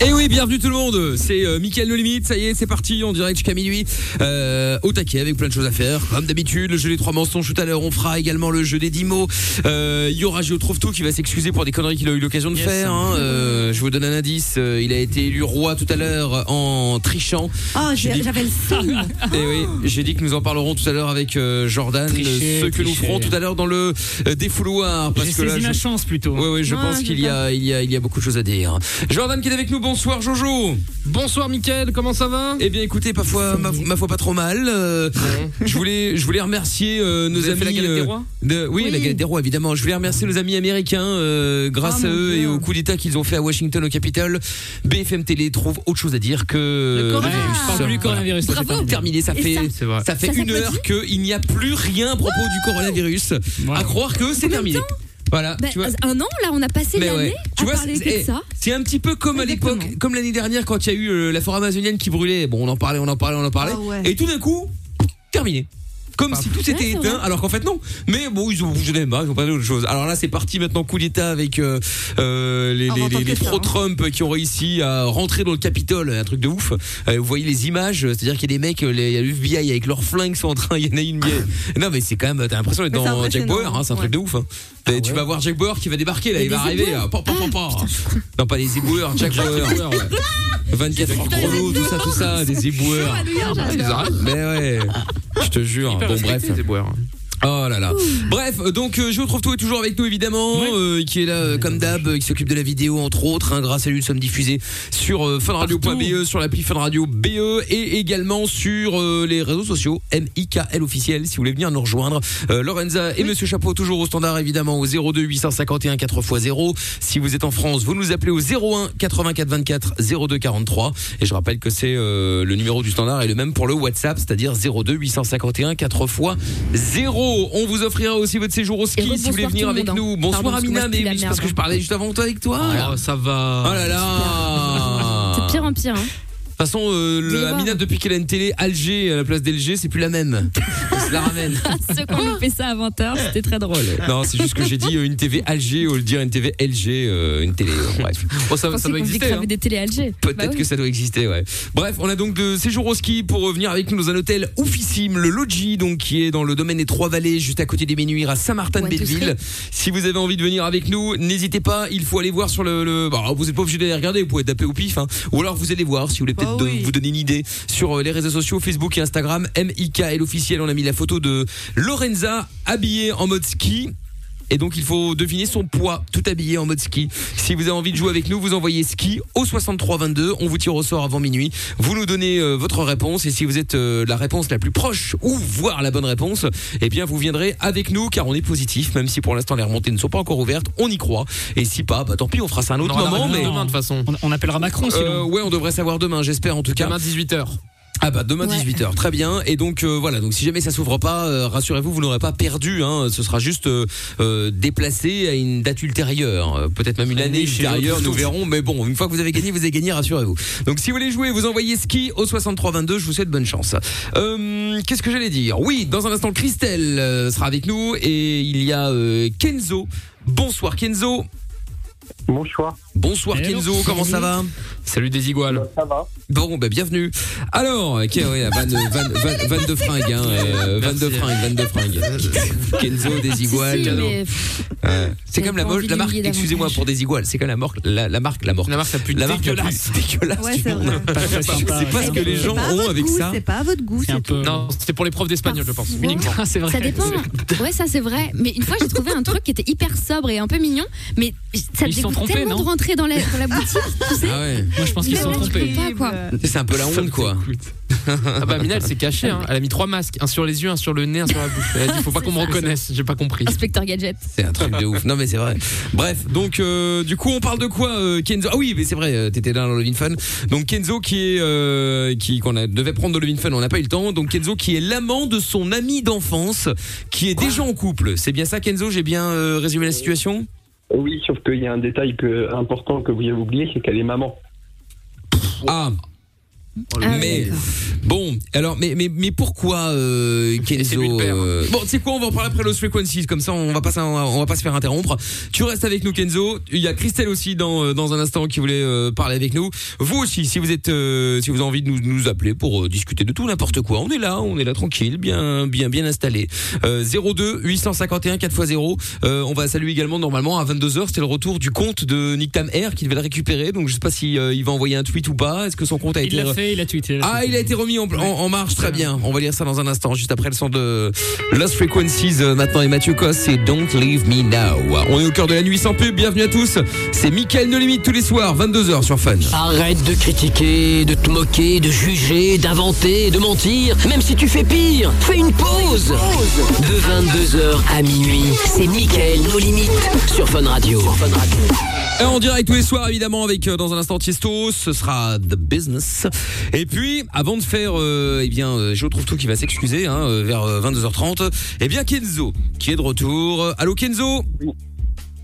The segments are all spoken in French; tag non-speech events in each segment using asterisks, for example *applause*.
Et Eh oui, bienvenue tout le monde. C'est euh, Mickaël No Limite. Ça y est, c'est parti. On direct jusqu'à minuit. Euh, au taquet avec plein de choses à faire. Comme d'habitude, le jeu des trois mensonges tout à l'heure. On fera également le jeu des dix mots. Euh, il y aura Gio Trouve-Tout qui va s'excuser pour des conneries qu'il a eu l'occasion de faire. hein. Euh, je vous donne un indice. Euh, Il a été élu roi tout à l'heure en trichant. Ah, Oh, j'ai- j'avais *laughs* le signe. Et Eh oui, j'ai dit que nous en parlerons tout à l'heure avec euh, Jordan. Tricher, ce que nous tricher. ferons tout à l'heure dans le euh, défouloir. Parce J'ai que là, saisi ma je- chance plutôt. Ouais, ouais, je Ouais, pense je qu'il sais y a, il y a, il y a beaucoup de choses à dire. Jordan qui est avec nous. Bonsoir, Jojo. Bonsoir Mickaël, comment ça va Eh bien, écoutez, parfois, ma, ma foi, pas trop mal. Euh, je voulais, je voulais remercier euh, nos Vous avez amis. fait la galette des euh, rois de- oui, Oui. la galette des rois, évidemment. Je voulais remercier nos amis américains euh, Ah, grâce Oh, à mon eux Dieu. et au coup d'État qu'ils ont fait à Washington, au Capitole. BFM Télé trouve autre chose à dire que Le corona. virus. Ah, Parle plus du Voilà. coronavirus. ça, Bravo, c'est terminé. terminé. Ça Et fait, ça C'est vrai. ça fait Ça, ça une peut heure qu'il n'y a plus rien à propos du coronavirus. Ouais. À croire que c'est terminé. Voilà. Bah, tu vois. un an, là, on a passé Mais l'année ouais. à Tu vois, parler c'est- que de eh, ça. c'est un petit peu comme à Exactement. l'époque, comme l'année dernière quand il y a eu euh, la forêt amazonienne qui brûlait. Bon, on en parlait, on en parlait, on en parlait. Ah ouais. Et tout d'un coup, terminé. Comme si tout Ouais, était c'est éteint, vrai. alors qu'en fait non. Mais bon, ils ont bougé les mains, ils ont pas d'autre chose. Alors là, c'est parti maintenant coup d'État avec euh, euh, les, Ah, on les- entend les- que les ça, hein. pro-Trump qui ont réussi à rentrer dans le Capitole, un truc de ouf. Euh, vous voyez les images, c'est-à-dire qu'il y a des mecs, les- il y a le FBI avec leurs flingues sont en train, il y en a une. *laughs* Non mais c'est quand même, t'as l'impression d'être Mais c'est dans Jack impressionnant. Bauer, hein, c'est un truc de ouf. hein. Et Tu vas voir Jack Bauer qui va débarquer là, Et il va des arriver. éboueurs. euh, pam, pam, pam, pam. Non pas les éboueurs, Jack Bauer. 24 heures chrono, tout ça, tout ça, des éboueurs. Mais ouais, je te jure. Bon bref. Oh là là. Bref, euh, donc euh, je retrouve tout est toujours avec nous évidemment, euh, qui est là euh, comme d'hab, euh, qui s'occupe de la vidéo entre autres. hein, grâce à lui, nous sommes diffusés sur euh, funradio.be, sur l'appli funradio BE E, et également sur euh, les réseaux sociaux MIKL officiel. Si vous voulez venir nous rejoindre, Euh, Lorenza et Monsieur Chapeau toujours au standard évidemment au 02 851 4x0. Si vous êtes en France, vous nous appelez au 01 84 24 02 43 et je rappelle que c'est euh, le numéro du standard est le même pour le WhatsApp, c'est-à-dire 02 851 4 x 0. On vous offrira aussi votre séjour Et au ski si vous voulez rebonsoir tout venir le avec monde, hein. nous. Bonsoir Pardon, parce que moi, Amina, je mais pue la oui, c'est merde, parce que hein. Ah, je parlais juste avant toi avec toi. ça Oh va. là là C'est de pire en pire. Hein. de toute façon, euh, le allez voir. Amina, depuis qu'elle a une télé Alger à la place d'Alger, c'est plus la même. On se la ramène. *laughs* Ceux qui ont loupé ça à 20h, c'était très drôle. Non, c'est juste que j'ai dit euh, une TV Alger au lieu de dire une TV LG, euh, une télé. euh, bref. Oh, ça, Quand ça c'est doit qu'on exister. hein. décravait des télé Alger. Peut-être Bah oui. que ça doit exister, ouais. Bref, on a donc de séjour au ski pour revenir avec nous dans un hôtel oufissime, le Lodgy, donc qui est dans le domaine des Trois Vallées, juste à côté des Ménuires, à Saint-Martin-de-Belleville. Si vous avez envie de venir avec nous, n'hésitez pas. Il faut aller voir sur le. le- bah, vous n'êtes pas obligé d'aller regarder, vous pouvez taper au pif, hein. ou alors vous allez voir si vous voulez Bah peut-être de- oui. vous donner une idée sur euh, les réseaux sociaux, Facebook et Instagram. MIKL officiel, on a mis la photo de Lorenza habillée en mode ski. Et donc il faut deviner son poids, tout habillé en mode ski. Si vous avez envie de jouer avec nous, vous envoyez ski au 6322. On vous tire au sort avant minuit. Vous nous donnez euh, votre réponse et si vous êtes euh, la réponse la plus proche ou voire la bonne réponse, eh bien vous viendrez avec nous car on est positif, même si pour l'instant les remontées ne sont pas encore ouvertes, on y croit. Et si pas, bah tant pis, on fera ça un On autre aura la moment. réponse Mais demain, de toute façon. On, on appellera Macron Euh, sinon. ouais, on devrait savoir demain, j'espère en tout cas. Demain 18h. Ah bah demain Ouais. 18h, très bien. Et donc euh, voilà, donc si jamais ça s'ouvre pas, euh, rassurez-vous, vous n'aurez pas perdu, hein, ce sera juste euh, euh, déplacé à une date ultérieure, Euh, peut-être même une année chez ultérieure, l'autre. nous verrons, mais bon, une fois que vous avez gagné, vous avez gagné, rassurez-vous. Donc si vous voulez jouer, vous envoyez ski au 6322, je vous souhaite bonne chance. Euh, Qu'est-ce que j'allais dire Oui, dans un instant, Christelle euh, sera avec nous et il y a euh, Kenzo. Bonsoir Kenzo. Bonsoir. Euh, Bonsoir Hello. Kenzo, comment ça va Salut des iguales. Ça va Bon, ben bienvenue. Alors, ok, ouais, la vanne, vanne, vanne, vanne de fringue, hein, euh, vanne de Merci. fringue, vanne de fringue. *laughs* Kenzo, des iguales. Si, si, Kenzo. euh, mais, pff, Ouais. C'est comme la, pas mo- envie la de marque, l'humilier davantage. excusez-moi pour des iguales, c'est comme la, marque, la, la marque, la morte. La marque la plus La marque la dégueulasse. plus dégueulasse Ouais, du c'est monde. *laughs* vrai. Pas très Je sais sympa, pas ouais. ce que les gens pas à ont votre avec goût, ça. C'est pas à votre goût, C'est un c'est tout. peu. Non, c'était pour les profs d'espagnol, je pense. Parfois. Uniquement. C'est vrai. *laughs* ça dépend. *laughs* Ah Ouais, ça c'est vrai. Mais une fois, j'ai trouvé un truc qui était hyper sobre et un peu mignon, mais ça me Ils se sont dégoûte trompés, tellement non de rentrer dans la, dans la *laughs* boutique. Ah ouais. Moi je pense qu'ils Mais se sont ouais, je peux trompés. pas, quoi. C'est un peu la honte, quoi. Ah bah Mina, elle s'est cachée. hein. Elle a mis trois masques. Un sur les yeux, un sur le nez, un sur la bouche. Elle a dit, faut pas qu'on me reconnaisse. J'ai pas compris. Inspecteur Gadget. C'est un truc de ouf. Non, mais c'est vrai. Bref, donc, euh, du coup, on parle de quoi, euh, Kenzo Ah oui, mais c'est vrai, euh, t'étais là dans Lovin Fun. Donc, Kenzo qui est. euh, qui Qu'on a- devait prendre dans Lovin Fun, on n'a pas eu le temps. Donc, Kenzo qui est l'amant de son ami d'enfance, qui est déjà en couple. C'est bien ça, Kenzo J'ai bien euh, résumé la situation Oui, sauf qu'il y a un détail que- important que vous avez oublié, c'est qu'elle est maman. Ah mais bon, alors mais mais mais pourquoi euh, Kenzo euh, Bon, tu sais quoi, on va en parler après Lost Frequencies comme ça on va pas s'en- on va pas se faire interrompre. Tu restes avec nous Kenzo, il y a Christelle aussi dans euh, dans un instant qui voulait euh, parler avec nous. Vous aussi si vous êtes euh, si vous avez envie de nous nous appeler pour euh, discuter de tout n'importe quoi, on est là, on est là tranquille, bien bien bien installé. Euh, 02 851 4x0. Euh, on va saluer également normalement à 22h, c'était le retour du compte de Nick Tam Air qui devait le récupérer donc je sais pas si euh, il va envoyer un tweet ou pas. Est-ce que son compte a Il été l'a fait, il a tweeté. ah, il a été remis en, en- en marche, très bien. On va lire ça dans un instant, juste après le son de Lost Frequencies. euh, maintenant, et Mathieu Cos, c'est Don't Leave Me Now. On est au cœur de la nuit sans pub, bienvenue à tous. C'est Mickaël No Limite tous les soirs, 22h sur Fun. Arrête de critiquer, de te moquer, de juger, d'inventer, de mentir. Même si tu fais pire, fais une pause. De 22h à minuit, c'est Mickaël, nos limites, sur Fun Radio. Et Euh, en direct tous les soirs, évidemment, avec euh, dans un instant Tiesto, ce sera The Business. Et puis, avant de faire, euh, eh bien, euh, je trouve tout qui va s'excuser, hein, euh, vers euh, 22h30, eh bien, Kenzo, qui est de retour. Euh, Allô, Kenzo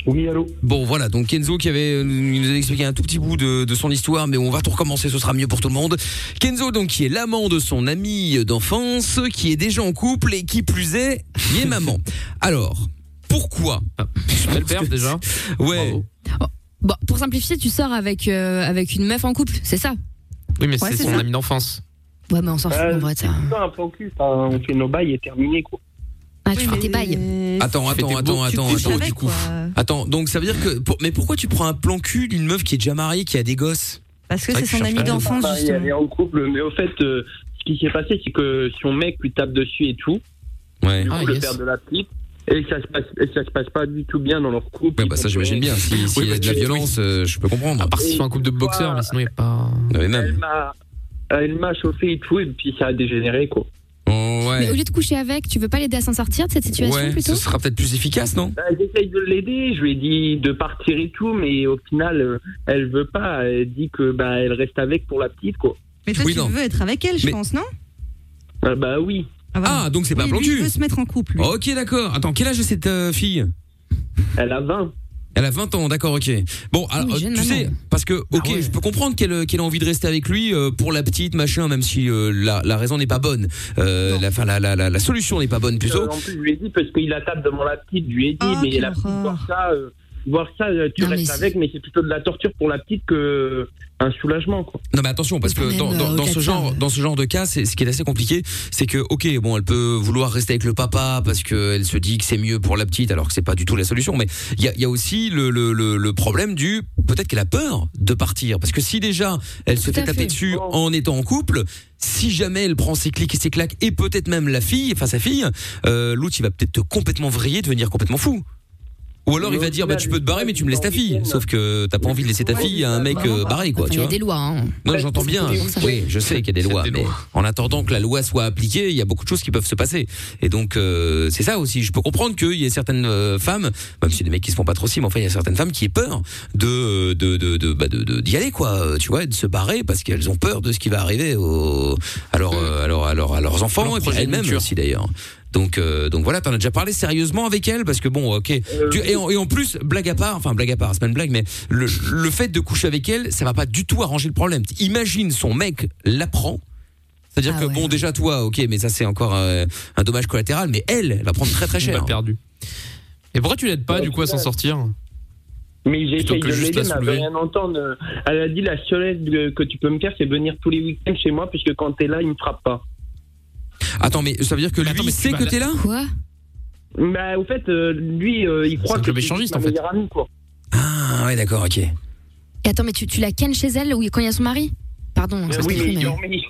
Oui, allô Bon voilà, donc Kenzo qui avait il nous a expliqué un tout petit bout de, de son histoire, mais on va tout recommencer, ce sera mieux pour tout le monde. Kenzo donc qui est l'amant de son ami d'enfance, qui est déjà en couple et qui plus est, il est *laughs* maman. Alors, pourquoi Belle perf déjà. Ouais. Bon, pour simplifier, tu sors avec, euh, avec une meuf en couple, c'est ça Oui, mais Ouais, c'est c'est son ça. ami d'enfance. Ouais, mais on s'en fout Euh, en vrai de ça. C'est un plan cul, ça, on fait nos bails et terminé, quoi. Ah, tu fais tes bails. Attends, Tu fais attends, tes beaux- attends, tu attends, couches attends, avec, du coup. quoi. Attends, donc ça veut dire que pour- mais pourquoi tu prends un plan cul d'une meuf qui est déjà mariée, qui a des gosses Parce C'est que vrai c'est que je son cherche ami pas. d'enfance, Pareil, elle justement. est en couple, mais au fait, euh, ce qui s'est passé, c'est que son mec lui tape dessus et tout. Ouais. Du coup, Ah, le yes. père de la petite. Et que ça se passe, et que ça se passe pas du tout bien dans leur couple. bah ça j'imagine bien. Si- S'il y a bah, de la tu- violence, euh, je peux comprendre. À part s'il fait un couple de Pourquoi boxeurs, mais sinon il n'y a pas. Non, mais Elle même. m'a, elle m'a chauffé et tout, et puis ça a dégénéré, quoi. Oh, Mais au ouais. lieu de coucher avec, tu veux pas l'aider à s'en sortir de cette situation Ouais, plutôt Ah, ce sera peut-être plus efficace, non Bah, J'essaye de l'aider, je lui ai dit de partir et tout, mais au final, euh, elle veut pas. Elle dit que bah elle reste avec pour la petite, quoi. Mais toi, Oui, tu non. veux être avec elle, je Mais- pense, non Ah, bah oui. Ah, donc c'est pas un plan Tu cul. veux se mettre en couple. lui. Ok, d'accord. Attends, quel âge a cette euh, fille Elle a 20. Elle a 20 ans, d'accord, ok. Bon, alors, mais euh, tu jeune maman. sais, parce que, ok, Ah ouais. je peux comprendre qu'elle euh, qu'elle a envie de rester avec lui euh, pour la petite, machin, même si euh, la, la raison n'est pas bonne. Euh, la, enfin, la, la, la, la solution n'est pas bonne, Euh, plutôt. en plus, je lui ai dit parce qu'il la tape devant la petite, je lui ai dit, Ah, mais quelle la petite, horreur. voir ça, euh, voir ça, euh, tu Non, mais restes c'est- avec, mais c'est plutôt de la torture pour la petite que euh, un soulagement, quoi. Non mais attention parce Quand que même, dans, euh, dans, dans au-delà ce de genre ça. dans ce genre de cas c'est ce qui est assez compliqué c'est que ok bon elle peut vouloir rester avec le papa parce que elle se dit que c'est mieux pour la petite alors que c'est pas du tout la solution mais il y a, il y a aussi le, le, le, le problème du peut-être qu'elle a peur de partir parce que si déjà elle se Tout fait à taper fait. dessus en étant en couple si jamais elle prend ses clics et ses claques et peut-être même la fille enfin sa fille euh, l'autre il va peut-être complètement vriller devenir complètement fou ou alors Mais il va au dire bah final, tu peux te barrer mais tu me laisses ta dans le fille week-end, sauf que t'as pas envie de laisser ta au fille à un mec final, euh, bah, barré quoi Enfin, tu Il y a vois des lois. hein. non, j'entends bien. Oui, je sais qu'il y a des Il y a lois, des mais lois. en attendant que la loi soit appliquée, il y a beaucoup de choses qui peuvent se passer. Et donc, euh, c'est ça aussi. Je peux comprendre qu'il y ait certaines euh, femmes, même si des mecs qui se font pas trop si, mais enfin, il y a certaines femmes qui aient peur de de de de bah, de- de- d'y aller, quoi. Tu vois, et de se barrer parce qu'elles ont peur de ce qui va arriver au, à, leur, euh, à, leur- à leur- à leurs enfants Leur et puis à elles-mêmes progéniture. aussi d'ailleurs. Donc, euh, donc voilà, t'en as déjà parlé sérieusement avec elle parce que bon, ok. Euh, Tu- et, en, et en plus, blague à part, enfin blague à part, c'est pas une blague, mais le, le fait de coucher avec elle, ça va pas du tout arranger le problème. Imagine son mec l'apprend. C'est-à-dire Ah que ouais, bon, ouais. déjà toi, ok, mais ça c'est encore euh, un dommage collatéral, mais elle, elle va prendre très très On cher. hein. l'a perdu. Et pourquoi tu l'aides pas Ouais, du coup à s'en ouais. sortir Mais Plutôt j'essaye que de juste la l'aider, mais elle veut soulever. rien entendre. euh, Elle a dit la seule aide que tu peux me faire, c'est venir tous les week-ends chez moi, puisque quand t'es là, il me frappe pas. Attends, mais ça veut dire que Mais lui attends, mais tu sait vas que la- t'es là Quoi Bah, au fait, euh, lui, euh, il croit un que club c'est échangiste, ma en fait. meilleure amie, quoi. Ah ouais, d'accord, ok. Et attends, mais tu, tu la kennes chez elle ou quand il y a son mari Pardon, hein, ça se oui, cru, mais mais- il dormait.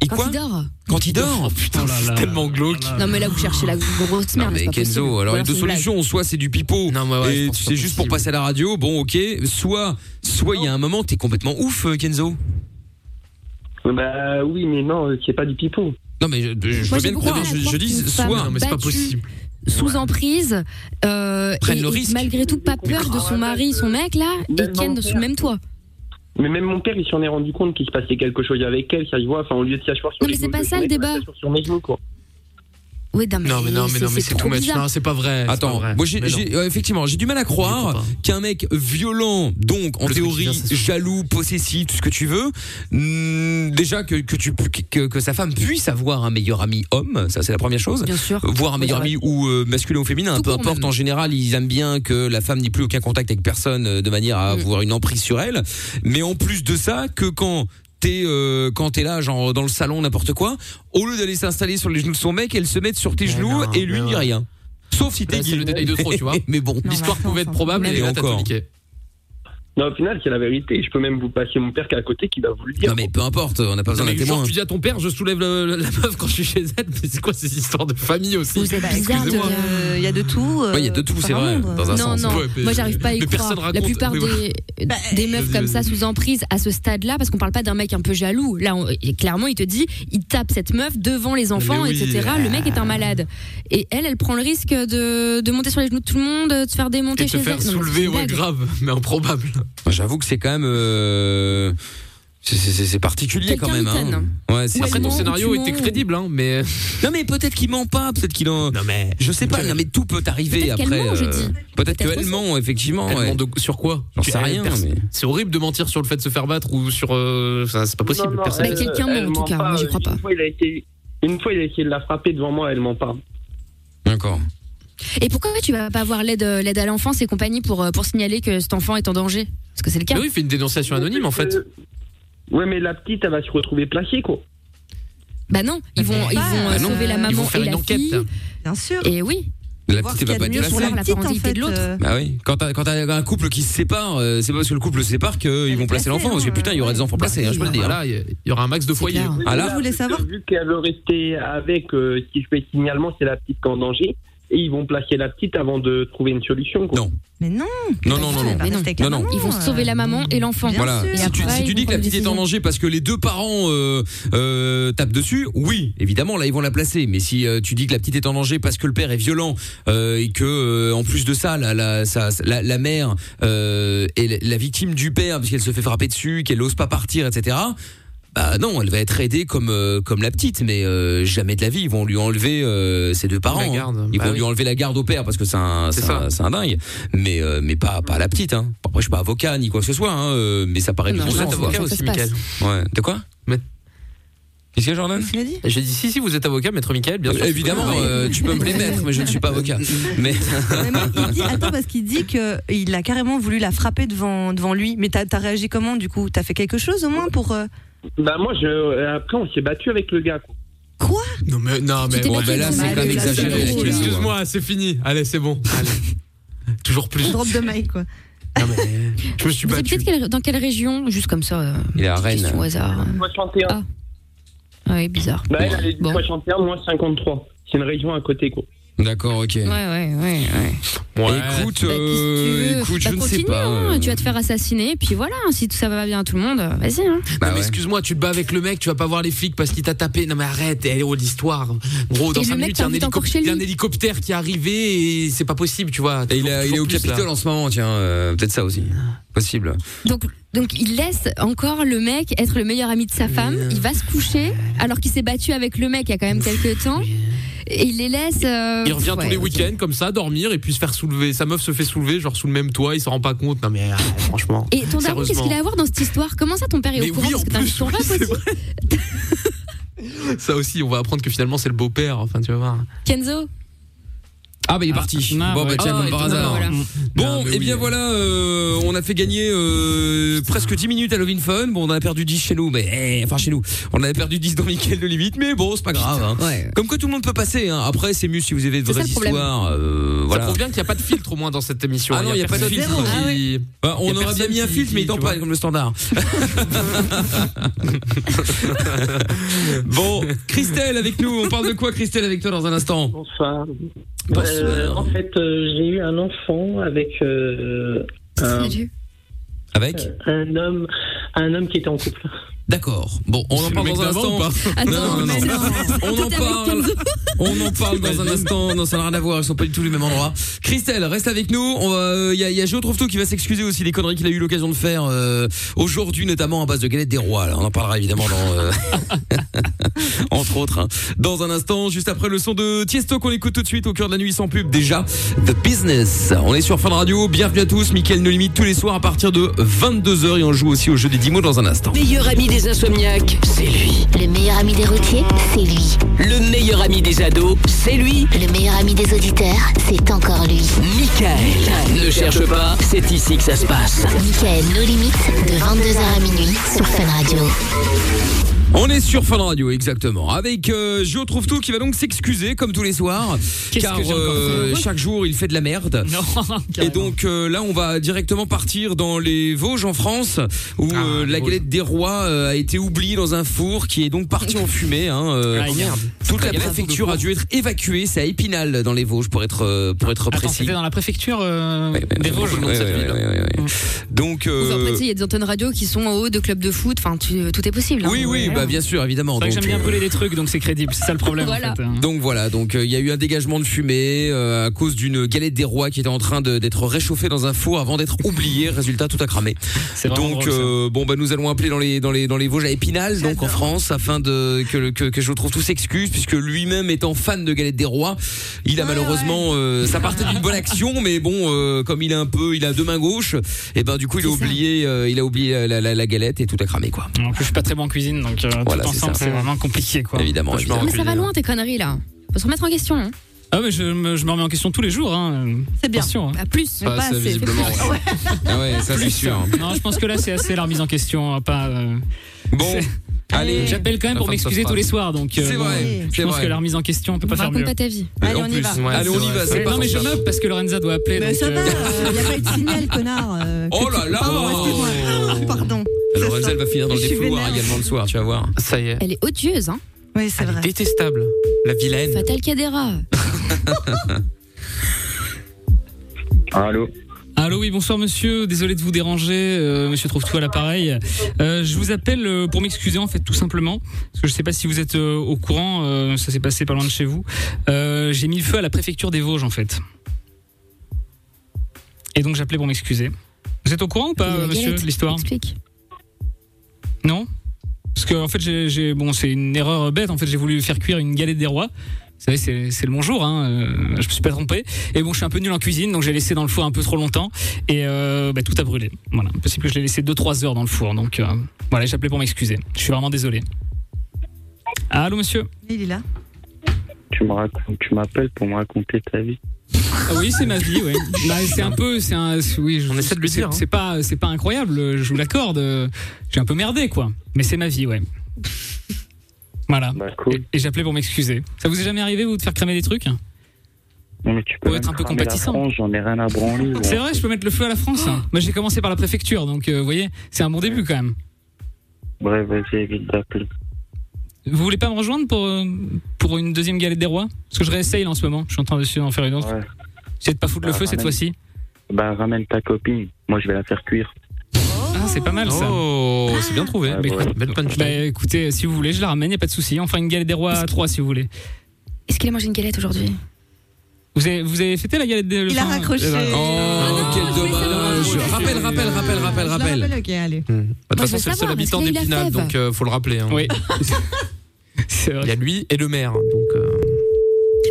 Et Quand quoi il dort Quand il dort Oh Putain, c'est tellement glauque. Non, mais là, vous cherchez la grosse Non merde. c'est mais pas Kenzo, possible. alors Ou il y a deux c'est une blague. solutions, soit c'est du pipeau Non, mais ouais, je et pense que c'est juste pour possible. passer à la radio, bon ok, soit soit il y a un moment t'es complètement ouf euh, Kenzo. Bah oui, mais non, c'est pas du pipeau. Non mais je, je- je Moi, veux bien j'ai le beaucoup de croire, mal à je, croire je dis qu'une soit. femme- Non, mais c'est pas Battu. possible. sous emprise euh, Prennent et, le et risque. malgré tout pas peur de son mari son mec là et Même Ken mon sous le père. même toit Mais même mon père, il s'en est rendu compte qu'il se passait quelque chose avec elle, ça se voit. Enfin, au lieu de s'asseoir sur Non, les mais c'est genoux pas de ça, son le mec, elle débat. s'assoit Sur mes genoux, quoi. Oui, non, mais, Non, mais non, mais non, mais c'est tout trop match. bizarre. Non, c'est pas vrai. Attends, moi j'ai, Mais non. j'ai- euh, effectivement, j'ai du mal à croire qu'un mec violent, donc en Le théorie quotidien, ça se- jaloux, possessif, tout ce que tu veux, mm, déjà que que tu pu- que, que sa femme puisse avoir un meilleur ami homme, ça c'est la première chose. Bien sûr. Voir un meilleur ami ou euh, masculin ou féminin, peu importe. En général, ils aiment bien que la femme n'ait plus aucun contact avec personne, euh, de manière à avoir une emprise sur elle. Mais en plus de ça, que quand t'es euh, quand t'es là, genre dans le salon, n'importe quoi, au lieu d'aller s'installer sur les genoux de son mec, elle se met sur tes genoux non, et lui mais il dit ouais. rien. Sauf si t'es Bah, c'est gay. le détail de trop, tu vois. *laughs* Mais bon, L'histoire pouvait être probable, Ah, Mais et là, t'as tout encore. niqué. Non, au final, c'est la vérité. Je peux même vous passer mon père qui est à côté qui va vous le dire. Non mais peu importe, on n'a pas Non, besoin d'un mais genre, témoin. tu dis à ton père, je soulève le- le- la meuf quand je suis chez elle. Mais c'est quoi ces histoires de famille aussi Vous êtes bizarre de- Excusez-moi. Il y a de tout. euh, Ouais, il y a de tout, par c'est un vrai, monde. dans un Non, sens. non, Ouais, mais- moi j'arrive pas à y mais euh, crois. personne La raconte. plupart Oui, des, Bah, des meufs vas-y, comme ça vas-y. sous emprise à ce stade-là, parce qu'on parle pas d'un mec un peu jaloux. Là, on- et clairement, il te dit, il tape cette meuf devant les enfants, Mais oui. Ah. etc. Le mec est un malade. Et elle, elle prend le risque de, de monter sur les genoux de tout le monde, de se faire démonter Et te chez faire elle. Non, mais c'est soulever, une ouais, blague. grave, *laughs* mais improbable. Bah, J'avoue que c'est quand même euh, c'est- c'est c'est- c'est particulier quand Quelqu'un même. m'étonne, Hein. Ouais, c'est- Ou Après, elle ton ment, scénario tu était mens. crédible, hein, mais. Non mais peut-être qu'il ment pas, peut-être qu'il en. Non, mais. Je sais pas, non mais tout peut arriver Peut-être qu'elle après. euh, ment, je dis. Peut-être Peut-être qu'elle aussi. ment effectivement. Elle ouais. ment de- sur quoi J'en Tu- sais elle- rien, perso- mais- C'est horrible de mentir sur le fait de se faire battre ou sur. euh, ça, C'est pas possible. Non, non, personne- elle- Bah, quelqu'un elle ment, en tout ment cas, moi, j'y crois Une pas. fois, il a été- Une fois, il a essayé de la frapper devant moi, elle ment pas. D'accord. Et pourquoi tu vas pas avoir l'aide, euh, l'aide à l'enfance et compagnie pour, euh, pour signaler que cet enfant est en danger? Parce que c'est le cas. Mais oui, il fait une dénonciation anonyme en fait. Euh, Ouais, mais la petite, elle va se retrouver plaquée, quoi. Bah non, ils vont, ils vont euh, Bah non, sauver la maman Ils vont faire et la une enquête. fille. Bien sûr. Et oui, La Voir petite ce elle va qu'il y a de pas être mieux sur la la la petite, en parentalité fait. de l'autre. euh, Bah oui. Quand t'as quand t'as un couple qui se sépare, euh, c'est pas parce que le couple se sépare qu'ils vont placer l'enfant. Parce que putain, il y aura des enfants placés, hein, je peux le dire. Voilà, il y a- il y aura un max de foyers. clair. Ah, là. Moi, je voulais savoir. Vu qu'elle veut rester avec, euh, si je fais signalement, c'est la petite qui est en danger. Et ils vont placer la petite avant de trouver une solution, quoi. Non. Mais non. Bah, Non non non non. non. Non, non. ils vont sauver la maman et l'enfant. euh, Bien Voilà. sûr. Si tu, après, si tu ils dis vont que la prendre petite des est en décisions. danger parce que les deux parents euh, euh, tapent dessus, oui, évidemment, là ils vont la placer. Mais si euh, tu dis que la petite est en danger parce que le père est violent euh, et que euh, en plus de ça, la, la, sa- la, la mère euh, est la- la victime du père parce qu'elle se fait frapper dessus, qu'elle n'ose pas partir, etc. Bah non, elle va être aidée comme euh, comme la petite, mais euh, jamais de la vie ils vont lui enlever euh, ses deux parents. La hein. garde, Ils bah vont oui. lui enlever la garde au père parce que c'est un C'est c'est un, ça. c'est un dingue, mais euh, mais pas pas à la petite. Hein. Après je suis pas avocat ni quoi que ce soit, hein, euh, mais ça paraît Non, du bon Vous non, êtes sens, c'est quoi. avocat ça, ça aussi, se passe. Michael. Ouais. De quoi Mais- Qu'est-ce qu'il y a, Jordan Qu'est-ce qu'il a dit J'ai dit si, si, vous êtes avocat, maître Michael, bien sûr. Euh, Évidemment, Oui. euh, tu peux me les mettre, mais je ne *laughs* suis pas avocat. Mais Bah Ouais, mais il Ah. dit- Attends, parce qu'il dit que il a carrément voulu la frapper devant, devant lui. Mais t'as t'as réagi comment du coup T'as fait quelque chose au moins pour. euh, Bah, moi, je... euh, après, on s'est battu avec le gars, quoi. Quoi Non, mais, non, mais t'es bon, battu ben bah là, dans c'est la quand même rue, là, exagéré, c'est avec drôle, les hein. yeux. Excuse-moi, c'est fini. Allez, c'est bon. Allez. Toujours plus. Drop de Mike quoi. Non, mais je me suis Vous savez battu. peut-être quelle- dans quelle région Juste comme ça. euh, il est à Rennes. question au hasard. 61. Ah. Ah oui, bizarre. Bah, elle avait dit Bon. 61, moi 53. C'est une région à côté, quoi. D'accord, ok. Ouais, ouais, ouais. ouais. Ouais. Écoute, Bah, qu'est-ce que tu euh, veux écoute, je Bah, ne sais continue, pas. hein, euh, Tu vas te faire assassiner, puis voilà, hein, si tout ça va bien à tout le monde, euh, vas-y. hein. bah Non, mais ouais. excuse-moi, tu te bats avec le mec, tu vas pas voir les flics parce qu'il t'a tapé. Non, mais arrête, elle est où l'histoire Gros, dans Et 5 le mec minutes, il y a un t'invite encore hélico- chez il y a un lui. hélicoptère qui est arrivé et c'est pas possible, tu vois. Et il, a- il est au Capitole Capitole. en ce moment, tiens. euh, Peut-être ça aussi. Ah. Possible. Donc, donc il laisse encore le mec être le meilleur ami de sa femme. Il va se coucher alors qu'il s'est battu avec le mec il y a quand même quelques temps. Et il les laisse. euh, Il revient tous ouais, les ok. week-ends comme ça, dormir et puis se faire soulever. Sa meuf se fait soulever, genre sous le même toit, il s'en rend pas compte. Non, mais euh, franchement. Et ton daron, qu'est-ce Sérieusement. qu'il a à voir dans cette histoire Comment ça, ton père est Mais au courant oui, en parce que t'as plus, un ton oui, rap c'est aussi vrai. Ça aussi, on va apprendre que finalement c'est le beau-père. Enfin, tu vas voir. Kenzo Ah bah il est parti. Ah, bon ouais. bah tiens Ah, comme par étonnamment, hasard. oh, voilà. Bon Non, mais et bien oui. hein. voilà, euh, on a fait gagner euh, presque 10 minutes à Lovin Fun. Bon on en a perdu 10 chez nous, mais eh, enfin chez nous, on en avait perdu 10 dans Mickaël de limite, mais bon c'est pas grave. hein. Comme quoi tout le monde peut passer. Hein. Après c'est mieux si vous avez de C'est ça, vraies le problème. histoires. euh, Ça voilà. prouve bien qu'il n'y a pas de filtre au moins dans cette émission. Ah hein. non, il y a pas de personne filtre. qui- Ah Bah, Y on a aurait bien personne mis un qui- filtre, mais il qui- t'en tu parle vois. comme le *laughs* standard. bon, Christelle avec nous. On parle de quoi, Christelle, avec toi dans un instant Bonsoir. Bonsoir. Euh, en fait, euh, j'ai eu un enfant avec euh, un, Euh, Salut. Avec un homme, un homme qui était en couple. D'accord. Bon, on en le parle mec dans un d'avant instant. ou pas Non, non, non, mais non. non. On en parle. On en parle dans un instant. Non, ça n'a rien à voir. Ils sont pas du tout les mêmes endroits. Christelle, reste avec nous. On va- Il y a, il y a Joe Trouve-Tout qui va s'excuser aussi des conneries qu'il a eu l'occasion de faire euh, aujourd'hui, notamment à base de galette des rois. là. On en parlera évidemment dans, euh, *laughs* entre autres. hein. Dans un instant, juste après le son de Tiesto qu'on écoute tout de suite au cœur de la nuit sans pub déjà. The Business. On est sur Fun Radio. Bienvenue à tous. Mickaël No Limite tous les soirs à partir de 22h et on joue aussi au jeu des 10 mots dans un instant. Meilleur ami des insomniaques, c'est lui. Le meilleur ami des routiers, c'est lui. Le meilleur ami des ados, c'est lui. Le meilleur ami des auditeurs, c'est encore lui. Michael. Ne cherche pas, c'est ici que ça se passe. Michael, nos limites, de 22h à minuit sur Fun Radio. On est sur Fun Radio, exactement. Avec euh, Jo Trouve-Tout qui va donc s'excuser comme tous les soirs. Qu'est-ce Car que j'ai encore euh, fait chaque jour, il fait de la merde. *laughs* Et donc euh, là, on va directement partir dans les Vosges en France, où Ah, euh, la galette des rois euh, a été oubliée dans un four qui est donc parti en fumée. Hein, euh, Ah, merde. toute la galette, préfecture a dû être évacuée. C'est à Épinal dans les Vosges pour être euh, pour être Attends, précis. c'était dans la préfecture euh, des ouais, Vosges, le nom de cette ouais, ville. ouais, ouais, ouais. Donc euh, Enfin, après, tu sais, il y a des antennes radio qui sont en haut de clubs de foot. Enfin, tu- tout est possible. hein. oui, oui, bah bien sûr, évidemment. C'est vrai que Donc, j'aime bien euh, brûler des trucs, donc c'est crédible. C'est ça le problème. Voilà. En fait, hein. Donc voilà, donc euh, il y a eu un dégagement de fumée euh, à cause d'une galette des rois qui était en train de- d'être réchauffée dans un four avant d'être oubliée. Résultat, tout a cramé. C'est vraiment Donc drôle, ça. euh, bon bah nous allons appeler dans les dans les dans les Vosges à Épinal donc en France afin de que le- que, que je trouve tous s'excuse puisque lui-même étant fan de galette des rois, il a malheureusement euh, ça partait d'une bonne action mais bon euh, comme il a un peu il a deux mains gauches et ben du coup il a oublié euh, il a oublié la, la- la galette et tout a cramé quoi. En plus, je suis pas très bon en cuisine, donc euh, Voilà, tout c'est ensemble, ça. c'est vraiment compliqué, quoi. Évidemment, Franchement. évidemment. Mais ça va loin, tes conneries, là. Faut se remettre en question. hein. Ah, mais je me, je me remets en question tous les jours. Hein. C'est bien. Attention, hein. À plus. Mais pas Ah, ça, assez. *laughs* visiblement. ouais. Ah ouais, ça c'est sûr. Non, je pense que là, c'est assez la remise en question. hein, Pas. euh, Bon, allez. J'appelle quand même La pour femme m'excuser s'offre tous les pas. soirs, donc. euh, C'est vrai, Je c'est pense vrai. que la remise en question, on peut pas faire Raconte mieux. pas ta vie. Allez, on y *laughs* va. Allez, on y va, c'est Ouais, parti. non mais je meuble parce que Lorenza doit appeler. Mais donc, ça euh, va, il n'y a pas eu de signal, connard. euh, que Oh tu- là là Pardon, excuse-moi. Ah, Pardon. Alors Ça elle sort. va finir dans le Je suis défouloir vénère. également le soir, tu vas voir. Ça y est. Elle est odieuse, hein. Oui, c'est Elle est vrai. détestable. La vilaine. Fatal Cadera. euh. Allô *laughs* Allô, oui, bonsoir monsieur. Désolé de vous déranger, euh, monsieur trouve tout à l'appareil. Euh, je vous appelle euh, pour m'excuser en fait tout simplement parce que je sais pas si vous êtes euh, au courant, euh, ça s'est passé pas loin de chez vous. Euh, j'ai mis le feu à la préfecture des Vosges en fait. Et donc j'appelais pour m'excuser. Vous êtes au courant ou pas Et la euh, monsieur galette. de l'histoire Explique. Non Parce que en fait, j'ai, j'ai- bon, c'est une erreur bête. En fait, j'ai voulu faire cuire une galette des rois. Vous savez, c'est, c'est le bonjour. Hein. euh, je me suis pas trompé. Et bon, je suis un peu nul en cuisine, donc j'ai laissé dans le four un peu trop longtemps et euh, bah, tout a brûlé. Voilà, possible que je l'ai laissé 2-3 heures dans le four. Donc euh, voilà, j'appelais pour m'excuser. Je suis vraiment désolé. Allô, monsieur Il est là. Tu me racontes- tu m'appelles pour me raconter ta vie. Ah oui, c'est ma vie. *laughs* Ouais. Bah, c'est un peu, c'est un, c'est- oui. je- On essaie de lui c'est- dire, hein. C'est pas, c'est pas incroyable. euh, Je vous l'accorde. euh, J'ai un peu merdé, quoi. Mais c'est ma vie, ouais. Voilà. Bah cool. Et, et j'appelais pour m'excuser. Ça vous est jamais arrivé, vous, de faire cramer des trucs Non, mais tu peux Faut être même un peu cramer la compatissant. France, J'en ai Bah, rien à branler. moi. C'est vrai, je peux mettre le feu à la France. hein. Moi, j'ai commencé par la préfecture, donc euh, vous voyez, c'est un bon début quand même. Bref, vas-y, évite d'appeler. Vous voulez pas me rejoindre pour, euh, pour une deuxième galette des rois Parce que je réessaye là en ce moment. Je suis en train d'essayer d'en faire une autre. Ouais. J'essaie de pas foutre le Bah, feu cette ramène. fois-ci. Bah ramène ta copine. Moi, je vais la faire cuire. Ah, c'est pas mal ça. Oh, c'est bien trouvé. Ah, Mais ouais. Belle Bah punchline. écoutez, si vous voulez, je la ramène, y a pas de souci. Enfin, une galette des rois à trois si vous voulez. Est-ce qu'il a mangé une galette aujourd'hui Vous avez, vous avez fêté la galette des Il a enfin, raccroché. euh, Oh, non, je quel voulais dommage. savoir. Rappel, rappel, rappel, rappel, Je la rappel. rappelle, ok, allez. Bah, De toute Moi, je façon, veux c'est le seul savoir, parce habitant qu'il a eu la d'Épinal, fève. donc euh, faut le rappeler. hein. *laughs* Oui. c'est vrai. Il y a lui et le maire. Donc, euh, Non,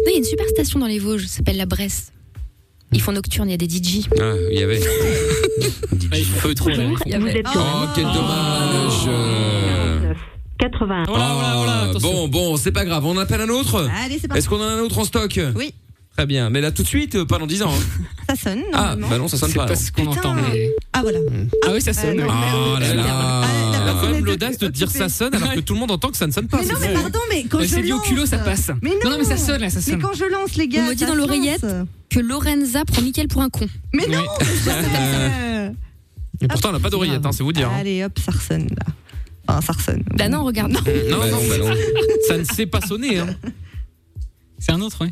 il y a une super station dans les Vosges, ça s'appelle la Bresse. Ils font nocturne, il y a des DJ. euh. Ah, *laughs* il y avait. Ah, Ouais, il faut trop là. Il y a- Oh, quel dommage. euh. Oh là, oh là, oh là, Ah, attention. Bon, bon, c'est pas grave. On appelle un autre Allez, c'est parti. Euh, Est-ce qu'on en a un autre en stock Oui. Très bien. Mais là, tout de suite, euh, pas dans 10 ans. hein. Ça sonne, Ah, normalement. bah non, ça sonne C'est pas. pas non. ce qu'on Putain. entend. Mais... Ah, voilà. Ah oui, ça sonne. non, oui. Ah là là. Ah, la elle a quand personne même était l'audace de dire occupée. ça sonne alors que tout le monde entend que ça ne sonne pas. Mais non, c'est Euh, mais ça. pardon, mais quand Elle je s'est lance... dit au culot, ça passe. Mais non, non, mais ça sonne là, ça Mais sonne. quand je lance, les gars, On me dit ça dans l'oreillette. lance. Que Lorenza prend Mickaël pour un con. Mais non, Ouais. *laughs* jamais. Et pourtant, elle n'a pas d'oreillette, grave. hein, c'est vous dire. hein. Allez, hop, ça ressonne, là. Enfin, ça ressonne. Bah non, regarde. Non. Non, Bah non, non, bah non. ça ne s'est pas sonné. hein. C'est un autre, oui.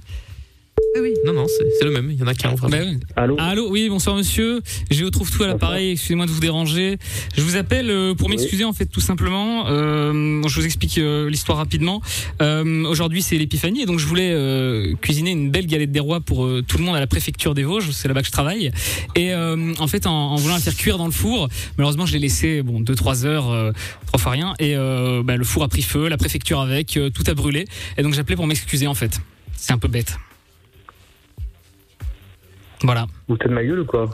Non, non, c'est c'est le même. Il y en a qu'un, vraiment. Allô Allô, Ah, bah oui, bonsoir monsieur. Je trouve tout à l'appareil, excusez-moi de vous déranger. Je vous appelle euh, pour m'excuser en fait tout simplement. Euh, bon, je vous explique euh, l'histoire rapidement. Euh, Aujourd'hui c'est l'épiphanie et donc je voulais euh, cuisiner une belle galette des rois pour euh, tout le monde à la préfecture des Vosges, c'est là-bas que je travaille. Et euh, en fait en, en voulant la faire cuire dans le four, malheureusement je l'ai laissé bon 2-3 heures, euh, trois fois rien, et euh, bah, le four a pris feu, la préfecture avec, euh, tout a brûlé. Et donc j'appelais pour m'excuser en fait. C'est un peu bête. Voilà. Vous êtes de ma gueule ou quoi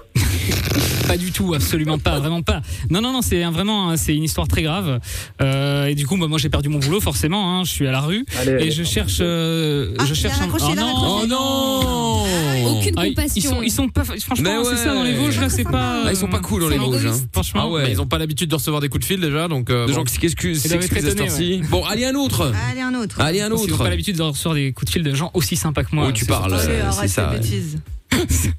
Pas du tout, absolument pas, vraiment pas. Non, non, non, c'est un- vraiment, hein, c'est une histoire très grave. Euh, et du coup, bah, moi, j'ai perdu mon boulot, forcément. hein, je suis à la rue Allez, et allez, je cherche, euh, Ah, je cherche. il a un- raccroché, il a non, raccroché. Oh non Aucune Ah, ils- ils compassion. sont, ils sont pas. Franchement, Mais c'est ça dans les ouais. Vosges. Là, c'est pas. Ah, Ils sont pas cool dans les C'est Vosges. hein. égoïste. Franchement, Ah ouais. Ils ont pas l'habitude de recevoir des coups de fil déjà, donc. euh, De bon. gens qui s'excusent Ils doivent être s'excusent à cette étonnés, heure-ci. Bon, allez un autre. Allez, un euh, autre. Allez un Ils n'ont pas autre. l'habitude de recevoir des coups de fil de gens aussi sympas que moi. Où tu C'est parles Allez, euh, C'est arrête ça. tes ouais. bêtises. *laughs*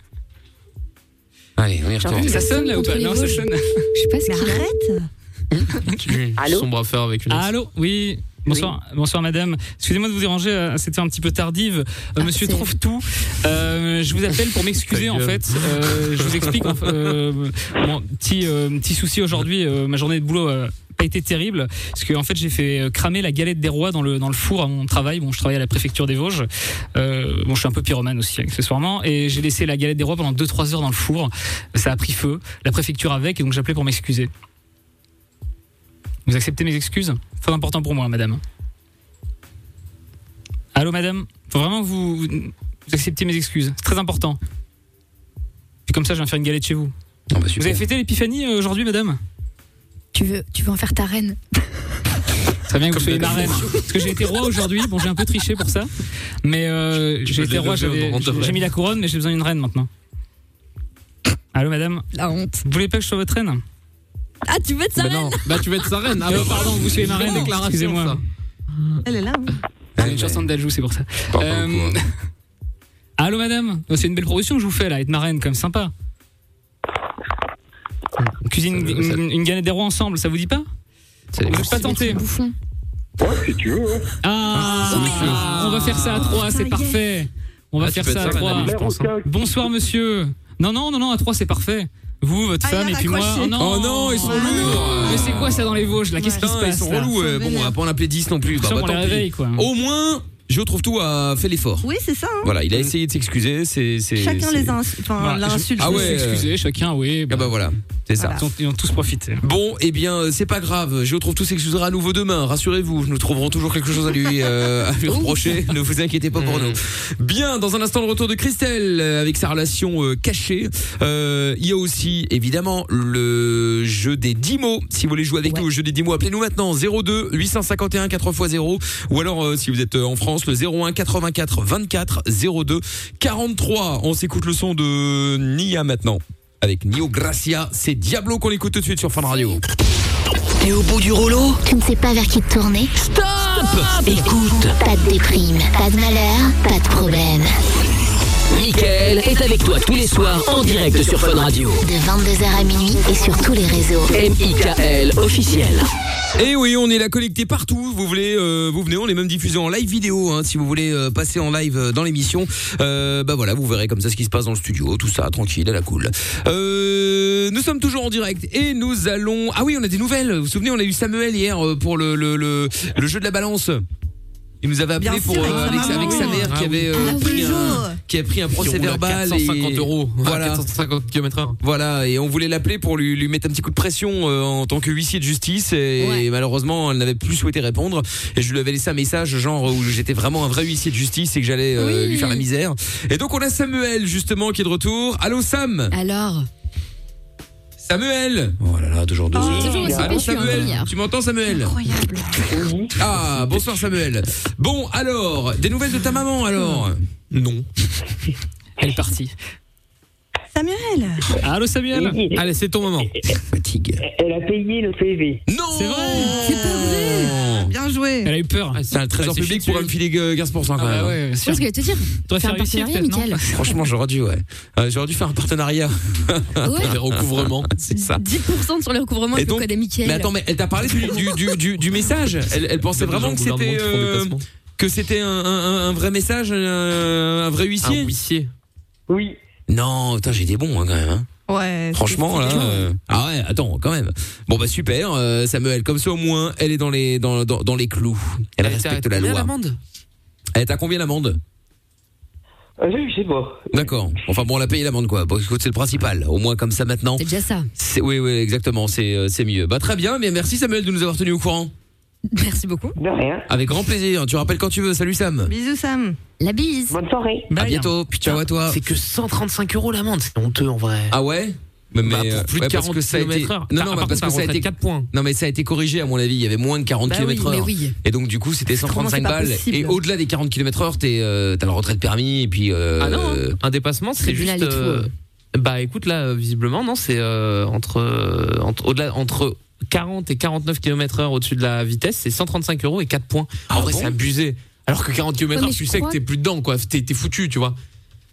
Allez, on y surtout- retourne. Ça sonne là ou Contre pas les Non, ça Vosges. sonne. Je sais pas ce Mais qu'il y a. arrête Allô Sombre affaire avec une. Allô, oui. Bonsoir, bonsoir madame. Excusez-moi de vous déranger, euh, c'était un petit peu tardive. Euh, Ah, Monsieur c'est- trouve tout. Euh, je vous appelle pour m'excuser Ta en gueule. fait. Euh, je vous explique. en fait, euh, bon, petit euh, petit souci aujourd'hui. euh, ma journée de boulot euh, a été terrible parce que en fait j'ai fait euh, cramer la galette des rois dans le dans le four à mon travail. Bon, je travaille à la préfecture des Vosges. Euh, bon, je suis un peu pyromane aussi accessoirement et j'ai laissé la galette des rois pendant 2-3 heures dans le four. Ça a pris feu. La préfecture avec et donc j'appelais pour m'excuser. Vous acceptez mes excuses Très important pour moi, madame. Allô, madame Faut vraiment que vous, vous acceptiez mes excuses. C'est très important. Puis comme ça, je viens faire une galette chez vous. Ah bah, super. Vous avez fêté l'épiphanie euh, aujourd'hui, madame Tu veux, tu veux en faire ta reine. Très bien que Comme vous soyez ma *laughs* reine. d'habitude. Parce que j'ai été roi aujourd'hui. Bon, j'ai un peu triché pour ça. Mais euh, j'ai l'ai été roi, levé au j'avais- rang de j'ai j'ai reine. mis la couronne, mais j'ai besoin d'une reine maintenant. Allô, madame La honte. Vous voulez pas que je sois votre reine Ah, tu veux de sa Bah reine non, bah tu vas être sa reine. Ah Euh, bah pardon, vous suivez ma Grande reine, déclaration, excusez-moi. ça. Elle est là. hein. Ouais, C'est Ah, une ouais. chanson de Dajou, c'est pour ça. Parle Eh ben. pas Euh, beaucoup, hein. *laughs* Allô madame, Oh, c'est une belle promotion que je vous fais là, être marraine comme sympa. On cuisine Ça- une, ça- une- une galette des rois ensemble, ça vous dit pas Vous n'êtes pas tenté Bouffon. Si tu veux, ouais. ah, ah, on va faire ça à trois, c'est yes. parfait. On va Ah, tu faire peux ça à être ça, trois. madame. Merde, pense, hein. aucun- Bonsoir monsieur. Non non non non, à trois c'est parfait. Vous, votre Ah, il a femme et puis moi. raccroché. Oh non, ils sont Ah non. lourds. Mais c'est quoi ça dans les Vosges là Qu'est-ce qui se Putain, ils passe sont là relous. euh, Ils sont Bon, on va vénères. pas en appeler 10 non plus. Bah, Ça, bah, on les tant pis. réveille, quoi. Au moins, je trouve tout a fait l'effort. Oui, c'est ça. hein. Voilà, il a essayé de s'excuser. c'est- c'est- Chacun c'est- les insulte. Enfin, Voilà, je- l'insulte. Ah Je ouais. vais s'excuser, chacun oui. Ah bah voilà, c'est ça. Voilà. Ils ont- Ils ont tous profité. Bon, eh bien, euh, c'est pas grave. Je trouve tout s'excusera à nouveau demain. Rassurez-vous, nous trouverons toujours quelque chose à lui, euh, à lui reprocher. ne vous inquiétez pas pour nous. Bien, dans un instant, le retour de Christelle euh, avec sa relation euh, cachée. Euh, il y a aussi, évidemment, le jeu des 10 mots. Si vous voulez jouer avec nous au jeu des 10 mots, appelez-nous maintenant 02 851 4x0 ou alors, euh, si vous êtes euh, en France, le 01 84 24 02 43. On s'écoute le son de Nia maintenant. Avec Nio Gracia, c'est Diablo qu'on écoute tout de suite sur Fun Radio. T'es au bout du rouleau Tu ne sais pas vers qui te tourner Stop Écoute, Pas de déprime, pas de malheur, pas de problème. Mickaël est avec toi tous les soirs en direct sur Fun Radio. De 22h à minuit et sur tous les réseaux. M.I.K.L. officiel. Et Eh oui, on est là connecté partout. Vous voulez, euh, vous venez, on est même diffusé en live vidéo. hein, si vous voulez euh, passer en live euh, dans l'émission, euh, bah voilà, vous verrez comme ça ce qui se passe dans le studio, tout ça tranquille, à la cool. Euh, nous sommes toujours en direct et nous allons. Ah oui, on a des nouvelles. Vous vous souvenez, on a eu Samuel hier euh, pour le le, le, le jeu de la balance. Il nous avait appelé Bien pour sûr, euh, avec avec, sa avec sa maman. mère qui Ah oui. avait euh, Ah oui. pris Bonjour. un, qui a pris un procès Qui roule à verbal 450 et euros. Ah, Voilà. 450 km heure. Voilà, et on voulait l'appeler pour lui, lui mettre un petit coup de pression euh, en tant que huissier de justice, et, Ouais. malheureusement, elle n'avait plus souhaité répondre. Et je lui avais laissé un message, genre où j'étais vraiment un vrai huissier de justice et que j'allais euh, Oui. lui faire la misère. Et donc on a Samuel justement qui est de retour. Allô Sam, Alors Samuel. Oh là là, toujours deux heures. Toujours aussi Ah, Allô péchu, hein, Samuel, hier. tu m'entends Samuel Incroyable. *laughs* Ah bonsoir Samuel. Bon alors, des nouvelles de ta maman alors Non. Elle est partie. Samuel. Ah. Allô Samuel Oui. Allez, c'est ton moment. Fatigue. Elle a payé le PV. Non. C'est vrai, c'est Bien joué. Elle a eu peur. Ah, C'est un trésor Elle s'est public chiée pour me dessus. filer euh, 15% quand Ah même. bah ouais, Tu vois ce que je vais te dire T'aurais C'est fait un réussir, partenariat, peut-être, non Mickaël. *laughs* Franchement, j'aurais dû, ouais. Euh, j'aurais dû faire un partenariat. Ah *laughs* Ouais. Les recouvrements, c'est ça. 10% sur le recouvrement Et du donc- code à Mickaël. Mais attends, mais elle t'a parlé du, du, du, du- du message. Elle, elle pensait vraiment que c'était. euh, que c'était un, un- un vrai message, euh, un vrai huissier. Un huissier. Oui. Non, putain, j'étais bon hein, quand même. hein. Ouais. Franchement, là. euh, Ah ouais, attends, quand même. Bon, bah super, euh, Samuel. Comme ça, au moins, elle est dans les, dans, dans, dans les clous. Elle, Elle était à Ah, respecte la combien, loi. l'amende Elle est à Eh, combien l'amende Je sais pas. D'accord. Enfin bon, on l'a payé l'amende quoi. Bon, écoute, c'est le principal. Au moins comme ça maintenant. C'est déjà ça. C'est- Oui, oui, exactement. C'est euh, c'est mieux. Bah très bien. Mais merci Samuel de nous avoir tenus au courant. Merci beaucoup. De rien. Avec grand plaisir. Tu rappelles quand tu veux. Salut Sam. Bisous, Sam. La bise. Bonne soirée. Bah, à bientôt. Puis ciao à toi. C'est que 135 euros l'amende, c'est honteux en vrai. Ah ouais mais, Bah, euh, pour plus de Ah, ouais, parce 40 que ça a été- km/h. Non, Enfin, non, à bah, part parce ça, que ça a retraite été 4 points. Bah Non, mais ça a été corrigé, à mon avis. Il y avait moins de 40 km/h. mais oui. Et donc, du coup, c'était Comment c'est 135 pas balles. possible Et au-delà des 40 km/h, t'es, euh, t'as le retrait de permis. Et puis. euh, Ah non, hein. un dépassement, c'est Tribunal juste. et tout, euh, Bah écoute, là, euh, visiblement, non, c'est euh, entre, euh, entre, au-delà, entre 40 et 49 km/h au-dessus de la vitesse, c'est 135 euros et 4 points. En Ah vrai, bon c'est abusé. Alors que 40 km/h, mais tu je sais crois que t'es plus dedans, quoi. T'es, t'es foutu, tu vois.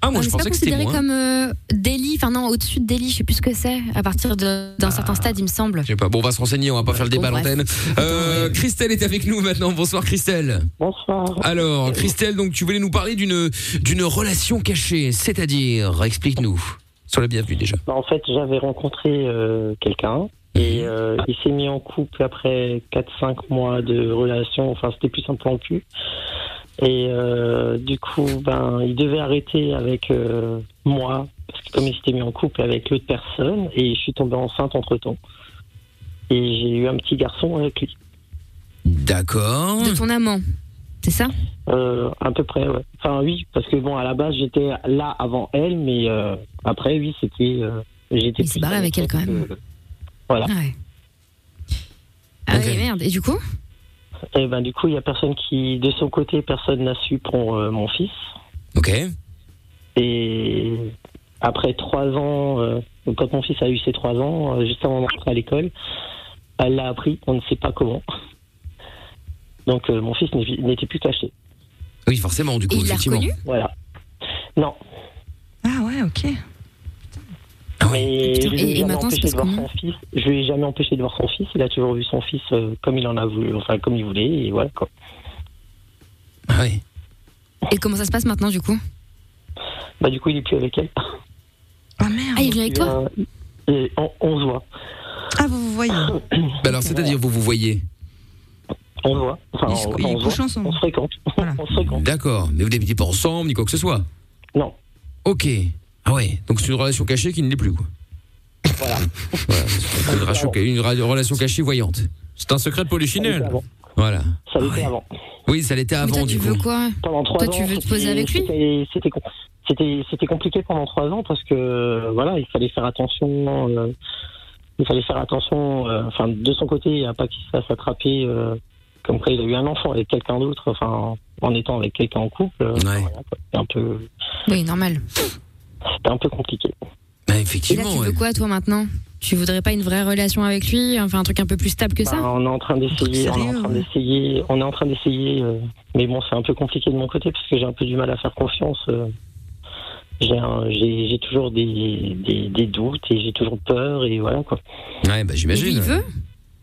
Ah, Ah, mais moi, je c'est pas pensais que c'était considéré moins. comme euh, délit, enfin non, au-dessus de délit, je sais plus ce que c'est, à partir de- d'un certain stade, il me semble. Je sais pas. Eh ben, Bon, on va se renseigner, on va pas faire le débat Bon, à l'antenne. Euh, Christelle est avec nous maintenant. Bonsoir, Christelle. Bonsoir. Alors, Christelle, donc, tu voulais nous parler d'une, d'une relation cachée. C'est-à-dire, explique-nous. Sur la bienvenue, déjà. Bah, en fait, j'avais rencontré euh, quelqu'un et euh, il s'est mis en couple après 4-5 mois de relation. Enfin, c'était plus un plan cul. Et euh, du coup, ben, il devait arrêter avec euh, moi parce que comme il s'était mis en couple avec l'autre personne et je suis tombé enceinte entre temps. Et j'ai eu un petit garçon avec lui. D'accord. De ton amant, c'est ça Euh, à peu près, ouais. Enfin, oui, parce que bon, à la base, j'étais là avant elle, mais euh, après, oui, c'était. euh, j'étais Il s'est plus barré avec elle, quand même. que- Ah Ah. ouais. Ah Ok. oui, merde. Et du coup Et ben, du coup, il y a personne qui, de son côté, personne n'a su pour euh, mon fils. Ok. Et après trois ans, euh, donc quand mon fils a eu ses trois ans, euh, juste avant d'entrer à l'école, elle l'a appris, on ne sait pas comment. Donc, euh, mon fils n'est- n'était plus caché. Oui, forcément, du Et coup, il l'a effectivement. reconnu Voilà. Non. Ah ouais, ok. Ah Mais Putain, je lui et- ai et jamais maintenant, empêché c'est de voir comment son fils. Je lui ai jamais empêché de voir son fils. Il a toujours vu son fils euh, comme il en a voulu, enfin comme il voulait, et voilà quoi. Ah oui. Et comment ça se passe maintenant, du coup Bah du coup, il est plus avec elle. Ah merde. Ah, il vient avec Euh, toi Il a- Euh, et on, on se voit, Ah, vous, vous voyez. Bah alors, c'est-à-dire, vous vous voyez. on se voit. Enfin, Ils se- on, ils on se couchent voit. ensemble. On se fréquente. Voilà. *laughs* on se fréquente. D'accord. Mais vous n'habitez pas ensemble, ni quoi que ce soit. Non. Ok. Ah ouais. Donc, c'est une relation cachée qui ne l'est plus, quoi. Voilà. *laughs* Voilà. C'est Une, relation- une ra- relation cachée voyante. C'est un secret Ça l'était polichinelle. avant. Voilà. Ça l'était Ah ouais. avant. Oui, ça l'était Mais avant, toi, tu du veux coup. quoi Pendant trois Toi, ans. tu veux te poser c'était- avec lui c'était- C'était com- c'était c'était compliqué pendant trois ans parce que voilà, il fallait faire attention. euh, il fallait faire attention, euh, enfin de son côté, à pas qu'il se fasse attraper. euh, comme quoi, il a eu un enfant avec quelqu'un d'autre, enfin en étant avec quelqu'un en couple. euh, Ouais. voilà, quoi. C'était un peu, Oui, normal. c'était un peu compliqué. Bah, Et là, effectivement. tu veux ouais. quoi, toi, maintenant Tu voudrais pas une vraie relation avec lui Enfin, un truc un peu plus stable que Bah, ça on est en train d'essayer, on est en Sérieux, euh train ouais. d'essayer, on est en train d'essayer. euh, mais bon, c'est un peu compliqué de mon côté parce que j'ai un peu du mal à faire confiance. euh. J'ai un- j'ai j'ai toujours des, des, des doutes et j'ai toujours peur et voilà quoi. Ouais, bah, Et lui, j'imagine. il veut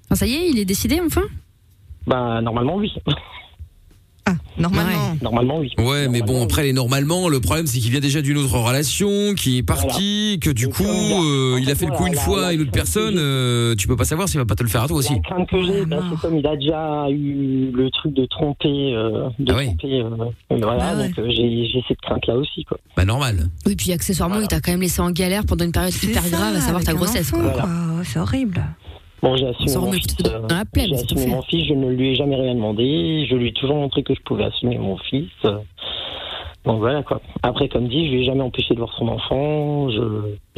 Enfin, ça y est, il est décidé, enfin Bah normalement oui, *laughs* Ah, normalement. normalement oui. Ouais, mais bon, Normalement, après, les normalement, le problème, c'est qu'il vient déjà d'une autre relation, qui est parti, que du Donc, coup, euh, euh, il a en fait, fait le coup voilà, une la- fois la- à une autre personne, euh, tu peux pas savoir s'il va pas te le faire à toi aussi. La crainte Ah, que j'ai, bah, c'est comme il a déjà eu le truc de tromper, euh, de Ah oui. tromper, euh, voilà, Ah ouais. donc euh, j'ai j'ai cette crainte là aussi quoi. Bah, normal. Oui, puis accessoirement, Voilà. il t'a quand même laissé en galère pendant une période C'est hyper ça, grave, à savoir avec ta un grossesse, enfant, quoi. quoi. Oh, c'est horrible. Bon, j'ai On assumé s'en mon remet fils. plutôt euh, dans la plaie, J'ai mais c'est tout assumé fait. mon fils, je ne lui ai jamais rien demandé. Je lui ai toujours montré que je pouvais assumer mon fils. euh. Donc voilà quoi. Après, comme dit, je lui ai jamais empêché de voir son enfant. Je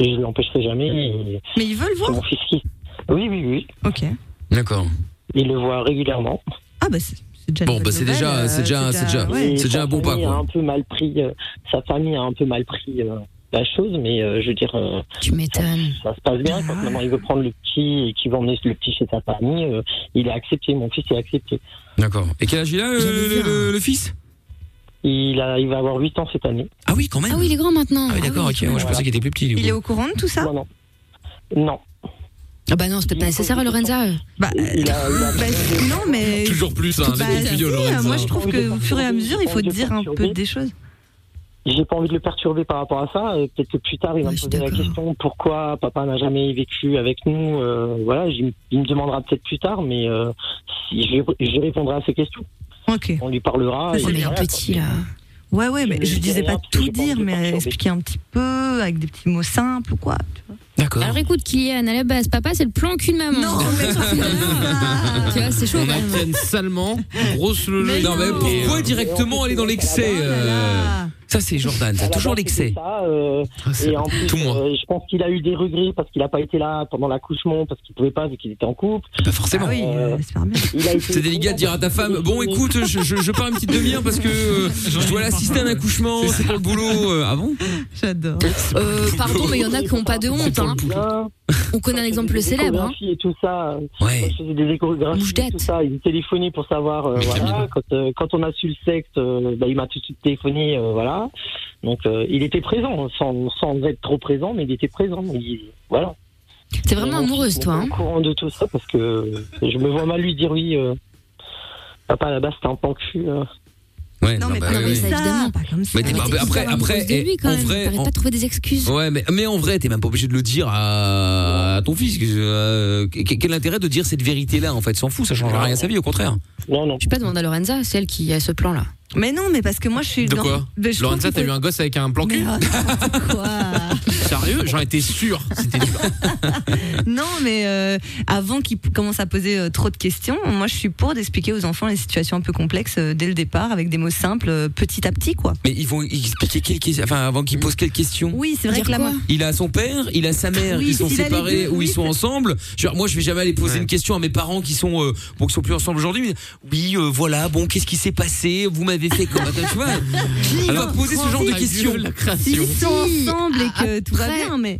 ne l'empêcherai jamais. et Mais ils veulent C'est voir mon fils qui. Oui, oui, oui. Ok. D'accord. Il le voit régulièrement. Ah, bah, c'est c'est déjà. une Bon, bonne bah, c'est déjà- nouvelle, c'est déjà- euh, c'est déjà- ouais. Et c'est déjà sa un bon pas, famille quoi. A un peu mal pris, euh, sa famille a un peu mal pris euh, la chose, mais euh, je veux dire, euh, Tu m'étonnes. ça se passe bien. Ah Quand ouais. maman il veut prendre le petit et qu'il veut emmener le petit chez sa famille, euh, il est accepté. Mon fils est accepté. hein. D'accord. *laughs* Et quel âge il a, euh, J'allais le, dire. le- le fils Il, a, il va avoir 8 ans cette année. Ah oui, quand même. Ah oui, il est grand maintenant. Ah oui, d'accord, ok. Moi, je Voilà. pensais qu'il était plus petit, du Il est coup. au courant de tout ça Non, non. Non. Ah bah non, c'est peut-être pas nécessaire, Lorenza. Bah, Il a- il a- *laughs* non, mais. Toujours plus, hein, Bah, les gros si, tuyaux, Lorenza. moi je trouve que au fur et à mesure, il faut dire un peu des choses. J'ai pas envie de le perturber par rapport à ça. euh, Peut-être que plus tard, il va Ouais, me je suis poser la d'accord. question pourquoi papa n'a jamais vécu avec nous. euh, voilà, j'y- il me demandera peut-être plus tard, mais euh, si je, je répondrai à ses questions. Ok. On lui parlera. Ça, et c'est mais voilà, un quoi. petit là. Ouais, ouais, mais Je je ne disais dis rien pas parce que tout j'ai pas envie dire, de mais perturber. expliquer un petit peu avec des petits mots simples ou *laughs* quoi. tu vois. D'accord. Alors écoute, qui est à la base Papa, c'est le plan cul de maman. mais Tu vois, c'est chaud On quand même. enchaîne salement, grosse le Mais jeu. Non, mais non. Et, pourquoi euh, directement aller dans l'excès Oh là euh, là. Ça, c'est Jordan, À t'as la toujours base, l'excès. c'était ça, euh, Ah, c'est- et en plus, Tout moi. euh, je pense qu'il a eu des regrets parce qu'il n'a pas été là pendant l'accouchement, parce qu'il pouvait pas vu qu'il était en couple. Pas forcément. Ah oui, euh, c'est pas mal. Il a été- C'est délicat de dire à ta femme Bon, écoute, je, je, je pars une petite demi-heure parce *laughs* que euh, je dois l'assister à un accouchement, c'est pour le boulot. euh, ah bon J'adore. *laughs* Euh, pardon, mais il y en a qui n'ont pas de honte. Hein. Bien. On connaît un exemple célèbre. Hein. Et tout ça. euh, Moi, Ouais. je faisais des échographies, Mouche-date. tout ça. Il me téléphonait pour savoir. euh, voilà. Quand, euh, quand on a su le sexe, euh, bah, il m'a tout de suite téléphoné. euh, voilà. Donc, euh, il était présent, sans, sans être trop présent, mais il était présent. Il- voilà. T'es vraiment Et mon amoureuse, fils toi. n'est Hein. pas Au courant de tout ça, parce que je me vois mal lui dire oui. euh, Papa, à la base, c'était un plan cul. euh. Ouais, Non, mais bah, non, mais pas ouais, comme ouais. ça, évidemment. ça, pas comme ça. Mais t'es pas- Arrêtez de après- dire après, amoureuse de lui, eh, quand en même. vrai, T'arrêtes en- pas de trouver des excuses. Ouais, mais, mais en vrai, t'es même pas obligé de le dire à, à ton fils. euh, que- quel intérêt de dire cette vérité-là En fait, s'en fout, ça changera rien à sa vie, au contraire. Non, non. Je vais pas demander à Lorenza, c'est elle qui a ce plan là. Mais non, mais parce que moi je suis. De dans- quoi Mais je Lorenza, trouve t'as qu'il eu un gosse avec un plan faut- Mais, cul euh, n'importe quoi. *laughs* Sérieux J'en étais sûr. C'était dur. Non, mais euh, avant qu'ils p- commencent à poser euh, trop de questions, moi je suis pour d'expliquer aux enfants les situations un peu complexes euh, dès le départ avec des mots simples, euh, petit à petit quoi. Mais ils vont expliquer quelle question. Enfin, avant qu'ils posent quelle question. Oui, c'est vrai Dire que la quoi mo- Il a son père, il a sa mère, Oui, ils sont s'il a les séparés deux, ou oui. ils sont ensemble. Genre, moi, je vais jamais aller poser une question à mes parents qui sont euh, bon, qui sont plus ensemble aujourd'hui. mais, Oui, euh, voilà, bon, qu'est-ce qui s'est passé Vous m'avez fait comme Attends, tu vois. Alors, poser ce genre de Ta questions. gueule, La S'ils création. sont Si, Ah, ensemble et que après- tout va bien, mais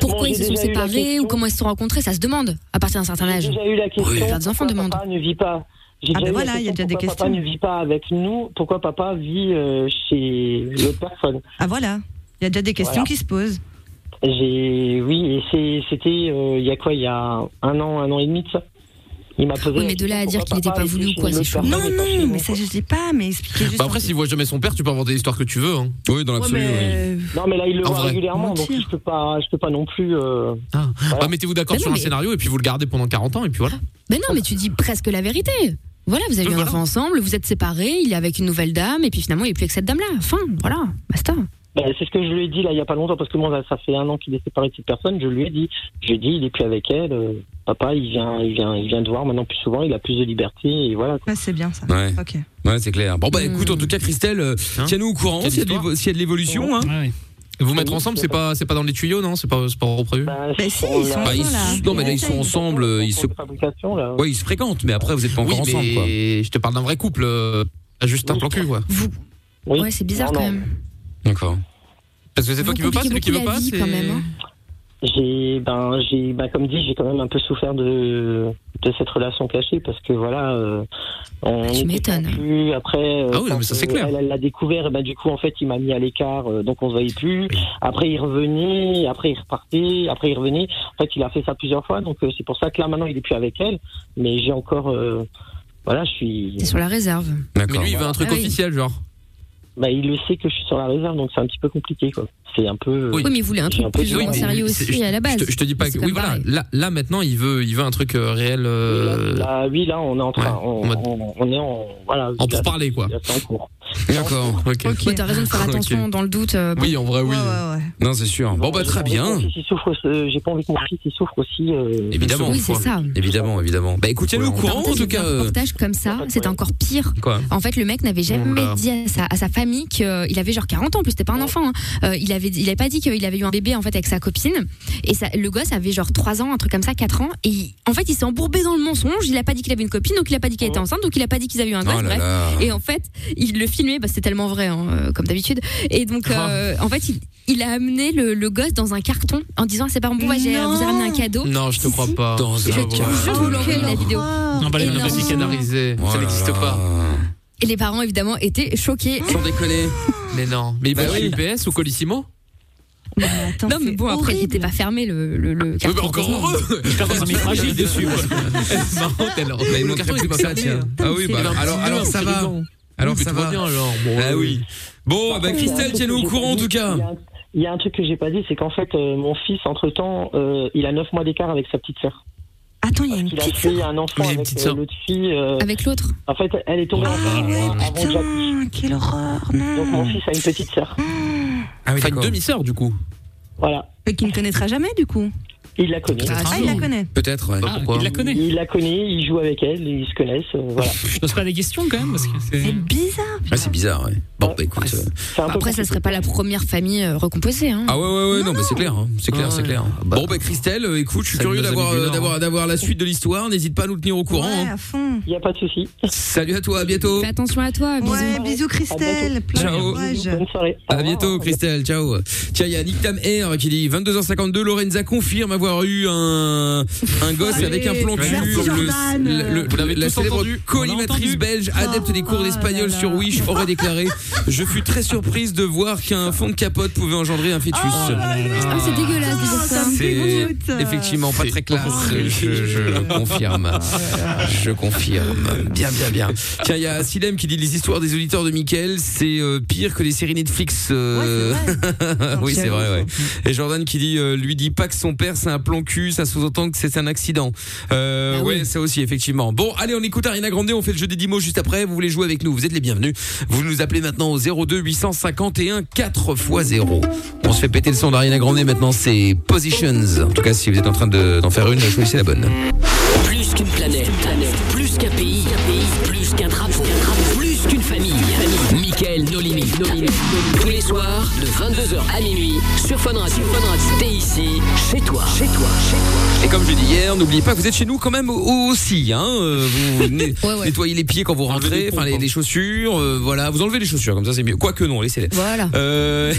Pourquoi Moi, ils se j'ai sont déjà eu la séparés ou question. comment ils se sont rencontrés, ça se demande à partir d'un certain âge. J'ai déjà eu la question. Oui. Faire des enfants pourquoi demandent. Ah, Papa ne vit pas. J'ai Ah, déjà ben eu la voilà, il y a question, déjà des pourquoi Papa ne vit pas avec nous. Pourquoi papa vit euh, chez l'autre personne ah voilà, il y a déjà des questions Voilà. qui se posent. J'ai oui, et c'est- c'était euh, il y a quoi Il y a un an, un an et demi de ça. Il m'a posé. Oui, mais de là à dire qu'il était pas voulu ou quoi, c'est chaud. Non, non, mais ça je dis pas, mais expliquer juste. Bah après, un peu. s'il voit jamais son père, tu peux inventer l'histoire que tu veux. Hein. euh, Oui, dans Ouais, euh, mais- Non, mais là il le En voit vrai. régulièrement, donc Mentir. je peux pas, je peux pas non plus. euh, Ah. Bah, mettez-vous d'accord Mais sur non, un mais- scénario et puis vous le gardez pendant 40 ans et puis voilà. Mais non, mais tu dis presque la vérité. Voilà, vous avez eu un Voilà. enfant ensemble, vous êtes séparés, il est avec une nouvelle dame, et puis finalement il est plus avec cette dame-là. Enfin, voilà, basta. ben, c'est ce que je lui ai dit là il y a pas longtemps parce que moi là, ça fait un an qu'il est séparé de cette personne. Je lui ai dit, j'ai dit il est plus avec elle. euh, papa, il vient, il vient, il vient de voir maintenant plus souvent. Il a plus de liberté et voilà. Ouais, c'est bien ça. Ouais. Ok. Ouais, c'est clair. Bon, bah Hmm. écoute, en tout cas, Christelle, euh, Hein tiens-nous au courant Quelle s'il y, a de histoire l'évo- s'il y a de l'évolution. Hein. Vous mettre ensemble, c'est pas, c'est pas dans les tuyaux, non C'est pas, c'est pas prévu. Bah, Bah, si, ils sont là- Bah, ils, Voilà. s- non, mais là, ils sont ensemble, euh, ils se, de fabrication, là. ouais, ils se fréquentent, mais après, vous êtes pas Oui, encore mais ensemble, quoi. je te parle d'un vrai couple. euh, pas juste un Oui. plan cul, quoi. Vous... Oui. Ouais, c'est bizarre Non, quand non. même. D'accord. Parce que c'est toi Vous qui veux pas, c'est lui compliquez qui veut beaucoup la pas. vie, c'est- quand même, hein. J'ai, ben, j'ai, ben, comme dit, j'ai quand même un peu souffert de, de cette relation cachée parce que voilà, euh, on tu était m'étonnes. plus après. euh, Ah oui, non, quand, mais ça, c'est euh, clair. Elle, elle l'a découvert, et ben, du coup, en fait, il m'a mis à l'écart, euh, donc on se voyait plus. Après, il revenait, après, il repartait, après, il revenait. En fait, il a fait ça plusieurs fois, donc euh, c'est pour ça que là, maintenant, il est plus avec elle, mais j'ai encore, euh, voilà, je suis, T'es sur la réserve. Mais D'accord. lui, il veut un truc Ah oui. officiel, genre. ben, il le sait que je suis sur la réserve, donc c'est un petit peu compliqué, quoi. C'est un peu. euh, Oui, mais il voulait un J'ai truc un peu plus de- ou moins Oui, mais sérieux c'est- aussi à la base. Je te, je te dis pas que. C'est quand Oui, même voilà. pareil. Là, là, maintenant, il veut, il veut un truc euh, réel. euh, Là, oui, là, on est en train, ouais, on, en mode- on- on est en, voilà, En pour parler, quoi. Là, c'est en cours. D'accord. Ok. Ok. Ouais, t'as raison de *laughs* faire Ok. attention dans le doute. euh, Oui, en vrai, Ouais, oui. ouais, ouais. Non, c'est sûr. Bon, bah, J'ai très pas envie que bien. Eh mon fils, il souffre, euh, J'ai pas envie que mon fils il souffre aussi. euh, Évidemment. oui, c'est quoi. ça. Évidemment, évidemment. Bah, écoute, tiens-nous au Ouais, on- courant, en Parenthèse, tout j'ai vu cas. Un euh, reportage comme ça, c'était encore pire. Quoi En fait, le mec n'avait jamais Oula. dit à sa, à sa famille qu'il avait genre 40 ans, en plus c'était pas un enfant. hein. Euh, il avait, dit- il avait pas dit qu'il avait eu un bébé en fait avec sa copine. Et ça, le gosse avait genre 3 ans, un truc comme ça, 4 ans. Et il- en fait, il s'est embourbé dans le mensonge. Il a pas dit qu'il avait une copine, donc il a pas dit qu'il était enceinte, donc il a pas dit qu'ils avaient eu un gosse. Oh là bref. là. Et en fait, il le filmait, parce que c'est tellement vrai, hein, euh, comme d'habitude. Et donc, euh, Oh. en fait, il, il a amené le, le gosse dans un carton en disant à ses parents Bon, bah, j'ai- vous avez amené un cadeau. Non, je te Si, crois si. pas. Dans C'est un pas Je te vrai. jure, vous l'enverrez la vidéo. Oh. Non, bah, les Énorme. nouvelles canalisées. Ça n'existe pas. Et les parents, évidemment, étaient choqués. Sans déconner. Mais non. Mais il Bah va oui. chez UPS ou Colissimo Bah, non, mais bon, après, il n'était pas fermé le, le, le Oui, carton. bah encore *laughs* heureux fragile dessus. C'est marrant, elle on a eu le carton comme ça, hein. tiens. Ah oui, bah alors, alors ça va. Alors ça va. Ah oui. euh. Bon, bah Christelle, tiens-nous au courant en tout cas. Il y a un truc que j'ai pas dit, c'est qu'en fait, euh, mon fils, entre-temps, euh, il a 9 mois d'écart avec sa petite sœur. Attends, il y a une Il a petite fait un enfant Mais il y a une avec petite euh, sœur. l'autre fille. euh, Avec l'autre En fait, elle est tombée enceinte avant que j'accouche. Quelle horreur Donc mon fils a une petite sœur. Enfin, une demi-sœur, du coup. Voilà. Mais qui ne connaîtra jamais, du coup. Il la connaît. Ah, il la connaît. Peut-être, ouais. Ah, Ah, il la connaît. Il la connaît, il joue avec elle, ils se connaissent. euh, *laughs* voilà. Je pose pas des questions quand même parce que c'est. Bizarre. Ah, c'est bizarre, ouais. Bon, bah écoute. euh, Après, ça serait pas la première famille euh, recomposée. Hein. Ah ouais ouais ouais non, mais c'est clair hein. c'est clair Ah c'est ouais. clair. bon bah Christelle euh, écoute je suis Salut curieux nos amis d'avoir du euh, Nord. d'avoir d'avoir la suite de l'histoire n'hésite pas à nous tenir au courant. hein. Il n'y a pas de souci. Salut à toi à bientôt. Fais attention à toi, bisous. Ouais, bisous Christelle. plein de Ciao. courage. À bientôt Christelle, ciao. Tiens, il y a Nick Tam Air qui dit 22h52, Lorenza confirme avoir eu un, un gosse Allez, avec un plan cul. merci, Jordan. Vous l'avez la tous célèbre entendu collimatrice belge, adepte des Oh cours d'espagnol sur Wish, aurait déclaré Je fus très surprise de voir qu'un fond de capote pouvait engendrer un fœtus. Ah, c'est dégueulasse de dire ça. Ah, C'est effectivement pas très classe, je, *laughs* je confirme. Je confirme. Bien, bien, bien. Tiens, il y a Silem qui dit les histoires des auditeurs de Mickaël, c'est euh, pire que les séries Netflix. euh. *laughs* oui, c'est vrai, ouais. Et Jordan qui dit, euh, lui dit pas que son père c'est un plan cul, ça sous-entend que c'est un accident. Euh, ouais, ça aussi, effectivement. Bon, allez, on écoute Ariana Grande, on fait le jeu des 10 mots juste après. Vous voulez jouer avec nous, vous êtes les bienvenus. Vous nous appelez maintenant au 02 851 4 x 0. On se fait péter le son d'Ariana Grande maintenant, c'est Positions. En tout cas, si vous êtes en train de- d'en faire une, choisissez la bonne. Plus qu'une planète, plus qu'un pays, plus qu'un drapeau, plus qu'une famille. Michael, nos limites. Tous les soirs, de 22h à minuit, sur Fun Radio. T'es ici, chez toi. Chez toi, Et comme je l'ai dit hier, n'oubliez pas que vous êtes chez nous quand même au- aussi. Hein. euh, Vous né- nettoyez les pieds quand vous rentrez, enfin les, les chaussures, euh, voilà. Vous enlevez les chaussures, comme ça c'est mieux. Quoique non, laissez-les. Voilà. Euh,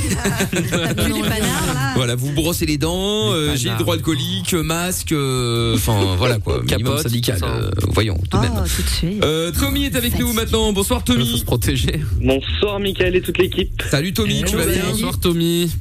*laughs* Panard, là. voilà, vous brossez les dents, euh, Les j'ai le panards. droit alcoolique, masque, euh, enfin voilà quoi, minimum Capote, syndical. ça. euh, voyons tout de même. Oh, tout de suite. Euh, Tommy est avec nous maintenant. Bonsoir Faut Tommy. se protéger. Bonsoir, Michael et toute l'équipe. Salut Tommy, tu vas bien Bonsoir Tommy.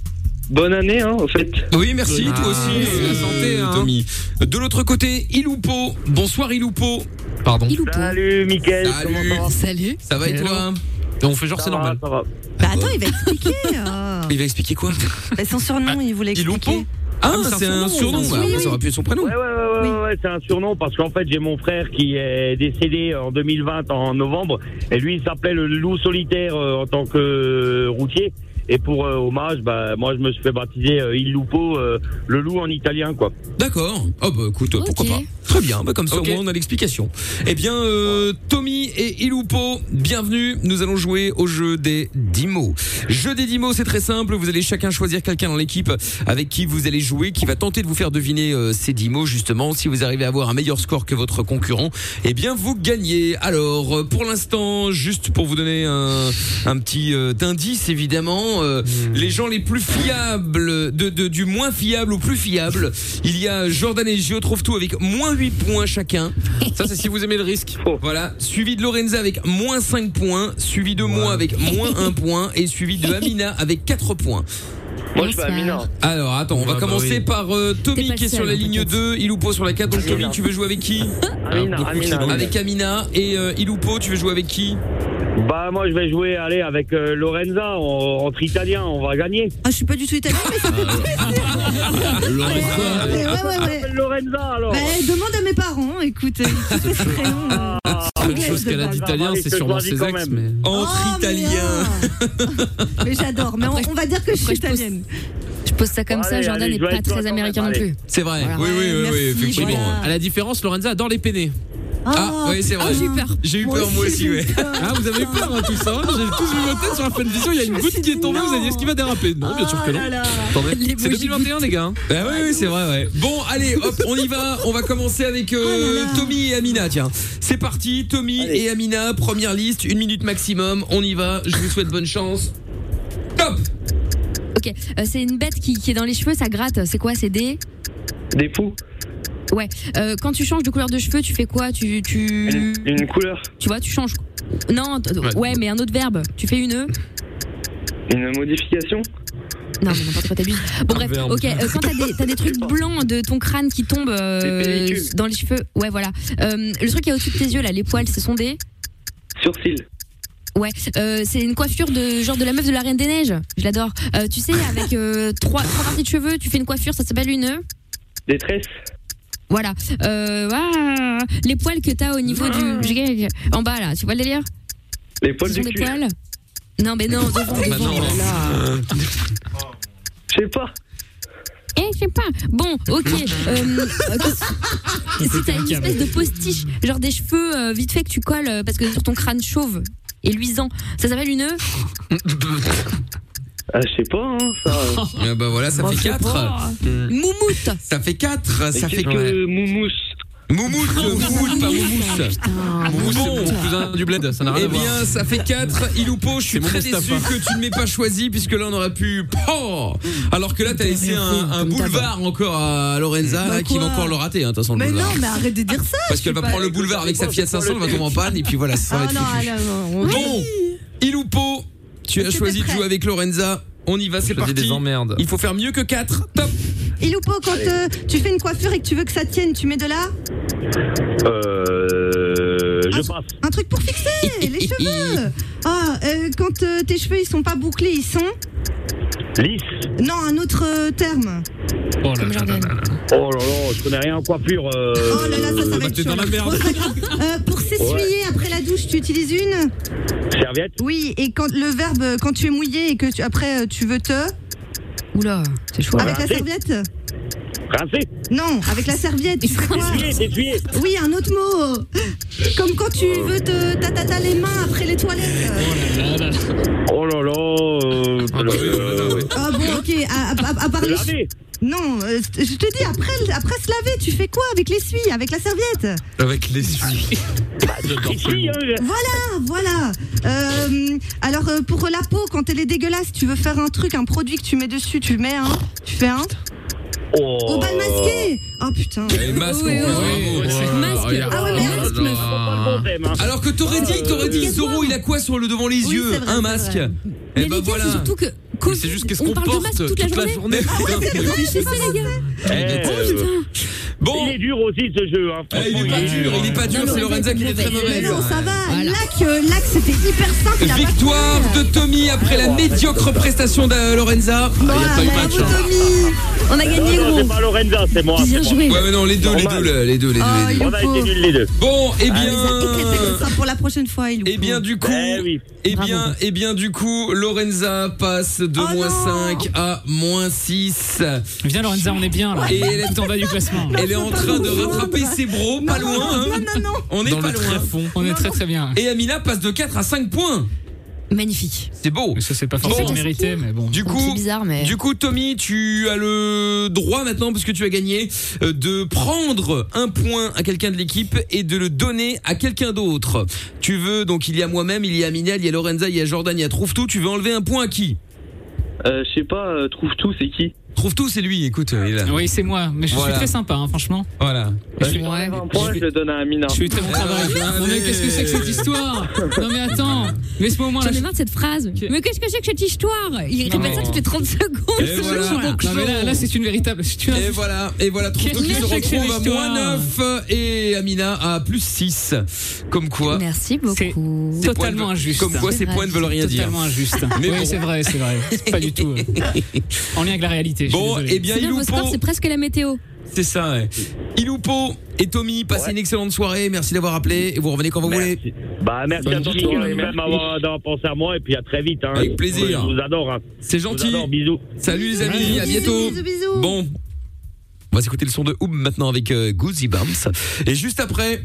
Bonne année, hein, au fait. Oui, merci, Ah, toi aussi, merci, euh, la santé, hein. Tommy. De l'autre côté, Iloupo. Bonsoir Iloupo. Pardon. Il ou pas Salut, Michael. Salut. Comment ça va Salut. Ça va et Hello. toi Et on fait genre Ça c'est va, normal. ça va. Bah attends, il va expliquer. euh. Il va expliquer quoi Bah, son surnom, il voulait Il expliquer. Ah, mais c'est un surnom. c'est un Alors, surnom. ça aurait pu être son prénom. Ouais, ouais, ouais, ouais, ouais, c'est un surnom parce qu'en fait, j'ai mon frère qui est décédé en 2020 en novembre et lui, il s'appelait le loup solitaire euh, en tant que euh, routier. Et pour euh, hommage, bah, moi, je me suis fait baptiser euh, Il Lupo, euh, le loup en italien, quoi. D'accord. Oh bah écoute, pourquoi Ok. pas. Très bien. Bah, comme ça Ok. au moins on a l'explication. Eh bien, euh, Tommy et Iloupo, bienvenue. Nous allons jouer au jeu des 10 mots. Jeu des 10 mots, c'est très simple. Vous allez chacun choisir quelqu'un dans l'équipe avec qui vous allez jouer, qui va tenter de vous faire deviner euh, ces 10 mots justement. Si vous arrivez à avoir un meilleur score que votre concurrent, eh bien vous gagnez. Alors euh, pour l'instant, juste pour vous donner un, un petit euh, indice évidemment, euh, Hmm. les gens les plus fiables, de, de- du moins fiable au plus fiable, il y a Jordan et Gio trouvent tout avec moins 8 points chacun. Ça c'est si vous aimez le risque. Oh. Voilà, suivi de Lorenza avec moins 5 points, suivi de moi avec moins 1 point et suivi de Amina avec 4 points. Moi, je suis Bonsoir. à Mina. Alors attends, on va Ah, bah commencer oui. par euh, T'es Tommy pas qui est le seul, sur la hein, ligne t'inquiète. 2, Iloupo sur la 4. Donc Tommy, tu veux jouer avec qui Amina, Ah, beaucoup Amina, qui Amina. Avec Amina et euh, Iloupo, tu veux jouer avec qui Bah, moi, je vais jouer, allez, avec euh, Lorenza en- entre italiens, on va gagner. Ah, je suis pas du tout italien, mais ça fait *laughs* Ah, Lorenza. plaisir. Ouais, ouais, ouais. Lorenza, alors. Bah, demande à mes *laughs* parents, écoute. euh, ils sont très longs, Ah. euh. Ah, Quelque chose qu'elle a d'italien, c'est sûrement ses ex, mais. Entre Oh, mais italien. non. Mais j'adore, mais on, on va dire que je suis Après, je pose- italienne. Je pose ça comme ça, Allez, Jordan allez, n'est je vais pas être toi très quand américain non même, plus. C'est vrai. Oui, oui, oui, oui, merci, effectivement. voilà. À la différence, Lorenza adore les peinés. Ah, oui, c'est vrai. j'ai eu peur. J'ai eu peur, moi aussi, ouais. Ah, vous avez eu peur, hein, tout ça. J'ai tous vu votre tête sur la fin de vision. Il y a une me goutte suis qui est dit tombée. non. Vous avez dit, est-ce qu'il va déraper Non, bien sûr que non. Ah là là. Attendez, Les C'est bougies 2021, les gars. hein. Bah oui, oui, c'est vrai, ouais. Bon, allez, hop, on y va. On va commencer avec euh, Tommy et Amina, tiens. C'est parti, Tommy et Amina, première liste, une minute maximum. On y va. Je vous souhaite bonne chance. Top Ok, euh, c'est une bête qui, qui est dans les cheveux, ça gratte. C'est quoi C'est des. Des fous. Ouais. Euh, quand tu changes de couleur de cheveux, tu fais quoi Tu. Une, Tu, une couleur. tu vois, tu changes. E. Non, t- ouais, mais un autre verbe. Tu fais une. Une modification. Non, mais n'importe quoi, t'abuses. Bon, bref, verbe. ok. euh, quand t'as des, t'as des *laughs* trucs blancs de ton crâne qui tombent euh, Des pellicules. dans les cheveux, ouais, voilà. Euh, le truc qui est au-dessus de tes yeux, là, les poils, ce sont des. Sourcil. Ouais, euh, c'est une coiffure de genre de la meuf de la Reine des Neiges. Je l'adore. Euh, tu sais, avec euh, trois, trois parties de cheveux, tu fais une coiffure, ça s'appelle une. Des tresses. Voilà. Euh, ah, les poils que t'as au niveau du. En bas, là, tu vois le délire Ah. Les poils Ce sont du des cul. poils Non, mais non, devant, Ah Bah devant, non. oh là là. Je sais pas. Eh, je sais pas. Bon, ok. Euh, *laughs* ok. Si t'as une espèce de postiche, genre des cheveux euh, vite fait que tu colles euh, parce que sur ton crâne chauve et luisant, ça s'appelle une œuf Ah, je sais pas, hein, ça. *laughs* Ah bah voilà, ça Oh, fait je sais 4. pas. Moumoute. Ça fait 4. Ça Mais fait qu'est-ce que moumousse Moumoute, moumoute, pas moumoute. Moumoute, c'est mon cousin du bled, ça n'a Eh rien à voir. bien, ça fait 4. Iloupo, je suis C'est mon très déçu Mustapha. que tu ne m'aies pas choisi, puisque là, on aurait pu. Oh Alors que là, t'as laissé un, un boulevard encore à Lorenza, là, qui va encore le rater, hein, de toute façon. le Bah Mais boulevard. non, mais arrête de dire ça. Parce je suis qu'elle va pas- prendre le boulevard avec sa Fiat 500, elle va tomber en panne, et puis voilà, ça va Ah être non, foutu. ah non, on- Bon, Iloupo, tu as choisi de jouer avec Lorenza. On y va, c'est parti. des emmerdes. Il faut faire mieux que 4. Top Iloupo, quand euh, tu fais une coiffure et que tu veux que ça tienne, tu mets de là Euh, je passe. un truc pour fixer les cheveux. Ah, euh, quand euh, tes cheveux ils sont pas bouclés, ils sont Lisse. non un autre euh, terme. Comme Jordan. Oh là là, je connais rien en coiffure. Euh... Oh là là, ça, ça va être chaud, là. Bon, c'est pas grave. Euh, pour s'essuyer après la douche, tu utilises une Serviette. Oui, et quand le verbe euh, quand tu es mouillé et que tu, après euh, tu veux te Oula, c'est chaud. avec la Rincer. serviette Rincé. Non, avec la serviette. Tu fais quoi Essuyé, essuyé. Oui, un autre mot. Comme quand tu veux te tatata les mains après les toilettes. Oh là là. Euh... euh, Ah bon, ok. À, à- à- à part se les laver. Non, euh, je te dis, après, après se laver, tu fais quoi avec l'essuie, avec la serviette Avec les Ah, Ici, hein, Voilà, voilà. Euh, alors, euh, pour la peau, quand elle est dégueulasse, tu veux faire un truc, un produit que tu mets dessus, tu mets un. Tu fais un. Oh. Au bal masqué Oh putain. Et Eh, masque, Ouais, on ouais, fait bravo. ouais, c'est- Masque. regarde. euh, Ah ouais, mais masque, meuf. Pas le bon thème, hein. Alors que t'aurais dit, t'aurais dit, Zoro, il a quoi sur le devant les Oui, yeux c'est vrai, Un c'est masque. vrai. Et Mais ben les gars, voilà. c'est surtout que. Covid, c'est juste qu'est-ce on qu'on parle de porte masque toute la journée. Ah, *laughs* Je sais, les gars. Eh, euh, ben, Bon, Il est dur aussi ce jeu. Hein. eh, il est pas dur, il est pas dur, Non, c'est non, Lorenza qui est très Mais mauvaise. non, ça va. Lac, euh, lac, c'était hyper simple. il a pas Victoire de Tommy après la médiocre prestation de Lorenza. Voilà, bravo, Tommy. On a gagné, Non, non, c'est gros. pas Lorenza, c'est moi. Bien c'est moi. joué. Ouais, mais non, les deux, les deux, les deux, les deux. les Oh, deux. il On a été nuls les deux. Bon, eh Ok, c'est bien. comme ça pour la prochaine fois, il Eh bien du coup, Eh oui. eh bien, eh bien du coup, Lorenza passe de Oh moins non. 5 à moins 6. Viens Lorenza, on est bien là. Et elle est- Tout en bas du classement. Elle est en pas train de comprendre. rattraper ses bros, pas Non, loin. hein. non, non, non. On est Dans pas le loin. tréfonds. On est très très bien. Et Amina passe de 4 à 5 points. Magnifique. C'est beau. Mais ça c'est pas Bon. forcément mérité, mais bon. Du C'est coup, bizarre, mais. du coup, Tommy, tu as le droit maintenant, parce que tu as gagné, euh, de prendre un point à quelqu'un de l'équipe et de le donner à quelqu'un d'autre. Tu veux, donc il y a moi-même, il y a Amina, il y a Lorenza, il y a Jordan, il y a Trouve Tout. Tu veux enlever un point à qui Euh, je sais pas, euh, trouve tout, c'est qui Trouve Tout, c'est lui, écoute. euh, il est là. Oui, c'est moi, mais je suis Voilà. très sympa, hein, franchement. Voilà. Eh Je suis- Un point, je le donne à Amina. Je suis très bon travail. allez. Non mais qu'est-ce que c'est que cette histoire Non mais attends, laisse-moi au moins J'en la ai marre de cette phrase. Mais qu'est-ce que c'est que cette histoire Il Non, répète ça mais- toutes les 30 Et secondes. voilà. Non mais là, là, c'est une véritable Et situation. voilà, et voilà, Trouve Tout qui Quel se échec, c'est retrouve à l'histoire. moins 9 et Amina à plus 6. Comme quoi, Merci C'est- beaucoup. Ces points Totalement ne- injuste. Comme quoi, C'est ces vrai, points ne veulent rien dire. Totalement injuste. Mais Mais bon. c'est vrai, c'est vrai. C'est *laughs* pas du tout euh, en lien avec la réalité. je suis Bon, désolé. eh bien, C'est bien, vos Iloupo, scores, c'est presque la météo. c'est ça. ouais. Iloupo et Tommy, passez une excellente soirée. Merci d'avoir appelé et vous revenez quand vous voulez. Merci. Bah, merci Bonne à Dominique journée, euh, merci. même d'avoir d'avoir pensé à moi et puis à très vite. Hein. Avec plaisir. Je vous adore. Hein. C'est Je vous gentil. adore, bisous. Salut les amis, Bisous, à bisous, bientôt. bisous, bisous. Bon, on va s'écouter le son de Oub maintenant avec euh, Goosey Bumps. Et juste après.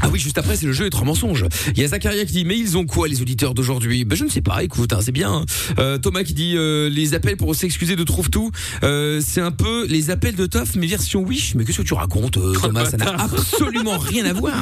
Ah oui, juste après, c'est le jeu et trois mensonges. Il y a Zacharia qui dit, mais ils ont quoi les auditeurs d'aujourd'hui Ben je ne sais pas, écoute, hein, c'est bien. hein. Euh, Thomas qui dit, euh, les appels pour s'excuser de trouve tout, euh, c'est un peu les appels de Toff, mais version Wish. Mais qu'est-ce que tu racontes, euh, Thomas Ça n'a absolument rien à voir.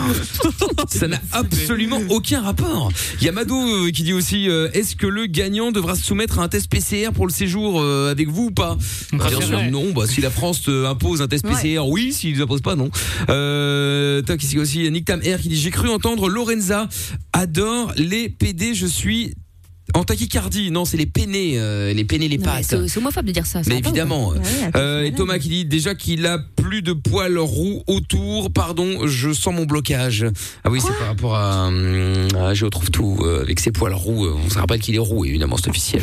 Ça n'a absolument aucun rapport. Il y a Mado euh, qui dit aussi, euh, est-ce que le gagnant devra se soumettre à un test PCR pour le séjour euh, avec vous ou pas Ah, Bien c'est sûr, vrai. non. Bah, si la France euh, impose un test PCR, oui. S'ils impose pas, non. Euh, tac, ici aussi, il y a Nick Tam Air qui dit J'ai cru entendre Lorenza adore les PD, je suis En tachycardie, non, c'est les peinés, euh, les peinés, les Non, mais pattes. C'est c'est homophobe de dire ça. ça Mais va pas ou quoi évidemment. Euh, et Thomas qui dit déjà qu'il a plus de poils roux autour. Pardon, je sens mon blocage. Ah oui, c'est par rapport à, hum, à Je retrouve tout euh, avec ses poils roux. euh, On se rappelle qu'il est roux, évidemment, c'est officiel.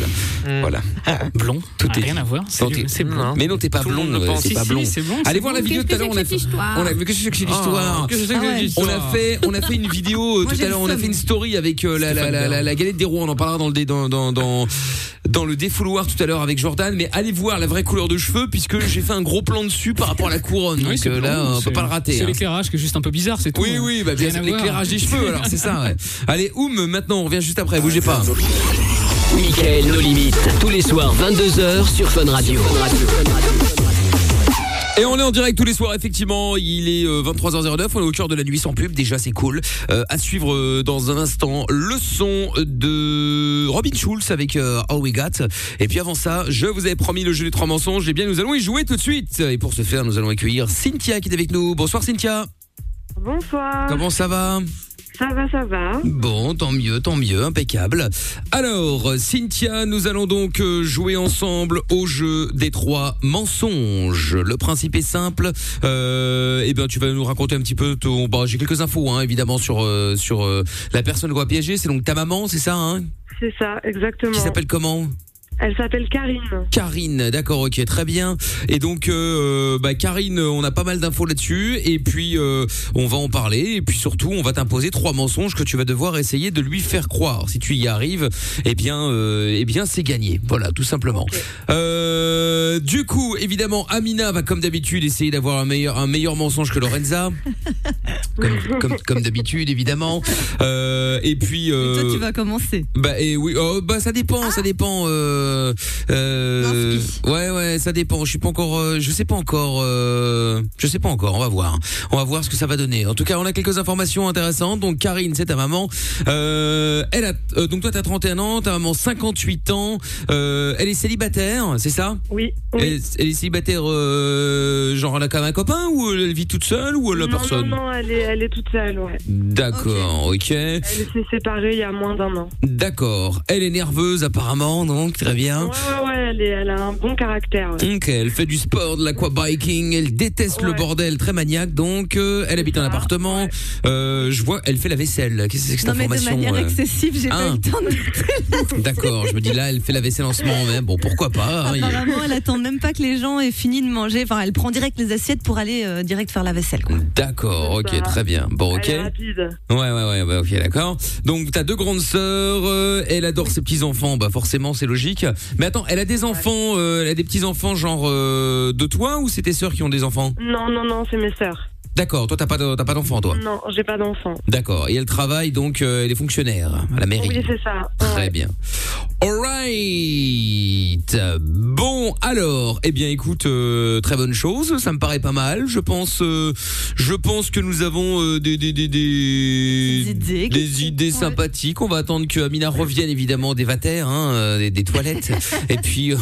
Voilà. *laughs* Blond. Tout Ah, est rien dit. à voir, c'est Non, du- t'es- c'est blond, hein. Mais non, t'es pas Tout le blond. monde le euh, pense. C'est Si, pas si, blond. c'est blond, Allez c'est voir blond. la vidéo Qu'est-ce tout à que l'heure. On c'est a que fait. cette histoire on a- mais qu'est-ce que c'est que cette Ah, histoire qu'est-ce que c'est que cette Ah ouais. On a histoire fait, on a fait une vidéo euh, Moi, tout j'ai à l'heure. le On a seum. fait une story avec euh, la, la, la, la- la galette des rois. On en parlera dans le dé- dans dans dans, dans le défouloir tout à l'heure avec Jordan. Mais allez voir la vraie couleur de cheveux puisque j'ai fait un gros plan dessus par rapport à la couronne. Oui, Donc Ah c'est euh, là, blond, on peut c'est- pas le rater. C'est hein. l'éclairage qui est juste un peu bizarre, c'est tout. hein. Oui, oui, bah, bien Rien sûr, à voir. l'éclairage des cheveux, alors c'est *laughs* ça. ouais. Allez, Oum, maintenant, on revient juste après, bougez pas. Mickaël nos limites tous les soirs 22h sur Fun Radio. Et on est en direct tous les soirs, effectivement. Il est euh, 23h09, on est au cœur de la nuit sans pub. Déjà, c'est cool. Euh, à suivre euh, dans un instant le son de Robin Schulz avec euh, All We Got. Et puis avant ça, je vous avais promis le jeu des trois mensonges. Eh bien, nous allons y jouer tout de suite. Et pour ce faire, nous allons accueillir Cynthia qui est avec nous. Bonsoir, Cynthia. Bonsoir. Comment ça va Ça va, ça va. Bon, tant mieux, tant mieux, impeccable. Alors, Cynthia, nous allons donc euh, jouer ensemble au jeu des trois mensonges. Le principe est simple. Euh, eh bien, tu vas nous raconter un petit peu ton. Bah, j'ai quelques infos, hein, évidemment, sur euh, sur euh, la personne qu'on va piéger. C'est donc ta maman, c'est ça, hein C'est ça, exactement. Qui s'appelle comment Elle s'appelle Karine. Karine, d'accord, ok, très bien. Et donc, euh, bah, Karine, euh, on a pas mal d'infos là-dessus, et puis euh, on va en parler, et puis surtout, on va t'imposer trois mensonges que tu vas devoir essayer de lui faire croire. Si tu y arrives, eh bien, euh, eh bien, c'est gagné. Voilà, tout simplement. Euh, du coup, évidemment, Amina va comme d'habitude essayer d'avoir un meilleur, un meilleur mensonge *laughs* que Lorenza, comme, comme, comme d'habitude, évidemment. Euh, et puis, euh, Toi, tu vas commencer. bah et oui, oh, bah ça dépend, ça dépend. Euh, euh, ouais ouais, ça dépend. Je suis pas encore, euh, je sais pas encore, euh, je sais pas encore. On va voir, on va voir ce que ça va donner. En tout cas, on a quelques informations intéressantes. Donc Karine, c'est ta maman. Euh, elle a, euh, donc toi t'as 31 ans, ta maman 58 ans. Euh, elle est célibataire, c'est ça Oui. Elle, elle est célibataire, euh, genre elle a quand même un copain ou elle vit toute seule ou elle a non, personne non, non, elle est, elle est toute seule, ouais. D'accord, ok. Elle s'est séparée il y a moins d'un an. D'accord. Elle est nerveuse apparemment, donc très bien. Ouais, ouais, elle, est, elle a un bon caractère. ouais. Ok, elle fait du sport, de l'aquabiking, elle déteste le bordel, très maniaque, donc euh, elle habite un appartement. Euh, je vois, elle fait la vaisselle. Qu'est-ce que c'est que cette Non, mais de information manière euh excessive, j'ai pas eu Hein le temps de. D'accord, je me dis là, elle fait la vaisselle en ce moment même. Bon, pourquoi pas hein, il- Apparemment, elle attend même pas que les gens aient fini de manger. Enfin, elle prend direct les assiettes pour aller euh, direct faire la vaisselle. Quoi. D'accord, ok, très bien. Bon, ok. Elle est rapide. Ouais, ouais, ouais, bah, ok, d'accord. Donc, t'as deux grandes sœurs, euh, elle adore ses petits-enfants, bah forcément, c'est logique. Mais attends, elle a des enfants, euh, elle a des petits-enfants genre euh, de toi ou c'est tes sœurs qui ont des enfants Non, non, non, c'est mes sœurs. D'accord, toi, t'as pas de- t'as pas d'enfants, toi Non, j'ai pas d'enfant. D'accord. Et elle travaille donc, euh, elle est fonctionnaire à la mairie. Oui, c'est ça. Très bien. Alright. Bon, alors, eh bien, écoute, euh, très bonne chose. Ça me paraît pas mal. Je pense, euh, je pense que nous avons euh, des, des, des, des, idées, des idées sympathiques. On va attendre que Amina revienne, évidemment, des vatères, hein, euh, des, *laughs* des toilettes. Et puis, euh,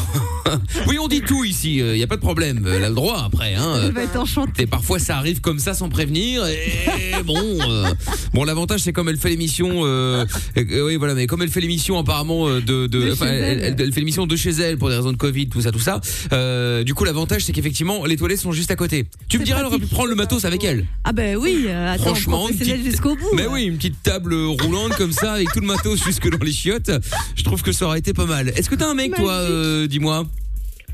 *laughs* oui, on dit tout ici. Il n'y a pas de problème. Elle a le droit après. Hein, Elle va être enchantée. et parfois ça arrive comme ça sans prévenir. Et bon, euh, bon l'avantage c'est comme elle fait l'émission. euh, euh, oui voilà, mais comme elle fait l'émission apparemment euh, de, de, enfin, chez elle, elle. elle- elle fait l'émission de chez elle pour des raisons de Covid, tout ça, tout ça. Euh, du coup l'avantage c'est qu'effectivement les toilettes sont juste à côté. Tu me diras elle aurait pu prendre le matos avec elle. Ah ben oui, euh, attends, Franchement, une professionnel jusqu'au bout. Mais oui, une petite table roulante comme ça avec tout le matos jusque dans les chiottes. Je trouve que ça aurait été pas mal. Est-ce que t'as un mec toi, euh, dis-moi,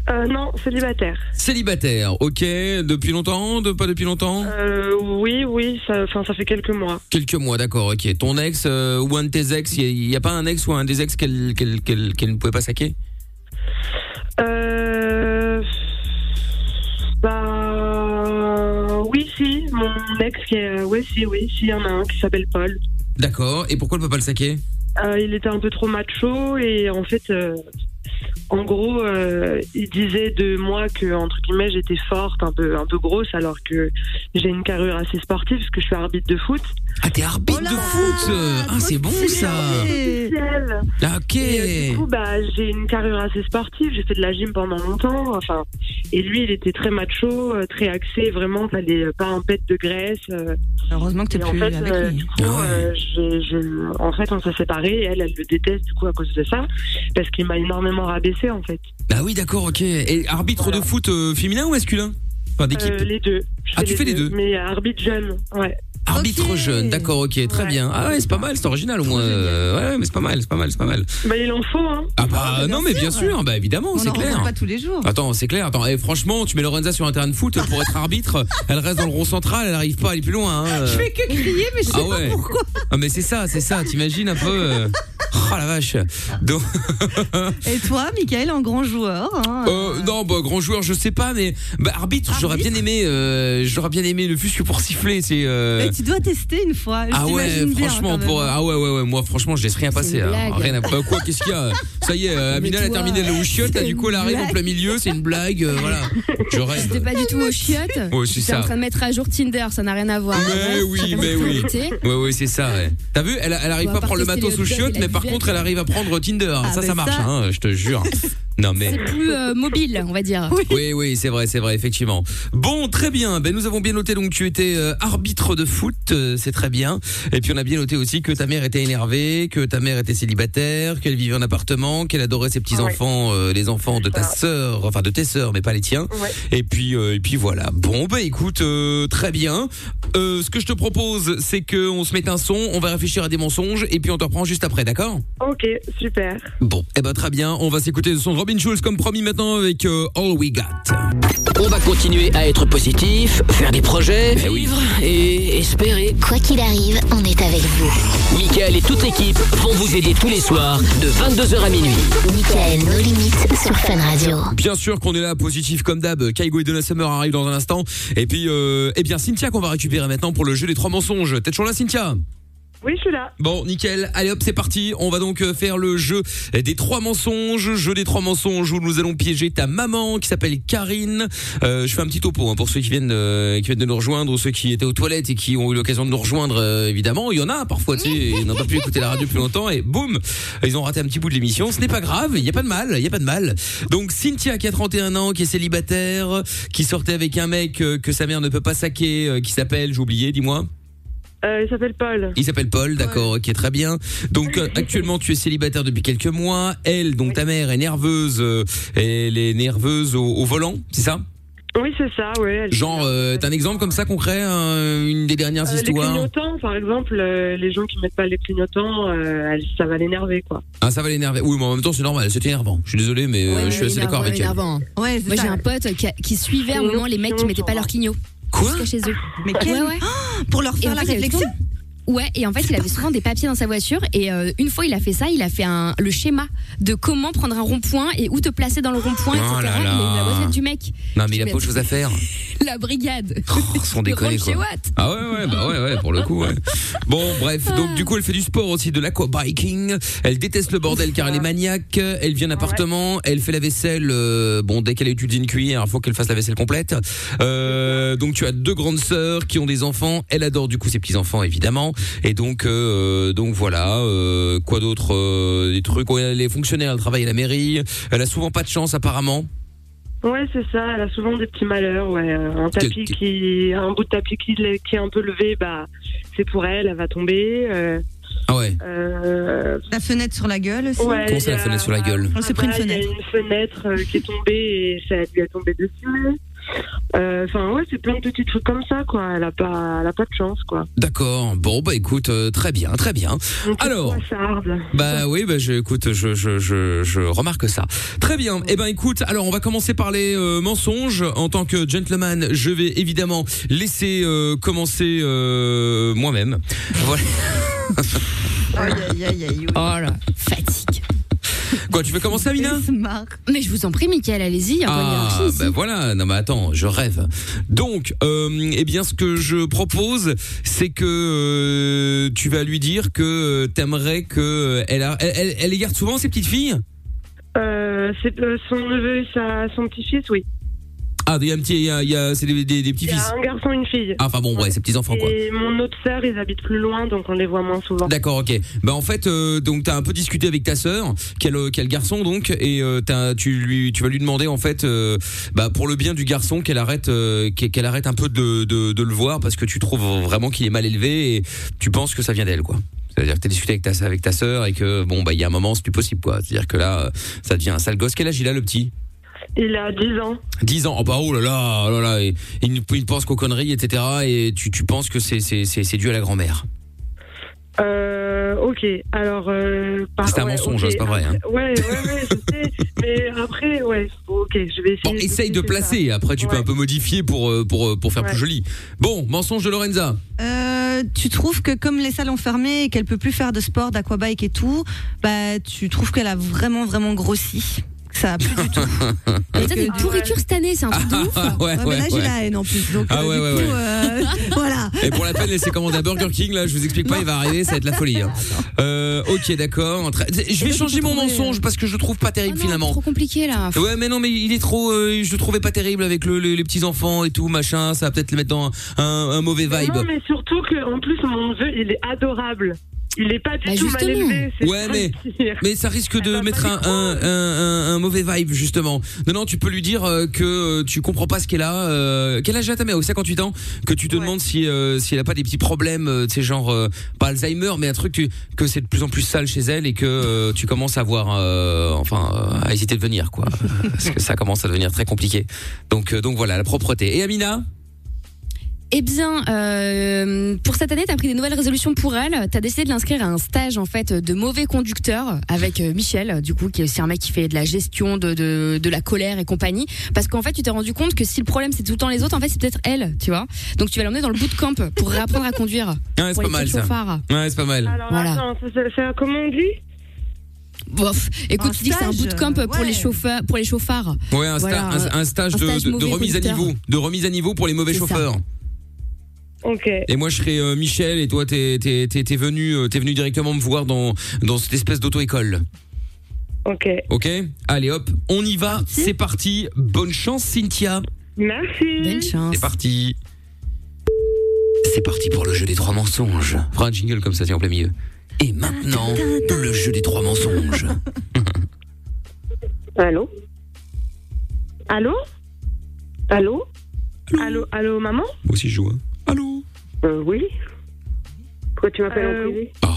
Euh, non, célibataire. célibataire, ok, depuis longtemps, de, pas depuis longtemps? Euh, oui, oui, ça, enfin, ça fait quelques mois. Quelques mois, d'accord, ok. Ton ex euh, ou un de tes ex, il n'y a, pas un ex ou un des ex qu'elle qu'elle- qu'elle- qu'elle ne pouvait pas saquer Euh. Bah. Oui, si, mon ex qui est. euh, Oui, si, oui, si, il y en a un qui s'appelle Paul. D'accord, et pourquoi elle ne peut pas le saquer Euh, il était un peu trop macho et en fait, euh, en gros, euh, il disait de moi que entre guillemets j'étais forte, un peu, un peu grosse, alors que j'ai une carrure assez sportive parce que je suis arbitre de foot. Ah t'es arbitre de foot euh, Ah c'est bon ça Ah, Ok Et, euh, du coup, bah, j'ai une carrure assez sportive, j'ai fait de la gym pendant longtemps. Enfin, et lui, il était très macho, euh, très axé, vraiment, fallait euh, pas un pet de graisse. euh. Heureusement que t'es en plus fait, avec lui. euh, hein. du coup, euh, j'ai- je- en fait, on s'est séparés, et elle, elle le déteste, du coup, à cause de ça, parce qu'il m'a énormément rabaissé, en fait. Bah oui d'accord ok. Et arbitre de foot euh, féminin ou masculin Enfin d'équipe Euh, les deux. Je Ah, tu fais les deux. Mais arbitre jeune, ouais. Arbitre jeune, d'accord, ok, très bien. Ah ouais, c'est pas mal, c'est original au moins. Euh, ouais, ouais, mais c'est pas mal, c'est pas mal, c'est pas mal. Bah, il en faut, hein. Ah bah non, mais bien sûr, bah évidemment, On c'est en clair. regarde Pas tous les jours. Attends, c'est clair. Attends, et franchement, tu mets Lorenza sur un terrain de foot pour être arbitre, elle reste dans le rond central, elle arrive pas à aller plus loin. hein. Je fais que crier, mais je sais Ah ouais. pas pourquoi. Ah mais c'est ça, c'est ça. T'imagines un peu. euh, Oh la vache. Donc, *laughs* Et toi, Michael, en grand joueur hein, euh, non, bah grand joueur, je sais pas, mais bah, arbitre, j'aurais bien aimé, euh, j'aurais bien aimé le fût que pour siffler, c'est. euh, mais Tu dois tester une fois. je Ah ouais, t'imagine bien, franchement, quand même. pour hein. ah ouais, ouais, ouais, moi franchement, je laisse rien passer. une hein. blague. Rien à bah, quoi, qu'est-ce qu'il y a Ça y est, euh, Amina elle a toi, terminé le chiotte, là, du coup, elle arrive en blague. plein milieu, c'est une blague, euh, voilà. Je reste. C'était pas du tout aux chiottes. Ouais, c'est J'étais ça. en train de mettre à jour Tinder, ça n'a rien à voir. Mais Ouais, oui, chacun mais sa oui. priorité. Ouais, ouais, c'est ça, ouais. T'as vu, elle, elle arrive On pas va à prendre le pas matos tester sous le chiotte, job, mais par la contre, elle arrive à prendre Tinder. Ah, ça, mais ça ça. marche, hein, je te jure. Non, mais. C'est plus euh, mobile, on va *laughs* dire. Oui, oui, c'est vrai, c'est vrai, effectivement. Bon, très bien. Ben, nous avons bien noté donc tu étais euh, arbitre de foot, euh, c'est très bien. Et puis on a bien noté aussi que ta mère était énervée, que ta mère était célibataire, qu'elle vivait en appartement, qu'elle adorait ses petits enfants, euh, les enfants de ta sœur, enfin de tes sœurs, mais pas les tiens. Et puis, euh, et puis voilà. Bon, ben écoute, euh, très bien. Euh, ce que je te propose, c'est que on se mette un son, on va réfléchir à des mensonges, et puis on te reprend juste après, d'accord Ok, super. Bon, eh ben très bien. On va s'écouter le son de Robin Schulz comme promis maintenant avec euh, All We Got. On va continuer à être positif, faire des projets, vivre et espérer. Quoi qu'il arrive, on est avec vous. Michael et toute l'équipe vont vous aider tous les soirs de 22h à minuit. Michael, nos limites sur Fun Radio. Bien sûr qu'on est là, positif comme d'hab. Kaigo et Donna Summer arrivent dans un instant. Et puis, euh, eh bien, Cynthia qu'on va récupérer maintenant pour le jeu des trois mensonges. T'es toujours là, Cynthia Oui, je suis là. Bon, nickel. Allez hop, c'est parti. On va donc euh, faire le jeu des trois mensonges. Jeu des trois mensonges où nous allons piéger ta maman qui s'appelle Karine. Euh, je fais un petit topo hein, pour ceux qui viennent, euh, qui viennent de nous rejoindre ou ceux qui étaient aux toilettes et qui ont eu l'occasion de nous rejoindre. euh, évidemment, il y en a parfois. Tu sais, ils n'ont pas pu écouter la radio plus longtemps et boum, ils ont raté un petit bout de l'émission. Ce n'est pas grave. Il n'y a pas de mal. Il n'y a pas de mal. Donc Cynthia qui a 31 ans, qui est célibataire, qui sortait avec un mec euh, que sa mère ne peut pas saquer, euh, qui s'appelle, j'ai oublié, dis-moi. Euh, il s'appelle Paul. Il s'appelle Paul, d'accord, ok, très bien. Donc euh, actuellement, tu es célibataire depuis quelques mois. Elle, donc ta mère, est nerveuse. euh, elle est nerveuse au, au volant, c'est ça Oui, c'est ça, ouais. Genre, euh, t'as un exemple comme ça concret, euh, une des dernières Euh, les histoires clignotants, par exemple, euh, les gens qui mettent pas les clignotants, euh, elles- ça va l'énerver, quoi. Ah, ça va l'énerver. Oui, mais en même temps, c'est normal, c'est énervant. Je suis désolé, mais euh, je suis assez d'accord avec elle. Ouais, Moi, j'ai un pote qui, a- qui suivait à un moment les mecs qui mettaient pas leur clignot. Quoi chez eux. Mais quel- Oh, Ouais, ouais. Pour leur Et faire en la fait, il avait réflexion souvent- Ouais, et en fait, il avait souvent des papiers dans sa voiture. Et euh, une fois, il a fait ça, il a fait un, le schéma de comment prendre un rond-point et où te placer dans le rond-point, Oh etc. là Il a eu là. la voiture du mec. Non, mais il Je a me pas autre dis, chose à faire. La brigade. Sans Le déconner, Roger quoi. Watt. Ah. Ah ouais, ouais, bah ouais, ouais, pour le coup, ouais. Bon, bref. Donc, du coup, elle fait du sport aussi, de l'aquabiking. Elle déteste le bordel car elle Ah. est maniaque. Elle vient d'appartement. Elle fait la vaisselle. euh, bon, dès qu'elle a utilisé une cuillère, il faut qu'elle fasse la vaisselle complète. Euh, donc, tu as deux grandes sœurs qui ont des enfants. Elle adore, du coup, ses petits-enfants, évidemment. Et donc, euh, donc voilà. euh, quoi d'autre euh, Des trucs. Ouais, elle est fonctionnaire. Elle travaille à la mairie. Elle a souvent pas de chance, apparemment. Ouais, c'est ça. Elle a souvent des petits malheurs. Ouais, Euh, un tapis qui, un bout de tapis qui, l'est- qui est un peu levé, bah, c'est pour elle. Elle va tomber. euh, Ah ouais. euh, La fenêtre sur la gueule aussi. Ouais, euh, Comment ça, la fenêtre sur la gueule On s'est pris une voilà, Il y a une fenêtre euh, qui est tombée et ça lui est tombé dessus. Euh, Enfin, ouais, c'est plein de petits trucs comme ça, quoi. Elle a pas, elle a pas de chance, quoi. D'accord. Bon, bah écoute, euh, très bien, très bien. Alors. Sarde. Bah oui, bah je, écoute, je, je, je, je remarque ça. Très bien. Eh ben écoute, alors on va commencer par les euh, mensonges. En tant que gentleman, je vais évidemment laisser euh, commencer euh, moi-même. Voilà. *laughs* *laughs* Oh là, fatigue. Quoi, tu veux commencer, Amina Mais je vous en prie, Mickaël, allez-y. hein, bonne Ah, hiérarchie ici. bah voilà, non mais attends, je rêve. Donc, euh, eh bien, ce que je propose, c'est que euh, tu vas lui dire que euh, t'aimerais que euh, elle, a- elle, elle, elle les garde souvent ces petites filles. Euh, c'est euh, son neveu et sa, son petit-fils, oui. Ah, il y a un petit, il y a- il y a, c'est des, des- des Il y petits-fils. a un garçon et une fille. Ah, enfin bon, ouais, c'est petits-enfants, quoi. Et mon autre sœur, ils habitent plus loin, donc on les voit moins souvent. D'accord, ok. Bah en fait, euh, donc t'as un peu discuté avec ta sœur, quel euh, quel garçon donc, et euh, t'as- tu lui, tu vas lui demander en fait, euh, bah pour le bien du garçon qu'elle arrête, euh, qu'elle qu'elle arrête un peu de, de de le voir parce que tu trouves vraiment qu'il est mal élevé et tu penses que ça vient d'elle, quoi. C'est-à-dire que t'as discuté avec ta sœur- avec ta sœur et que bon bah il y a un moment c'est plus possible, quoi. C'est-à-dire que là, euh, ça devient un sale gosse. Quel âge il a le petit Il a 10 ans. 10 ans, oh bah oh là là, oh là là, et- il, ne- il pense qu'aux conneries, etc. Et tu, tu penses que c'est c'est- c'est c'est dû à la grand-mère. Euh, ok, alors. euh, par- C'est un ouais, mensonge, ok. c'est pas vrai, hein. Ouais, ouais, ouais, je *laughs* sais. Mais après, ouais, ok, je vais essayer. Bon, essaye de placer, après tu peux un peu modifier pour, euh, pour, euh, pour faire plus joli. Bon, mensonge de Lorenza. Euh, tu trouves que comme les salles ont fermé et qu'elle peut plus faire de sport, d'aquabike et tout, bah tu trouves qu'elle a vraiment vraiment grossi. Que Ça *laughs* a plus du tout. Ça, de pourriture cette année, c'est un truc de ouf. bah, Ah, ouais, Ouais, mais là, j'ai ouais. la haine, en plus, donc, ah, euh, ouais, du ouais, coup, ouais. euh, *laughs* voilà. Et pour la peine, laissez commander à Burger King, là, je vous explique pas, il va arriver, ça va être la folie. hein. Euh, ok, d'accord. Très- Je vais changer mon mensonge parce que je le trouve pas terrible finalement. Trop compliqué là. Ouais, mais non, mais il est trop. euh, je le trouvais pas terrible avec le- le- les petits enfants et tout, machin. Ça va peut-être le mettre dans un, un- un mauvais vibe. Non, mais surtout qu'en plus, mon neveu, il est adorable. Il est Bah, pas du tout mal élevé. c'est Ouais, ça mais, le pire. mais ça risque de mettre un, un, un- un- un mauvais vibe, justement. Non, non, tu peux lui dire euh, que euh, tu comprends pas ce qu'elle a. Euh, quel âge a ta mère Au 58 ans Que tu te demandes si, euh, si elle a pas des petits problèmes, euh, tu sais, genre, euh, pas Alzheimer, mais un truc que, que c'est de plus en plus sale chez elle et que euh, tu commences à voir, euh, enfin, euh, à hésiter de *laughs* venir, quoi. Parce que ça commence à devenir très compliqué. Donc, euh, donc voilà, la propreté. Et Amina Eh bien, euh, pour cette année, tu as pris des nouvelles résolutions pour elle. Tu as décidé de l'inscrire à un stage en fait de mauvais conducteur avec euh, Michel, du coup, qui est aussi un mec qui fait de la gestion de, de, de la colère et compagnie. Parce qu'en fait, tu t'es rendu compte que si le problème c'est tout le temps les autres, en fait, c'est peut-être elle, tu vois. Donc tu vas l'emmener dans le bootcamp pour réapprendre à conduire. Ah, Ouais, c'est Pour pas les mal ça. chauffards. Ouais, c'est pas mal. Alors, attends, ça- ça- ça- comment on dit Bof, écoute, Un tu dis que c'est un stage, bootcamp euh, pour les chauffeurs, pour les chauffards. Ouais, un, Voilà, sta- un- un stage, de, de- de mauvais remise à conducteur. niveau. De remise à niveau pour les mauvais C'est ça. chauffeurs. Ok. Et moi, je serais euh, Michel, et toi, t'es t'es- t'es- t'es venu, euh, t'es venu directement me voir dans, dans cette espèce d'auto-école. Ok. Ok Allez, hop, on y va, c'est parti. Bonne chance, Cynthia. Merci. Bonne chance. C'est parti. C'est parti pour le jeu des trois mensonges. Fera un jingle comme ça, tiens, en plein milieu. Et maintenant, le jeu des trois mensonges. Allô Allô Allô Allô, allô, maman Moi aussi, je joue. hein. Euh, oui. Pourquoi tu m'appelles Euh, en privé oh.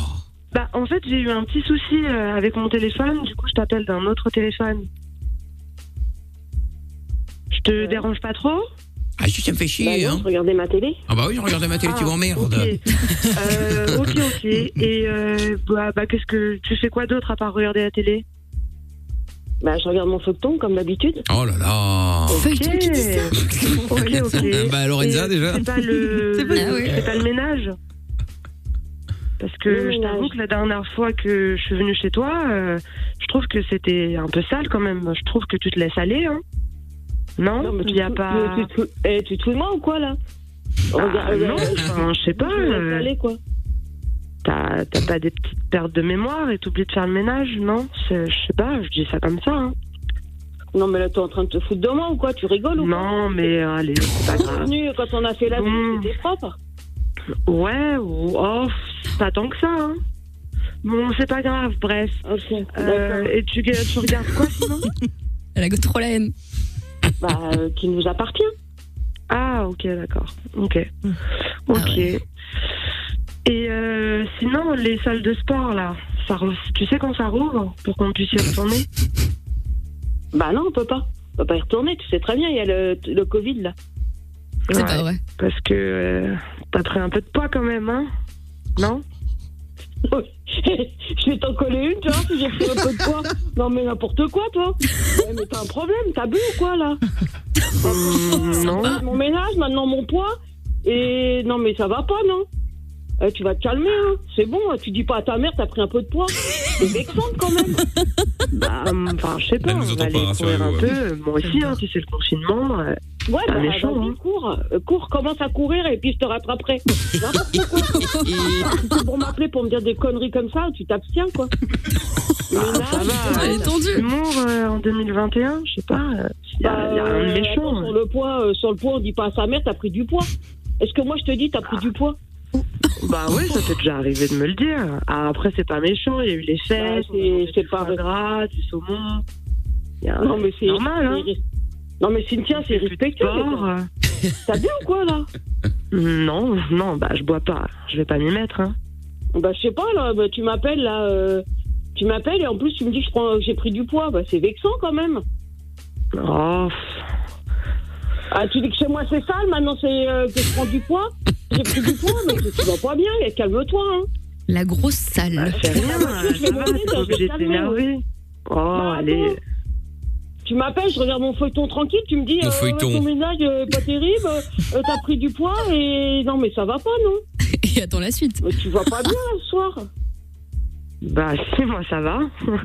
Bah, en fait, j'ai eu un petit souci euh, avec mon téléphone. Du coup, je t'appelle d'un autre téléphone. Je te dérange pas trop Bah Ah, si, ça me fait chier, hein. Regardez ma télé. Ah, bah oui, je regardais ma télé, tu Ah, m'emmerdes. Euh, ok, ok. Et euh, bah, bah, qu'est-ce que tu fais quoi d'autre à part regarder la télé Bah, je regarde mon feuilleton comme d'habitude. Oh là là. Feuilleton qui dit ça. Ok, ok. Bah, Lorenza, Et, Euh, déjà. *laughs* C'est pas le, Ah C'est pas le- vrai. c'est pas le ménage. Parce que je t'avoue que la dernière fois que je suis venue chez toi, euh, je trouve que c'était un peu sale quand même. Je trouve que tu te laisses aller, hein. Non, Non, mais tu il y a te- pas. mais tu Eh, tu te fous de moi ou quoi là Regarde- Non, regarde- enfin, je sais pas. Tu me laisses euh, aller, quoi. T'as t'as pas des petites pertes de mémoire et t'oublies de faire le ménage, non C'est- Je sais pas, je dis ça comme ça. hein. Non, mais là, t'es en train de te foutre de moi ou quoi Tu rigoles ou non, Non, mais euh, allez, c'est pas grave. Venu, quand on a fait la Bon. c'était propre. Ouais, ou- oh, pff, pas tant que ça. hein. Bon, c'est pas grave, bref. Euh, et tu, tu regardes quoi sinon Elle a trop la haine. *laughs* Bah, qui nous appartient. Ah, ok, d'accord. Ok. Ah Ok. Et euh, sinon, les salles de sport, là, ça re- tu sais quand ça rouvre pour *laughs* qu'on puisse y retourner Bah non, on peut pas. On peut pas y retourner, tu sais très bien, il y a le, le Covid là. Ouais, Parce que euh, t'as pris un peu de poids quand même, hein Non *laughs* Je vais t'en coller une, tu vois, si j'ai pris un peu de poids. Non mais n'importe quoi, toi. Ouais, mais t'as un problème, t'as bu ou quoi là Hmm, Non. Mon ménage, maintenant mon poids. Et non mais ça va pas, non Eh, Tu vas te calmer, hein. C'est bon, hein. tu dis pas à ta mère, t'as pris un peu de poids. C'est vexante quand même. Bah, enfin, je sais pas, on va aller courir un peu. Moi aussi, hein, tu sais, le confinement, euh, Ouais, c'est bah, méchant, vas-y, hein. cours, Euh, cours, commence à courir et puis je *laughs* te rattraperai. N'importe quoi. Si c'est pour m'appeler pour me dire des conneries comme ça, tu t'abstiens, quoi. elle est tendue. L'humour euh, en 2021, je sais pas. euh, y a- y a un méchant, Euh, Sur le poids, euh, sur le poids, on dit pas à sa mère, t'as pris du poids. Est-ce que moi je te dis, t'as pris du poids Bah oui, ça t'est déjà arrivé de me le dire. Ah, Après, c'est pas méchant, il y a eu les fesses, et c'est pas gras, du saumon. Il y a- Non, mais c'est normal, hein. c'est- Non, mais Cynthia, c'est respectueux. Sport, quoi. T'as bu ou *laughs* quoi là euh, Non, non, bah je bois pas. Je vais pas m'y mettre. Hein. Bah je sais pas là, bah, tu m'appelles là, euh, tu m'appelles et en plus tu me dis que je prends- j'ai pris du poids, bah c'est vexant quand même. Oh, Ah tu dis que chez moi c'est sale, maintenant c'est euh, que je prends du poids, j'ai pris du poids, mais tu vas pas bien, et calme-toi. Hein. Bah, La grosse salle. c'est rien, je t'es vais demander, je Bah, vais obligé de calmer, t'énerver. ouais. Oh, allez. Tu m'appelles, je regarde mon feuilleton tranquille, tu me dis Mon euh, feuilleton. ouais, ton ménage euh, pas terrible, euh, t'as pris du poids et non mais ça va pas non. *laughs* Et attends la suite. Mais tu vas pas bien ce soir. Bah si, moi ça va. *laughs*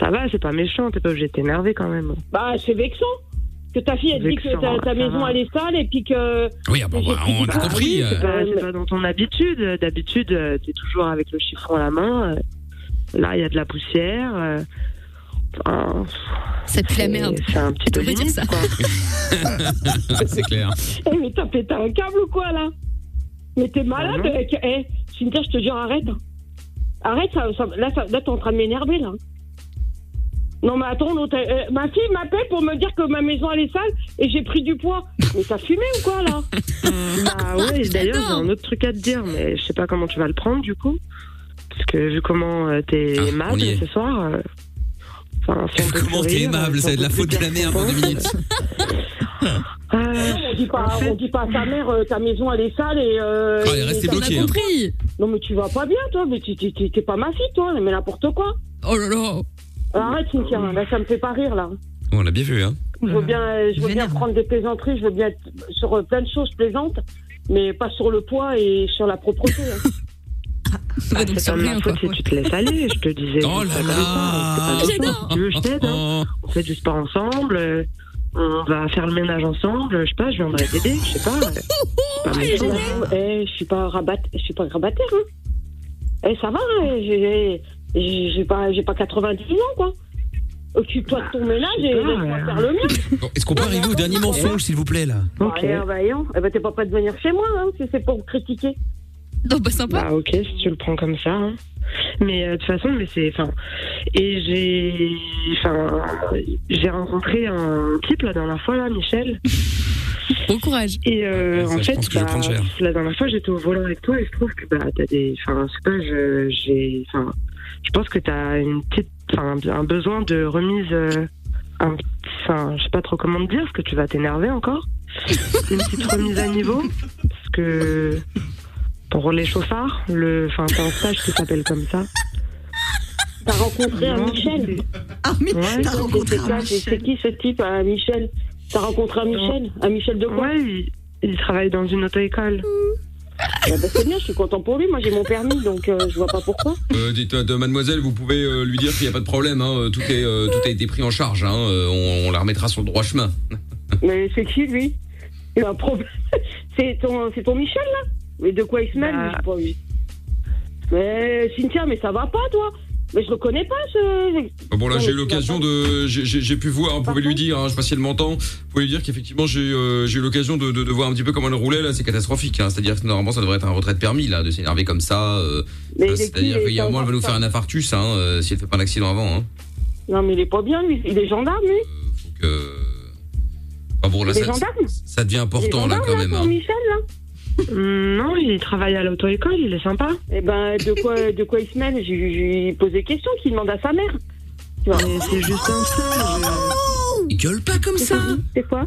ça va, c'est pas méchant, t'es pas obligé de t'énerver quand même. Bah, c'est vexant. Que ta fille, elle dit que Vexant, ta, ta ça maison, va. elle est sale et puis que. Oui, ah bon, bah, on a compris. oui, c'est pas, Ah euh, c'est pas dans ton habitude. D'habitude, euh, t'es toujours avec le chiffon à la main. euh, Là, il y a de la poussière. euh, enfin, Ça pue la c'est- merde. C'est un petit peu limite, quoi. *laughs* c'est clair. Eh, mais t'as pété un câble ou quoi, là Mais t'es malade Ah non. eh, que- Eh, Cynthia, je te jure, arrête. hein. Arrête, ça, ça- là, ça- là, t'es en train de m'énerver, là. Non, mais attends, l'autre, elle- euh, ma fille m'appelle pour me dire que ma maison, elle est sale et j'ai pris du poids. Mais t'as fumé ou *laughs* quoi, là Ah ouais, d'ailleurs, j'ai un autre truc à te dire, mais je sais pas comment tu vas le prendre du coup. Parce que vu comment euh, t'es Ah, on aimable y est. ce soir. euh, Enfin, si on peut Comment te t'es rire, si aimable, Ah, ça va on être la peut faute te de la dire merde qu'on en deux pense. *laughs* minutes. Ah, Non, Ah, on dit pas, on dit pas à ta mère, euh, ta maison elle est sale et. Euh, Ah, elle est restée et- bloquée, On a compris. Non mais tu vas pas bien toi, mais tu- tu- tu- t'es pas ma fille toi, mais n'importe quoi. Oh là là. Arrête Cynthia, là ça me fait pas rire là. On l'a bien vu, hein. Je veux bien, euh, je veux bien prendre des plaisanteries, je veux bien être sur euh, plein de choses plaisantes, mais pas sur le poids et sur la propreté. *laughs* hein. Ah, c'est pas de ma faute si tu te laisses aller, je te disais. Oh là là Tu veux, je t'aide. hein. Oh. On fait du sport ensemble, euh, on va faire le ménage ensemble, je sais pas, je viendrai t'aider, je sais pas. euh, c'est pas méchant. Eh, je suis pas rabat, je suis pas grabataire. Hein. Eh, ça va, hein, j'ai, j'ai j'ai pas, j'ai pas 90 ans quoi. Occupe-toi Ah, de ton ménage et laisse-moi faire le mien. *laughs* Bon, Est-ce qu'on peut arriver au dernier mensonge, s'il vous plaît, là Voyons, voyons. Eh ben, t'es pas prêt de venir chez moi, hein, si c'est pour me critiquer. Non, bah sympa. Bah ok, si tu le prends comme ça. hein. Mais euh, de toute façon, mais c'est, enfin, et j'ai, enfin, j'ai rencontré un type la dernière fois là, Michel. *laughs* Bon courage. Et euh, Ça, en je fait, pense que je vais bah, prendre cher. la dernière fois, j'étais au volant avec toi et je trouve que bah t'as des, enfin, je sais pas, je, j'ai, enfin, je pense que t'as une petite, enfin, un besoin de remise, euh, un, enfin, je sais pas trop comment te dire, parce que tu vas *laughs* t'énerver encore. une petite remise à niveau, parce que pour les chauffards, le, enfin, t'as un stage qui s'appelle comme ça. T'as rencontré un Michel. Ah, mais t'as rencontré un C'est qui ce type, un Michel T'as rencontré un Michel Un Michel de quoi Ouais, il, il travaille dans une auto-école. Eh ben, C'est bien, je suis content pour lui. Moi, j'ai mon permis, donc euh, je vois pas pourquoi. Euh, dites, euh, mademoiselle, vous pouvez euh, lui dire qu'il n'y a pas de problème, hein, euh, tout, est, euh, tout a été pris en charge, hein, euh, on, on la remettra sur le droit chemin. Mais c'est qui, lui Il a un problème. *laughs* C'est ton, c'est ton Michel, là Mais de quoi il se mêle, lui, je sais pas, lui. Mais Cynthia, mais ça va pas, toi Mais je le connais pas, ce. Ah, Bon là Non, j'ai eu mais- l'occasion de j'ai- j'ai j'ai pu voir, vous pouvez lui dire, hein, je sais pas si elle m'entend, vous pouvez lui dire qu'effectivement j'ai euh, j'ai eu l'occasion de, de, de voir un petit peu comment elle roulait là, c'est catastrophique, hein, c'est-à-dire que normalement ça devrait être un retrait de permis là, de s'énerver comme ça, euh, Mais il est c'est-à-dire qui, qu'il y a un il est moment elle va nous faire un infarctus hein, euh, si elle fait pas un accident avant. Hein. Non, mais il est pas bien, lui. Il est gendarme, lui. Donc, euh... enfin, bon là Il est ça, gendarme. ça devient important Il est là quand gendarme, même. là, hein. ton Michel, là Hum, non, il travaille à l'auto-école, il est sympa. Eh ben, de quoi, de quoi il se mêle J'ai- J'ai posé question, qu'il demande à sa mère. Tu vois. C'est juste un euh. stage. Il gueule pas comme ça C'est quoi Bah,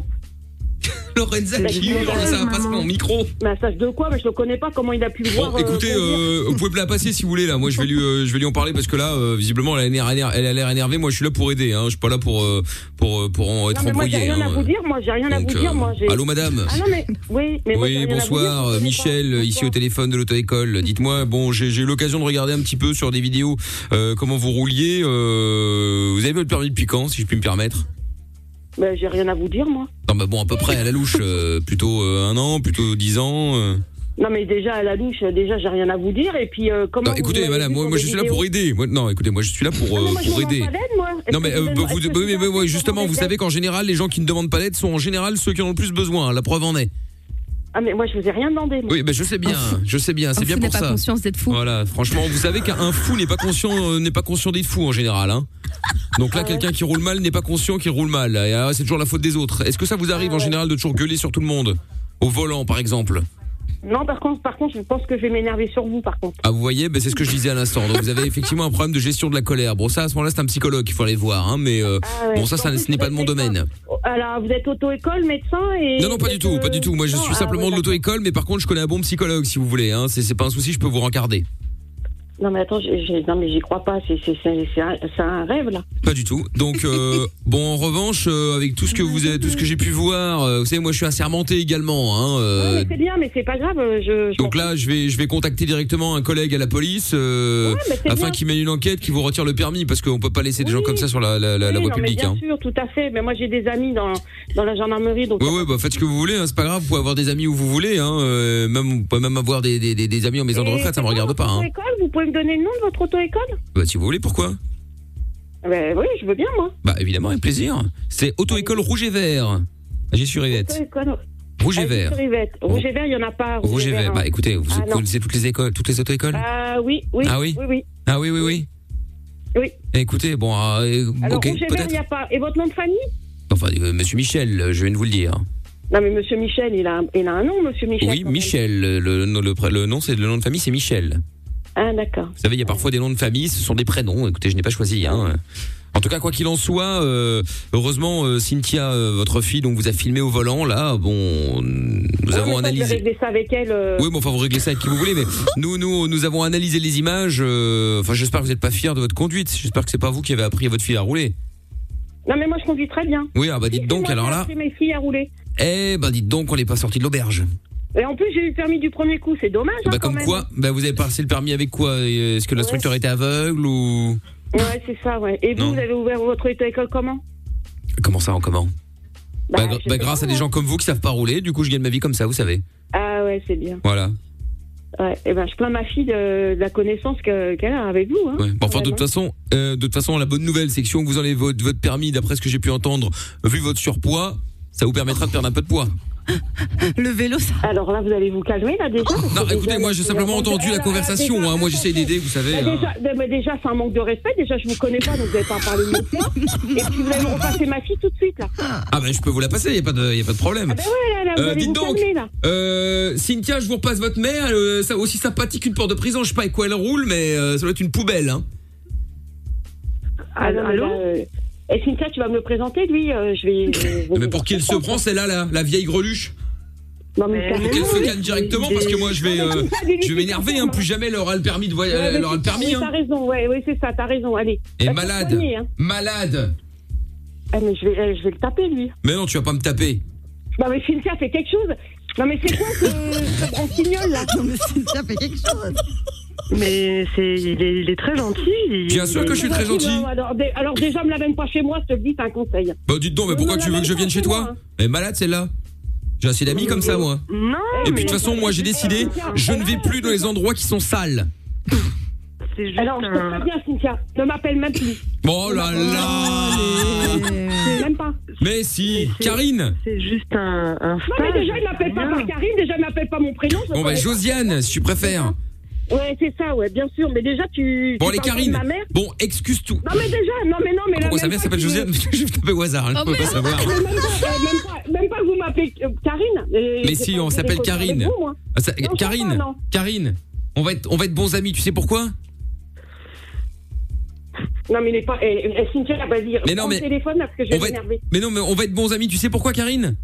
Lorenza qui hurle, ça va pas se mon micro Mais un stage Bah, de quoi Mais je le connais pas, comment il a pu le voir Bon, euh, écoutez, conduire. euh, vous pouvez la passer si vous voulez là. Moi, je vais lui, euh, je vais lui en parler parce que là, euh, visiblement, elle a l'air, éner- elle a l'air énervée. Moi, je suis là pour aider. Hein. Je suis pas là pour, euh, pour, euh, pour en Non, être mais moi, j'ai embrouillé. rien à hein. vous dire, moi, j'ai rien à vous Donc, dire, euh, moi. j'ai- allô, madame Ah non, mais, oui, mais moi, j'ai oui, rien à vous bonsoir, dire. euh, Michel, ici au téléphone de l'auto-école. Dites-moi, bon, j'ai j'ai eu l'occasion de regarder un petit peu sur des vidéos euh, comment vous rouliez. Euh, vous avez le permis depuis quand, si je puis me permettre Ben, j'ai rien à vous dire, moi. Non, bah bon, à peu près à la louche, euh, plutôt euh, un an, plutôt dix ans. euh. Non, mais déjà, à la douche, déjà, j'ai rien à vous dire. Et puis, euh, comment. Non, vous Bah, écoutez, m'avez madame, vu moi, sur moi, des je suis là vidéos pour aider. Moi, non, écoutez, moi je suis là pour, euh, Ah, moi, je pour vous demande aider. pas d'aide, moi. Est-ce Non, que mais vous euh, avez- vous- est-ce que oui, mais- mais- oui, justement, demandez vous de savez l'aide qu'en général, les gens qui ne demandent pas d'aide sont en général ceux qui en ont le plus besoin. La preuve en est. Ah, mais moi, je vous ai rien demandé. moi. Oui, ben je sais bien, je sais bien, c'est bien pour ça. d'être Voilà, franchement, vous savez qu'un fou n'est pas conscient, euh, n'est pas conscient d'être fou en général. Hein. Donc là, Ah quelqu'un qui roule mal n'est pas conscient qu'il roule mal. Et alors, c'est toujours la faute des autres. Est-ce que ça vous arrive Ah en général de toujours gueuler sur tout le monde au volant, par exemple Non, par contre, par contre, je pense que je vais m'énerver sur vous, par contre. Ah, vous voyez, ben, c'est ce que je disais à l'instant. Donc vous avez effectivement un problème de gestion de la colère. Bon, ça, à ce moment-là, c'est un psychologue qu'il faut aller voir. Hein, mais euh, Ah ouais. bon, ça, ça ce n'est pas de mon domaine. Oh, Alors, vous êtes auto-école, médecin et. Non, non, pas du tout, pas du tout. Moi, je Ah suis simplement de l'auto-école, mais par contre, je connais un bon psychologue, si vous voulez. Hein. C'est c'est pas un souci, je peux vous rencarder. Non, mais attends, j'ai- j'ai- non, mais j'y crois pas. C'est c'est- c'est- c'est un, c'est un rêve, là. Pas du tout. Donc *laughs* euh, bon en revanche euh, avec tout ce que vous avez, tout ce que j'ai pu voir, euh, vous savez moi je suis assermenté également hein, euh, Mais C'est bien, mais c'est pas grave. euh, Je, je- donc là je vais je vais contacter directement un collègue à la police euh, c'est afin bien. qu'il mène une enquête qui vous retire le permis parce qu'on peut pas laisser des gens comme ça sur la la, la- la Oui, voie non, mais publique bien hein. sûr, tout à fait. Mais moi, j'ai des amis dans, dans la gendarmerie, donc. Ouais ouais bah faites ce que vous voulez hein, c'est pas grave vous pouvez avoir des amis où vous voulez hein euh, même vous pouvez même avoir des, des, des- des amis en maison de Et retraite ça me c'est regarde pas hein. Auto-école, vous pouvez me donner le nom de votre auto-école Bah si vous voulez pourquoi Ben oui, je veux bien, moi. Bah évidemment avec plaisir. C'est auto école rouge et vert. J'y suis Rivette. Auto-école. Rouge et Ah, vert. sur Yvette. Rouge et vert, il y en a pas. Rouge et vert. hein. Bah écoutez, vous Ah, non. connaissez toutes les écoles, toutes les auto-écoles Ah oui, oui. Ah oui Oui, oui. Ah oui, oui, oui. Oui. Écoutez, bon, euh, Alors, ok, rouge et vert, il peut-être. n'y a pas. Et votre nom de famille Enfin, euh, monsieur Michel, euh, je viens de vous le dire. Non, mais monsieur Michel, il a, il a un nom, monsieur Michel. Oui, Michel. Le, le, le pr- le nom, c'est le nom de famille, c'est Michel. Ah, d'accord. Vous savez, il y a parfois des noms de famille, ce sont des prénoms. Écoutez, je n'ai pas choisi. Hein. En tout cas, quoi qu'il en soit, euh, heureusement, euh, Cynthia, euh, votre fille, dont vous a filmé au volant, là, bon, nous avons Ah, Je vais analysé. régler ça avec elle. euh, Oui, mais enfin, vous réglez ça avec qui vous voulez, mais nous, nous, nous avons analysé les images. euh, Enfin, j'espère que vous n'êtes pas fiers de votre conduite. J'espère que c'est pas vous qui avez appris à votre fille à rouler. Non, mais moi, je conduis très bien. Oui, ah bah dites donc, Moi, alors j'ai là. appris mes filles à rouler. Eh ben, dites donc, on n'est pas sorti de l'auberge. Et en plus, j'ai eu le permis du premier coup, c'est dommage. hein, Bah, quand comme même. quoi, bah, vous avez passé le permis avec quoi Euh, Est-ce que l'instructeur était aveugle ou. Ouais, c'est ça, ouais. Et vous, Non. vous avez ouvert votre auto-école comment Comment ça, en comment Bah, gra- bah, grâce à des gens comme vous qui savent pas rouler, du coup, je gagne ma vie comme ça, vous savez. Ah, ouais, c'est bien. Voilà. Ouais. Et ben, je plains ma fille de, de la connaissance que- qu'elle a avec vous. Hein. Ouais. Bon, enfin, de toute façon, euh, de toute façon, la bonne nouvelle, c'est que si on vous enlève votre, votre permis, d'après ce que j'ai pu entendre, vu votre surpoids, ça vous permettra de perdre un peu de poids. Le vélo, ça. Alors là, vous allez vous calmer, là, déjà parce que Non, déjà, écoutez, moi, j'ai simplement entendu la conversation. hein. Moi, j'essaie d'aider, vous savez. Bah, hein. déjà, bah, bah, déjà, c'est un manque de respect. Déjà, je vous connais pas, donc vous n'avez pas parlé de *laughs* mon corps. Et puis, vous allez me repasser ma fille tout de suite, là. Ah ben je peux vous la passer, y a pas de, y a pas de problème. Ah ben ouais, là, là, vous allez dites vous donc, calmer, là. euh, Cynthia, je vous repasse votre mère, euh, ça aussi sympathique qu'une porte de prison. Je sais pas avec quoi elle roule, mais euh, ça doit être une poubelle. Hein. Allô, euh, Et Cynthia, tu vas me le présenter, lui euh, Je vais. *laughs* je vais- Mais pour qui elle se prend, celle-là, la, la vieille greluche Non, Ah, mais Pour qu'elle se carrément, calme directement, des- parce que moi je vais, Non, mais euh, Cynthia, dis-lui je vais tout m'énerver. Hein, plus jamais elle aura le permis de voyage, Ouais, mais elle aura le c'est- oui, permis. T'as Hein. raison, ouais, oui, c'est ça, t'as raison, allez. Et Bah, faut malade. le soigner, hein. Malade. Ah, mais je vais, euh, je vais le taper, lui. Mais non, tu vas pas me taper. Non, Bah, mais Cynthia fait quelque chose. Non, mais c'est quoi ce, ce branquignol, là Non, mais Cynthia fait quelque chose. Mais c'est, il, est, très gentil. Bien sûr que je suis très gentil. Bah, alors, dé- alors déjà, me l'amène pas chez moi, je te le dis, c'est un conseil. Bah dites donc, mais pourquoi non, tu la veux que je même vienne chose chez que toi moi. Elle est malade celle-là. J'ai assez d'amis comme ça, moi. Non, Et puis de toute façon, moi j'ai décidé, je ne vais plus dans les endroits qui sont sales. C'est juste Alors, je te préviens, Cynthia, ne m'appelle même plus. Oh là là Euh. Même pas. Mais si, Karine C'est juste un, un Non, mais déjà, il m'appelle pas par Karine, déjà, il m'appelle pas mon prénom. je Bon bah connais Josiane, si tu préfères. pas. Ouais, c'est ça, ouais, bien sûr. Mais déjà, tu. Bon tu allez parles Karine, de Ma mère. bon excuse tout. Non, mais déjà, non, mais non, mais là. Pourquoi sa même mère pas s'appelle qu'il me- Josiane *laughs* Je vais taper au hasard, hein, je peux pas savoir. Oh, Mais Même pas, euh, même pas- même pas que vous m'appelez euh, Karine. euh, Mais j'ai si, pas on envie s'appelle d'échanger avec Karine. vous, moi. Ah, ça- Non, je sais Karine, pas, non. Karine, on va être on va être bons amis, tu sais pourquoi Non, mais il est pas. eh, eh, Cynthia, vas-y. Mais non, prends mais- le téléphone là, parce que je on vais va être- m'énerver. Mais non, mais on va être bons amis, tu sais pourquoi Karine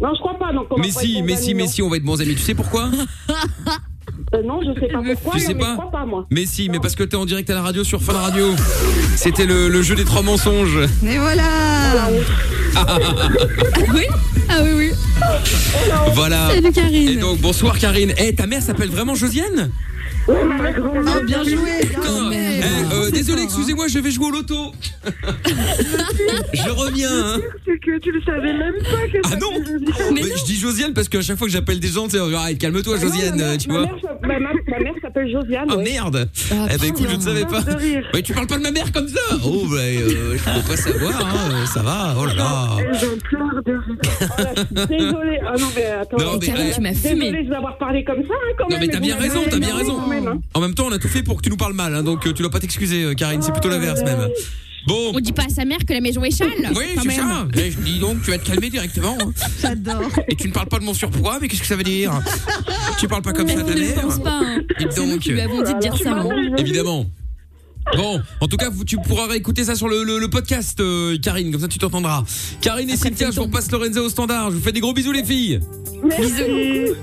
Non, je crois pas. Donc on va Mais pas si, être mais bons si, amis, mais non. si, on va être bons amis, tu sais *laughs* pourquoi *laughs* Euh, non, je sais pas pourquoi. Tu non, sais mais pas Je crois pas, moi. Mais si, mais parce que t'es en direct à la radio sur Fun Radio. C'était le, le jeu des trois mensonges. Mais voilà Ah, ah, ah, ah. Oui Ah oui, oui. Voilà. Salut, Karine. Et donc, bonsoir Karine. Eh, ta mère s'appelle vraiment Josiane Oh, bien joué. Eh, euh, désolé, excusez-moi, je vais jouer au loto. je reviens, hein. C'est que tu le savais même pas que Ah non Mais Je dis Josiane parce qu'à chaque fois que j'appelle des gens, tu sais, on dit, arrête, calme-toi, Josiane, euh, tu vois. Ma mère, ma mère s'appelle Josiane. Oh ouais. merde Eh ben écoute, je ne savais pas. De rire. Mais tu parles pas de ma mère comme ça Oh ben, euh, je peux pas savoir, hein, euh, ça va, oh là là. Et J'en pleure de rire. Oh là, Désolée. Ah non, mais attends. Non, mais, Karine, tu m'as Désolée de vous avoir parlé comme ça, hein, quand Non même. mais t'as vous bien m'avez raison, t'as bien énervé raison. quand même, hein. En même temps, on a tout fait pour que tu nous parles mal, hein, donc euh, tu dois pas t'excuser, euh, Karine, c'est plutôt Ah, l'inverse bah même. Bon, On dit pas à sa mère que la maison est chale. oui, quand c'est même. ça. Eh, dis donc, tu vas te calmer directement. hein. J'adore. Et tu ne parles pas de mon surpoids, mais qu'est-ce que ça veut dire Tu parles pas comme ça à ta Je ne mère pense pas. hein. Dis C'est nous donc. qui lui avons dit de dire ça. hein. Évidemment. Bon, en tout cas, vous- tu pourras réécouter ça sur le, le- le podcast, euh, Karine, comme ça tu t'entendras. Karine et Cynthia, je vous repasse Lorenzo au standard. Je vous fais des gros bisous, les filles. Bisous.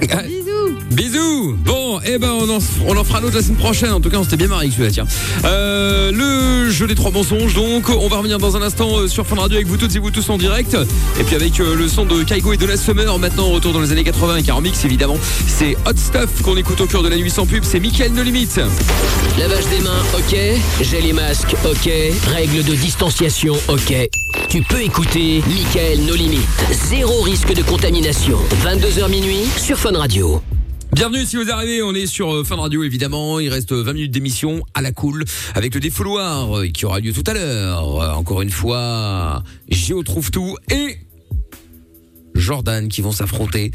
Bisous. Bisous. Bon, eh ben, on en, on en fera l'autre la semaine prochaine. En tout cas, on s'était bien marré avec celui-là, tiens. Euh, le jeu des trois mensonges, donc, on va revenir dans un instant euh, sur Fun Radio avec vous toutes et vous tous en direct. Et puis avec euh, le son de Kaigo et de la Summer, maintenant, retour dans les années 80 avec un remix, évidemment. C'est Hot Stuff qu'on écoute au cœur de la nuit sans pub. C'est Mickaël No Limite. Lavage des mains, ok. Gel et masque, ok. Règles de distanciation, ok. Tu peux écouter Michael No Limites. Zéro risque de contamination. 22h minuit sur Fun Radio. Bienvenue si vous arrivez, on est sur euh, Fun Radio évidemment, il reste euh, 20 minutes d'émission à la cool avec le défouloir euh, qui aura lieu tout à l'heure. Euh, Encore une fois, Géo trouve tout et Jordan qui vont s'affronter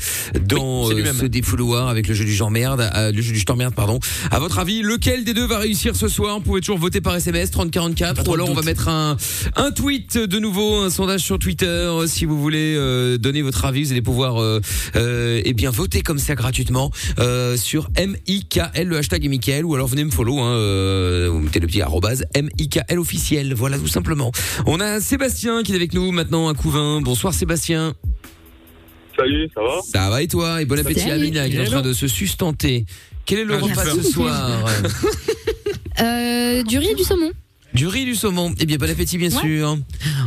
dans Oui, c'est euh, lui-même. ce défouloir avec le jeu du genre merde, euh, le jeu du genre merde pardon. À votre avis, lequel des deux va réussir ce soir Vous pouvez toujours voter par SMS 3044 ou alors on va mettre un un tweet de nouveau, un sondage sur Twitter euh, si vous voulez euh, donner votre avis, vous allez pouvoir euh, euh, eh bien voter comme ça gratuitement euh, sur MIKL le hashtag est Mickaël ou alors venez me follow hein, euh, vous mettez le petit arrobase MIKL officiel, voilà tout simplement. On a Sébastien qui est avec nous maintenant à Couvin. Bonsoir Sébastien. Salut, ça va Ça va et toi Et bon appétit Salut. à Amina qui est en train de se sustenter. Quel est le Ah, repas j'ai ce peur. soir *laughs* Euh, du riz et du saumon. Du riz, du saumon. Eh bien, bon appétit, bien Ouais. sûr.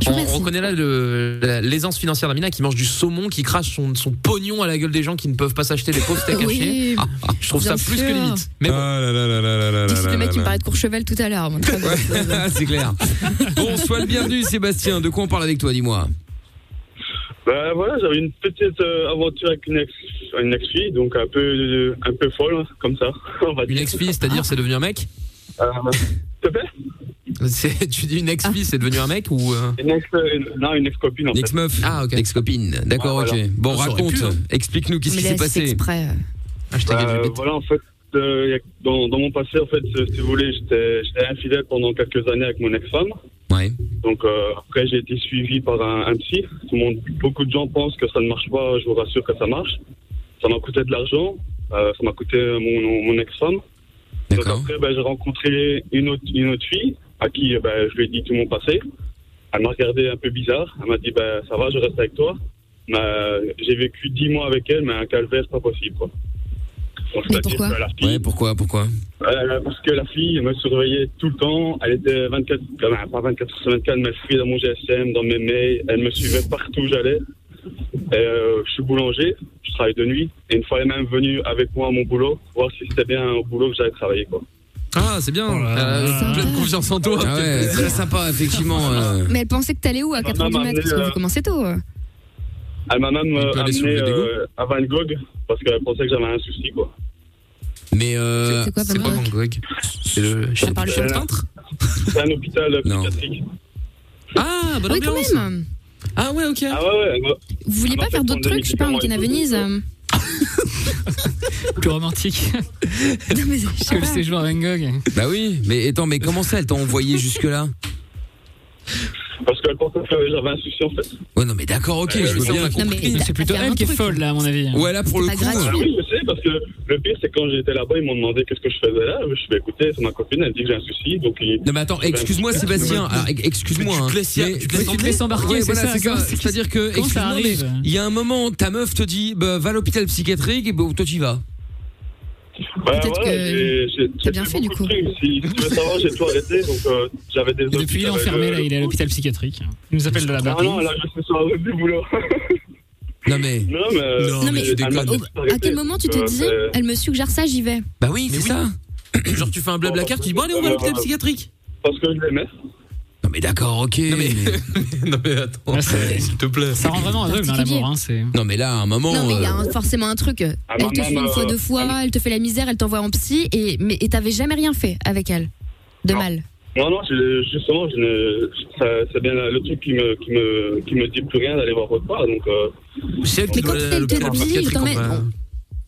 On reconnaît là le- la- l'aisance financière d'Amina qui mange du saumon, qui crache son, son pognon à la gueule des gens qui ne peuvent pas s'acheter les pauvres steaks Oui. hachés. Ah, ah, je trouve Bien ça plus sûr. que limite. Mais bon. C'est le mec qui me parlait de Courchevel tout à l'heure. moi. *laughs* C'est clair. Bon, sois le bienvenu, Sébastien. De quoi on parle avec toi, dis-moi Bah voilà, j'avais une petite euh, aventure avec une ex, une ex fille, donc un peu, euh, un peu folle, hein, comme ça. On va Euh, Une ex-fille, c'est-à-dire c'est devenu un mec C'est- Tu dis une Ah. ex-fille, c'est devenu un mec ou euh Une ex, euh, une- non, une ex copine en fait. Ex-meuf. Ah, ok. Ex-copine. D'accord, Ouais, voilà. ok. Bon, Ça aurait raconte. pu, hein. Explique-nous qu'est-ce qui s'est passé. Bah, voilà, en fait, euh, y a- dans, dans mon passé, en fait, euh, si vous voulez, j'étais j'étais infidèle pendant quelques années avec mon ex-femme. Ouais. Donc euh, après, j'ai été suivi par un, un psy. Tout le monde, beaucoup de gens pensent que ça ne marche pas. Je vous rassure que ça marche. Ça m'a coûté de l'argent. euh, ça m'a coûté mon, mon ex-femme. Donc après, ben, j'ai rencontré une autre, une autre fille à qui euh, ben, je lui ai dit tout mon passé. Elle m'a regardé un peu bizarre. Elle m'a dit ben, Ça va, je reste avec toi. Mais, euh, j'ai vécu 10 mois avec elle, mais un calvaire, pas possible. Quoi. Donc, c'est-à-dire que la Ouais, pourquoi, pourquoi euh, parce que la fille me surveillait tout le temps. Elle était 24, enfin, pas 24 sur 24, mais fouillée dans mon GSM, dans mes mails. Elle me suivait partout où j'allais. Et, euh, je suis boulanger, je travaille de nuit. Et une fois, elle est même venue avec moi à mon boulot, voir si c'était bien au boulot que j'allais travailler. Quoi. Ah, c'est bien. Oh Euh, Pleine confiance en toi. Ah Euh, ouais, très sympa, effectivement. euh. Mais elle pensait que t'allais où à 4 heures du maman mat m'a Parce que amené, vous euh, commencez tôt. euh. Elle m'a même euh, peut aller amené soulever des euh, à Van Gogh parce qu'elle pensait que j'avais un souci. Quoi. Mais euh, C'est quoi, Van c'est pas Gogh Van Gogh. C'est le je sais plus, C'est le un- peintre C'est un hôpital psychiatrique. Ah, bonne oui, quand ambiance. même. Ah ouais, ok. bah, Ah ouais, ouais. elle m'a- Vous vouliez elle pas m'a faire fait d'autres prendre des trucs, je sais pas, un week-end à médicaments et Venise tout. euh, Plus romantique. que le séjour à Van Gogh. Bah oui, mais attends, mais comment ça, elle t'a envoyé jusque-là Parce qu'elle pensait que j'avais un souci en fait. Ouais, non, mais d'accord, ok, Euh, je veux mais on bien. a compris. Non, mais C'est plutôt elle qui est folle, là, à mon avis. Ouais, là, pour le coup. euh, Ah oui, je sais, parce que le pire, c'est quand j'étais là-bas, ils m'ont demandé qu'est-ce que je faisais là. Je fais écouter, c'est ma copine, elle dit que j'ai un souci. Donc il... Non mais attends, excuse-moi Sébastien, Alors, ex- excuse-moi. hein. Mais- tu te laisses- tu te laisses embarquer, Ouais, c'est voilà, ça, c'est comment- C'est-à-dire que, comment ça excuse-moi, mais arrive il y a un moment, ta meuf te dit, bah, va à l'hôpital psychiatrique et bah, toi tu y vas. Bah, voilà, j'ai- j'ai- j'ai bien fait, beaucoup de trucs. Si si tu veux savoir, j'ai tout arrêté. Donc euh, j'avais des Depuis, euh, *laughs* il est enfermé, là, il est à l'hôpital psychiatrique. Il nous appelle de là-bas. Ah non, là, je suis sur la route du boulot. Non hein, mais. Non, mais. Non, mais tu déconnes. À quel moment tu te dis, elle me suggère ça, j'y vais Bah oui, c'est ça. *coughs* Genre tu fais un blabla car, tu dis bon allez on va à l'hôpital psychiatrique. Parce que je l'aimais. Non mais d'accord, ok. Non mais, non *laughs* mais attends, *laughs* s'il te plaît. Ça rend vraiment aveugle, hein, l'amour. hein, c'est- Non mais là, à un moment. Non, mais il y a euh, un- forcément un truc. elle te maman, fait une fois, euh, deux fois, elle te fait la misère, elle t'envoie en psy, et mais- et t'avais jamais rien fait avec elle de mal. Non, non, je- justement, je ne, ça, c'est bien le truc qui me, qui me, qui me dit plus rien d'aller voir votre part, donc. Euh, c'est qui doit elle te dit, je t'emmène-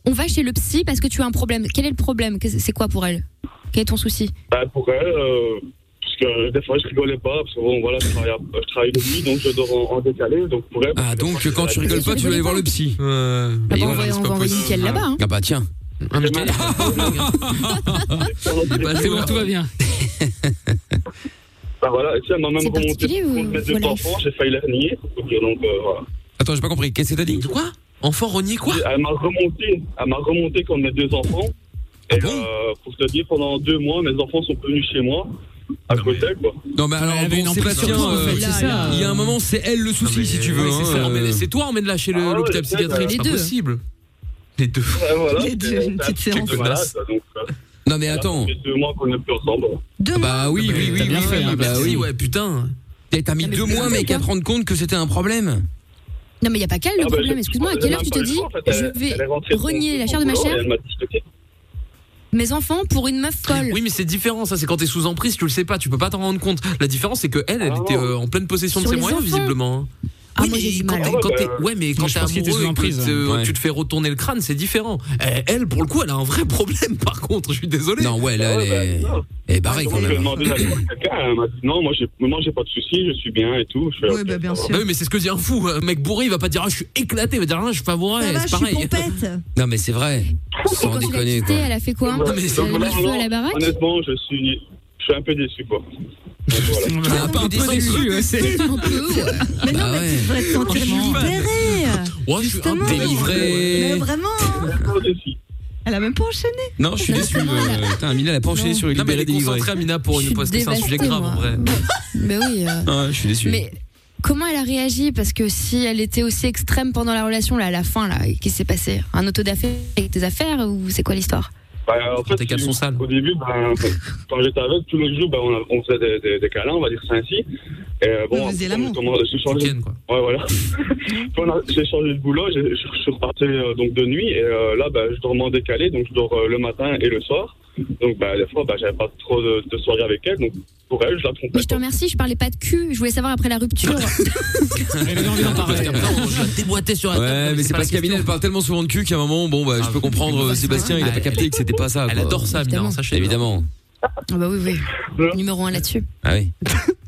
On va chez le psy parce que tu as un problème. Quel est le problème Qu'est-ce- C'est quoi pour elle Quel est ton souci Bah, pour elle, euh, parce que des fois je rigolais pas, parce que bon, voilà, je travaille, à- je travaille de nuit, donc je dors en, en décalé, donc pour elle. Ah, donc quand tu rigoles pas, tu vas aller voir le psy. Euh, Ah bah, on voilà, va- c'est on pas va envoyer possible. Mickaël là-bas, hein. Ah bah tiens. *laughs* C'est bon, tout va bien. Bah voilà, et tu sais, elle m'a même remonté particulier ou- pour mettre deux voilà. enfants, j'ai failli la renier, donc, euh, donc euh, voilà. Attends, j'ai pas compris. Qu'est-ce que t'as dit Quoi Enfant renié quoi Elle m'a remonté, elle m'a remonté quand mes deux enfants. Ah Et euh, pour te dire, pendant deux mois, mes enfants sont venus chez moi, à côté d'elle, quoi. Non mais alors, bon, Sébastien, euh, il y a un moment, c'est elle le souci si tu veux. oui, c'est hein, ça. euh, Emmène- c'est toi, emmène-la chez le- Ah ouais, l'hôpital peut-être, psychiatrique, euh, c'est pas les deux. possible. Les deux. Ouais, voilà, Les c'est- deux, une c'est petite un séance. peu malade, Connasse. donc, euh, Non mais là, attends. ça fait deux mois qu'on n'est plus ensemble. Bah oui, oui, oui, oui, hein, oui, bah oui, ouais, putain. T'as- T'as mis mais deux c'est mois, ça, mec, quoi. à te rendre compte que c'était un problème. Non, mais il n'y a pas qu'elle le Ah bah, problème. je- Excuse-moi, à quelle heure tu te dis, je vais renier la chair de ma chair, mes enfants, pour une meuf folle Oui, mais c'est différent, ça. C'est quand t'es sous emprise, tu le sais pas, tu peux pas t'en rendre compte. La différence, c'est que elle, elle était euh, en pleine possession de Sur ses les moyens, enfants. visiblement. hein. Ah, moi, j'ai du Quand mal. t'es- quand t'es- ouais, mais quand Moi, je t'es pense qu'il était amoureux sous et que emprise, te- euh, ouais. tu te fais retourner le crâne, c'est différent. Eh, Elle, pour le coup, elle a un vrai problème, par contre. Je suis désolé. Non, ouais, Ah là, elle est. Elle est barrée quand bah, Je lui ai même. demandé d'aller voir quelqu'un, elle m'a dit non, hein, moi j'ai, moi j'ai pas de soucis, je suis bien et tout. Je fais, ok, ça va. Bah oui, mais c'est ce que dit un fou. Un mec bourré, il va pas dire, ah, je suis éclaté. Il va dire, ah, je suis pas bourré. Ça va, C'est je pareil. suis pompette. Non mais c'est vrai. Sans Tu l'as déconner quittée, quoi. elle a fait quoi hein Ouais, Elle a donc, mis le non, feu à la non, baraque Honnêtement, je suis, je suis un peu déçu, quoi. *laughs* Donc, voilà. un peu déçu, ouais, c'est- Un peu, *laughs* ouais. Bah Mais non, mais tu devrais te sentir libérée. Eh, Ouais, je suis un peu Mais délivré. vraiment. Elle a même pas enchaîné. Non, je suis déçu. euh, Putain, Amina, elle a penché sur une Non, mais elle libérée est délivrée. concentrée, Amina, pour Je une suis parce que c'est un sujet dévastée, grave, moi. en *laughs* vrai. Mais oui. euh, Ah, je suis déçu. Mais comment elle a réagi Parce que si elle était aussi extrême pendant la relation, là, à la fin, là, qu'est-ce qui s'est passé Un auto d'affaires avec tes affaires ou c'est quoi l'histoire Bah, en fait, tu- Au début, ben, quand j'étais avec, tous les jours, ben, on, a- on faisait des, des- des câlins, on va dire ça ainsi. Et, euh, bon, on, comment- j'ai changé. Ouais, *laughs* voilà. Puis on a- j'ai changé de boulot, j'ai- je, je suis reparti euh, donc de nuit, et euh, là, ben, je dors en décalé, donc je dors euh, le matin et le soir. Donc, ben, des fois, ben, j'avais pas trop de, de soirée avec elle, donc pour elle, je la trompais. Mais je te remercie, je parlais pas de cul, je voulais savoir après la *laughs* rupture. Je la déboîtais sur la table. Ouais, mais c'est pas parce la qu'Amina, elle parle tellement souvent de cul qu'à un moment, bon, Ah, bah, je peux comprendre euh, Sébastien, il a pas capté que c'était pas ça. Elle adore ça, Amina, ça, je sais. Évidemment. Ah bah oui, oui. Numéro un là-dessus. Ah oui.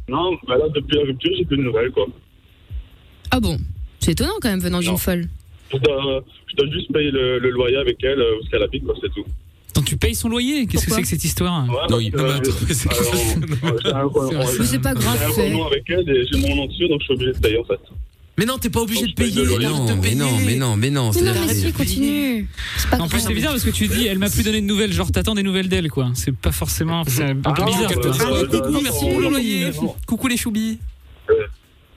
Non, ben, là, depuis la rupture, j'ai plus de nouvelles, quoi. Ah bon C'est étonnant quand même venant d'une folle. Je dois, je dois juste payer le, le loyer avec elle, euh, où elle habite, quoi, *laughs* c'est tout. Attends, tu payes son loyer Qu'est-ce que c'est que cette histoire Non, il- Euh, Mais c'est pas grave, J'ai un c'est- abonnement avec elle et j'ai mon nom dessus, donc je suis obligé de payer en fait. Mais non, t'es pas obligé de payer. Non, mais non, mais non, mais *laughs* non. Mais non, c'est-à-dire- mais si, continue. C'est pas En plus, grave. c'est bizarre parce que tu dis, elle m'a plus donné de nouvelles. Genre, t'attends des nouvelles d'elle, quoi. C'est pas forcément. C'est un peu bizarre qu'elle te dise, Ah, ouais, coucou, merci pour le loyer. Coucou les choubis.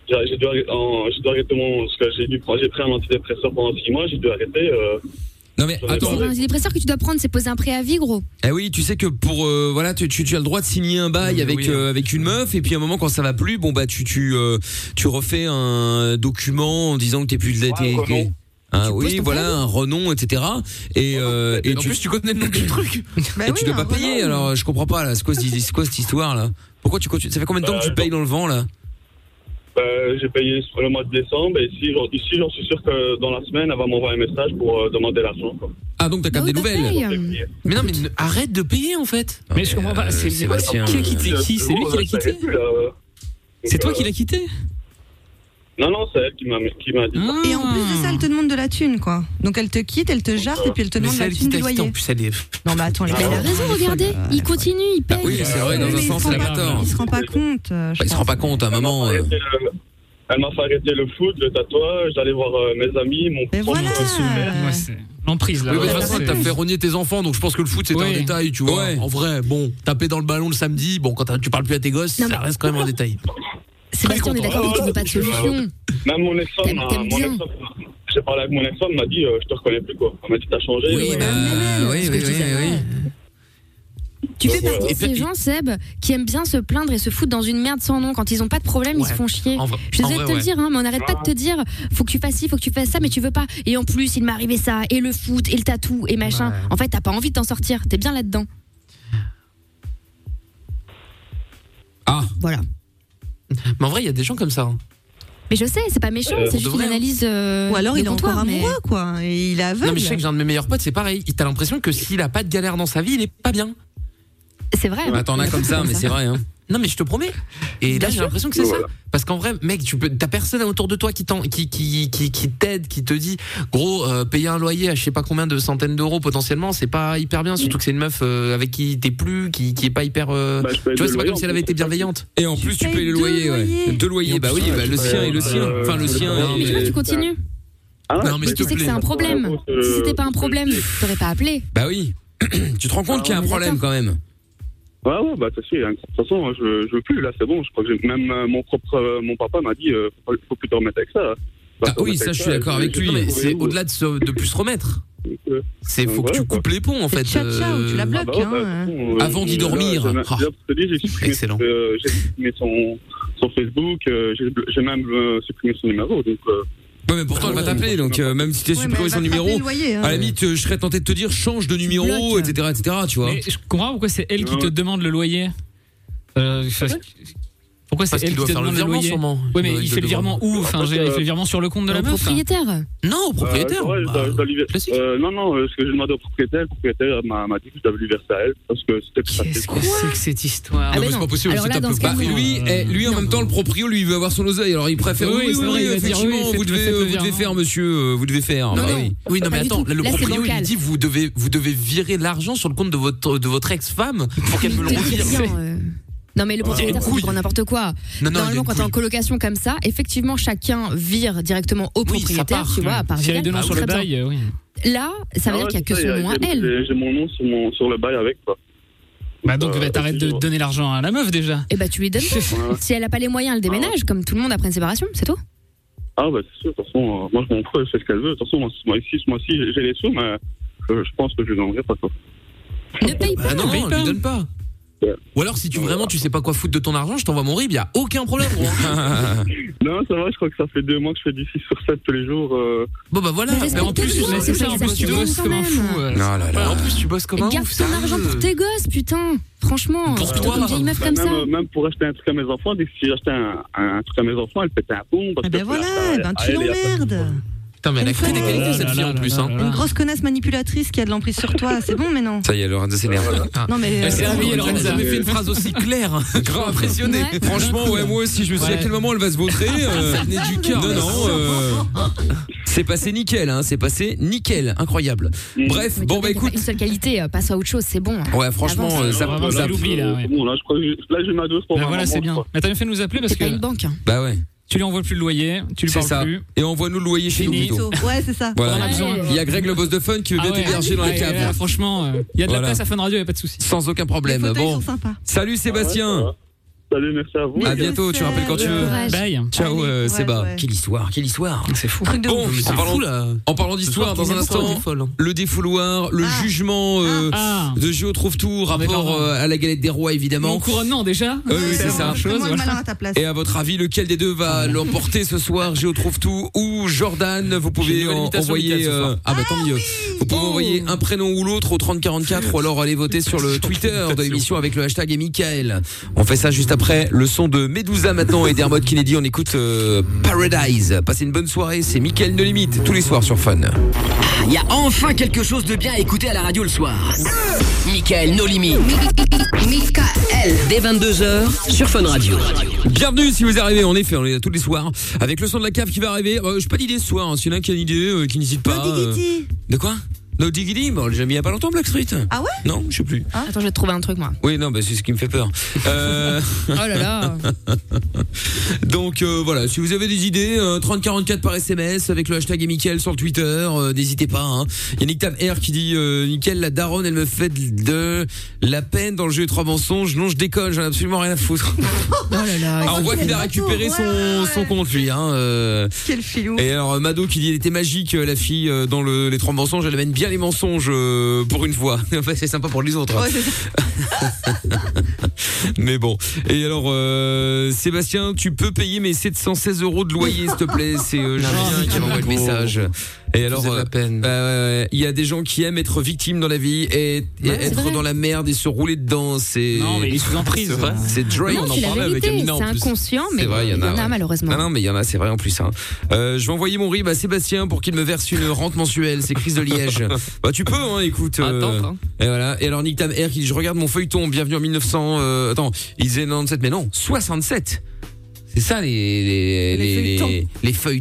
J'ai j'ai dû, arrêter- en- j'ai dû arrêter mon. Parce que j'ai dû prendre- j'ai pris un antidépresseur pendant 6 mois, j'ai dû arrêter. euh. Non mais bah, C'est Ah, un antidépresseur que tu dois prendre, c'est poser un préavis, gros. Eh oui, tu sais que pour euh, voilà, tu, tu, tu as le droit de signer un bail avec euh, avec une meuf et puis à un moment quand ça va plus, bon bah tu tu euh, tu refais un document en disant que t'es plus de la t'es- t'es- Hein, oui, voilà, un renom, etc. Et, euh, et en tu, plus, tu connais le nom du truc. et tu dois pas payer. Alors, je comprends pas là. C'est quoi, ce- c'est quoi cette histoire là Pourquoi tu continues Ça fait combien de temps que tu payes dans le vent là euh, j'ai payé sur le mois de décembre et ici, j'en- ici j'en suis sûr que dans la semaine, elle va m'envoyer un message pour euh, demander l'argent. quoi. Ah donc t'as quand même des nouvelles. Mais non, mais ne- arrête de payer en fait. Mais je comprends pas. C'est Sébastien, qui a quitté qui C'est lui qui l'a quitté C'est toi qui l'as quitté euh. Ah. Non, non, c'est elle qui m'a qui m'a dit. Et en plus de ça, elle te demande de la thune, quoi. Donc elle te quitte, elle te jarte et puis elle te demande la thune du loyer. plus, elle est. Non Bah, mais attends, les Mais elle a gars. raison, regardez, euh, il continue, il Ah paye. Oui, c'est vrai. Dans un sens, elle Bah, a pas tort. Il se rend pas compte. euh, je Il se rend pas compte à un moment. euh, Elle, euh, Elle m'a fait arrêter le foot, le tatouage, j'allais voir euh, mes amis, mon euh, Et voilà L'emprise là. Oui, mais de ouais, toute façon, c'est- t'as fait rogner tes enfants, donc je pense que le foot c'était un Oui. détail, tu vois. En vrai, bon, taper dans le ballon le samedi, bon, quand t'as- tu parles plus à tes gosses, ça reste quand même un détail. Sébastien, on est content. d'accord que tu veux pas de Euh, solution. Même mon ex-femme, T'aimes- hein, t'aimes mon bien. ex-femme, J'ai parlé avec mon ex-femme, elle m'a dit, euh, je te reconnais plus, quoi. Elle m'a dit, t'as changé. euh. Oui, bah, oui, oui, oui, oui. Tu fais Donc, partie voilà. de ces gens, Seb, qui aiment bien se plaindre et se foutre dans une merde sans nom. Quand ils ont pas de problème, ils se font chier. En vrai- Je suis en désolée de vrai, te le ouais. dire, hein, mais on n'arrête pas de te dire faut que tu fasses ci, faut que tu fasses ça, mais tu veux pas. Et en plus, il m'est arrivé ça, et le foot, et le tatou, et machin. En fait, t'as pas envie de t'en sortir. T'es bien là-dedans. Ah. Voilà. Mais en vrai, il y a des gens comme ça. hein. Mais je sais, c'est pas méchant, Euh, on c'est juste une devrait, hein. analyse. euh, Ou alors de il est comptoir, encore mais- amoureux, quoi. Et il est aveugle. Non, mais je sais que j'ai un de mes meilleurs potes, c'est pareil. Il- T'as l'impression que s'il a pas de galère dans sa vie, il est pas bien. C'est vrai. Bah, t'en as comme ça, mais c'est vrai. Hein. Non, mais je te promets. Et Bien là, j'ai sûr. l'impression que c'est Voilà. ça. Parce qu'en vrai, mec, tu peux, t'as personne autour de toi qui t'en, qui, qui, qui, qui t'aide, qui te dit, gros, euh, payer un loyer à je sais pas combien de centaines d'euros potentiellement, c'est pas hyper bien. Surtout que c'est une meuf euh, avec qui t'es plus, qui, qui est pas hyper. euh, Bah, je paye tu vois, le c'est pas loyer, comme si en elle avait été bienveillante. Et en plus, tu payes le loyer, ouais. Deux loyers, bah oui, bah, le sien et le sien. Enfin, le sien. Non, mais et... tu vois, Tu continues. non, mais Ah, Mais tu s'il te sais que plaît. c'est un problème. Euh, Si c'était pas un problème, t'aurais pas appelé. Bah oui. *clears throat* tu te rends compte Ah, qu'il y a un problème quand même. Ouais, ouais, bah, ça, c'est, hein. de toute façon, je, je veux plus, là, c'est bon. Je crois que j'ai- même euh, mon propre, euh, mon papa m'a dit, euh, faut, pas- faut plus te remettre avec ça. Ah oui, ça, je suis d'accord avec lui, mais c'est au-delà de, se- de plus se remettre. C'est faut que tu coupes bah. les ponts, en fait. euh, Ah hein, euh. Avant d'y dormir. Ah. Ah. Excellent. euh, J'ai supprimé son, son Facebook, euh, j'ai- j'ai même euh, supprimé son numéro, donc. euh, Ouais, mais pourtant, elle va t'appeler. Donc, euh, même si tu as Ouais, supprimé mais elle son va te numéro, rappeler le loyer, hein. à la limite, euh, je serais tenté de *laughs* te dire change de numéro, bloques. etc., etc., tu vois. Mais je comprends pourquoi c'est elle qui te demande le loyer. Euh, enfin, pourquoi Parce c'est qu'il elle doit qui te faire le demande le virement, loyer sûrement. Ouais, Il mais doit- il il fait doit le devoir- virement où Enfin, je veux euh, dire, euh, il fait le virement sur le compte de la Au meuf. hein. bah, propriétaire. Non, au propriétaire ouais, je dois- je dois lui- euh, Non, non, euh, ce que j'ai demandé au propriétaire, le propriétaire m'a m'a dit que je devais lui verser à elle parce que c'était plus facile. C'est que cette Ah, histoire. Non, Ah, mais c'est pas possible, Alors c'est là, top. dans ce Bah, cas-là, lui, eh, lui en même temps, le proprio, lui, il veut avoir son oseille. Alors, il préfère. Oui, Oui, oui, c'est vrai, il oui, va dire, oui, effectivement, faites- vous devez, faites le euh, vous virement. devez faire, monsieur, euh, vous devez faire. Bah oui. Oui, non, mais attends, le proprio, proprio, il dit vous devez, vous devez virer l'argent sur le compte de votre, de votre ex-femme pour qu'elle me *laughs* le Il te dit reverse. rien, euh. Non mais le Il y a une propriétaire c'est couille. pour n'importe Non, quoi. non, il y a Normalement une quand t'es en couille. colocation comme ça, effectivement chacun vire directement au Oui, ça propriétaire, part. tu vois, à Oui. part S'il y a Vidal, les deux noms sur très le bien. bail, euh, oui. Là, ça Ah veut dire ouais, qu'il y a que c'est ça, son nom à j'ai- elle. J'ai j'ai mon nom sur, mon, sur le bail avec, quoi. Bah donc, Euh, bah, t'arrêtes de effectivement. donner l'argent à la meuf déjà. Et bah tu lui donnes pas. Ouais. Si elle a pas les moyens, elle déménage comme tout le monde après une séparation, c'est tout. Ah, bah, c'est sûr, de toute façon, euh, moi, je m'en fous, elle fait ce qu'elle veut. De toute façon, moi, ce mois-ci, ce mois-ci, j'ai- j'ai les sous, mais euh, je pense que je ne donnerai pas, quoi. Ne paye pas. Bah, Ah non, paye non, pas. lui donne pas. Ou alors, Euh, si tu vraiment tu sais pas quoi foutre de ton argent, je t'envoie mon RIB, y a aucun *laughs* problème. gros. non, ça va, je crois que ça fait deux mois que je fais du 6 sur 7 tous les jours. euh. Bon, bah voilà, mais en plus, Mais c'est ça, en plus, tu bosses comme un fou, euh, Non, Oh là, là. En plus, tu bosses comme un Garde ouf. ton argent pour tes gosses, putain. Franchement, surtout une vieille meuf Bah, comme même, ça. euh, même pour acheter un truc à mes enfants, dès que si j'achetais un, un truc à mes enfants, elle pète un pont. Eh Parce Ah ben que- voilà, ah, ben ah, tu elle est- l'emmerdes. Putain, mais elle a que des qualités, cette fille en plus. hein. Une grosse connasse manipulatrice qui a de l'emprise sur toi, c'est bon mais non. Ça y est, Lorenzo s'énerve. Non, mais, Elle euh, s'est c'est réveillée, vrai, Lorenzo. elle a Elle jamais fait fait une une phrase aussi claire. *laughs* Grave impressionné. Ouais. Franchement, ouais, moi aussi, je me suis dit à Ouais. quel moment elle va se vautrer. euh, Ça venait du cœur, Non, là. non. euh, C'est passé nickel, hein. C'est passé nickel. Incroyable. Bref, bon, bah T'as pas écoute. Une seule qualité, euh, passe à autre chose, c'est bon. hein. Ouais, franchement, Avance. euh, ça Vraiment, ça- c'est l'oubli, là, ouais. Bon, là, je crois que j'ai- là, j'ai ma dose pour Bah ma voilà, maman, c'est je bien. crois. Mais t'as bien fait de nous appeler parce que. banque. Bah ouais. Tu lui envoies plus le loyer, tu lui C'est parles ça. plus. Et envoie-nous le loyer chez nous Fini. plutôt. Ouais, c'est ça. Voilà. Il y a Greg le boss de fun qui veut Ah bien ouais. t'héberger dans la Ouais, cave. ouais, franchement, euh, il y a de la Voilà. place à Fun Radio, il y a pas de souci. Sans aucun problème. Bon. Salut Sébastien. Salut, merci à vous. À bientôt, Oh, tu rappelles quand tu veux. Courage. Bye. Ciao euh, Ouais, Séba. ouais. Quelle histoire, quelle histoire. C'est fou. Bon, Truc de ouf. en C'est parlant, fou, là. en parlant Ce soir, d'histoire, dans tout un le monde instant, est folle, hein. le défouloir, le jugement euh, Ah. de Géo trouve tout, rapport pardon. euh, à la galette des rois évidemment. En couronnement déjà Oui, oui, c'est ça. Chose, hein. voilà. Et à votre avis, lequel des deux va l'emporter ce soir Géo trouve tout ou Jordan Vous J'ai pouvez une nouvelle en- invitation envoyer Mickaël, ce soir. Oh. euh, ah bah tant mieux. Vous pouvez envoyer un prénom ou l'autre au 3044 ou alors aller voter sur le Twitter de l'émission avec le hashtag et Michael. On fait ça juste après le son de Medusa maintenant et d'Hermod Kennedy. On écoute euh, Paradise. Passez une bonne soirée. C'est Michael de limite tous les soirs sur Fun. Il y a enfin quelque chose de bien à écouter à la radio le soir. Michael No Limit. Michael. Dès 22h sur Fun Radio. Bienvenue si vous arrivez, en effet, on est là tous les soirs avec le son de la cave qui va arriver. Euh, J'ai pas d'idée ce soir, hein. s'il y en a qui a une idée, euh, qui n'hésite pas. euh, De quoi No Diggity, bon, j'ai mis il y a pas longtemps Black Street. Ah ouais Non, je sais plus. Attends, je vais te trouver un truc, moi. Oui, non, bah, c'est ce qui me *laughs* fait peur. Euh, Oh là là. *laughs* Donc euh, voilà, si vous avez des idées, euh, 3044 par SMS avec le hashtag et Mickaël sur le Twitter, euh, n'hésitez pas. Hein. Il y a Nick Tam R qui dit euh, Mickaël, la daronne, elle me fait de de la peine dans le jeu des trois mensonges. Non, je déconne, j'en ai absolument rien *laughs* à foutre. Oh là là. Ah, on voit qu'il a récupéré son, son compte lui. Hein, euh. Quel filou. Et alors euh, Mado qui dit elle était magique euh, la fille euh, dans le- les trois mensonges, elle amène bien les mensonges euh, pour une fois. *laughs* Enfin, c'est sympa pour les autres. hein. *laughs* mais bon. Et alors euh, Sébastien, tu peux payer mes 716 euros de loyer s'il te *laughs* plaît. C'est euh, Julien qui m'envoie le message. Et alors, euh, euh, il y a des gens qui aiment être victimes dans la vie et, et être dans la merde et se rouler dedans. C'est Non, mais il est sous emprise. C'est vrai. C'est Drake. Non, tu l'as vérité, c'est inconscient, mais C'est vrai, il y en a, ouais. malheureusement. Non, non, mais il y en a, c'est vrai en plus. hein. Euh, je vais envoyer mon RIB à Sébastien pour qu'il me verse une rente mensuelle. C'est Crise de *laughs* Liège. bah, tu peux, hein, écoute. euh, Et voilà. Et alors, Nick Tam R qui dit Je regarde mon feuilleton, bienvenue en 1900. euh, attends, il disait 97, mais non, 67. C'est ça les, les, les, les- les feuilletons.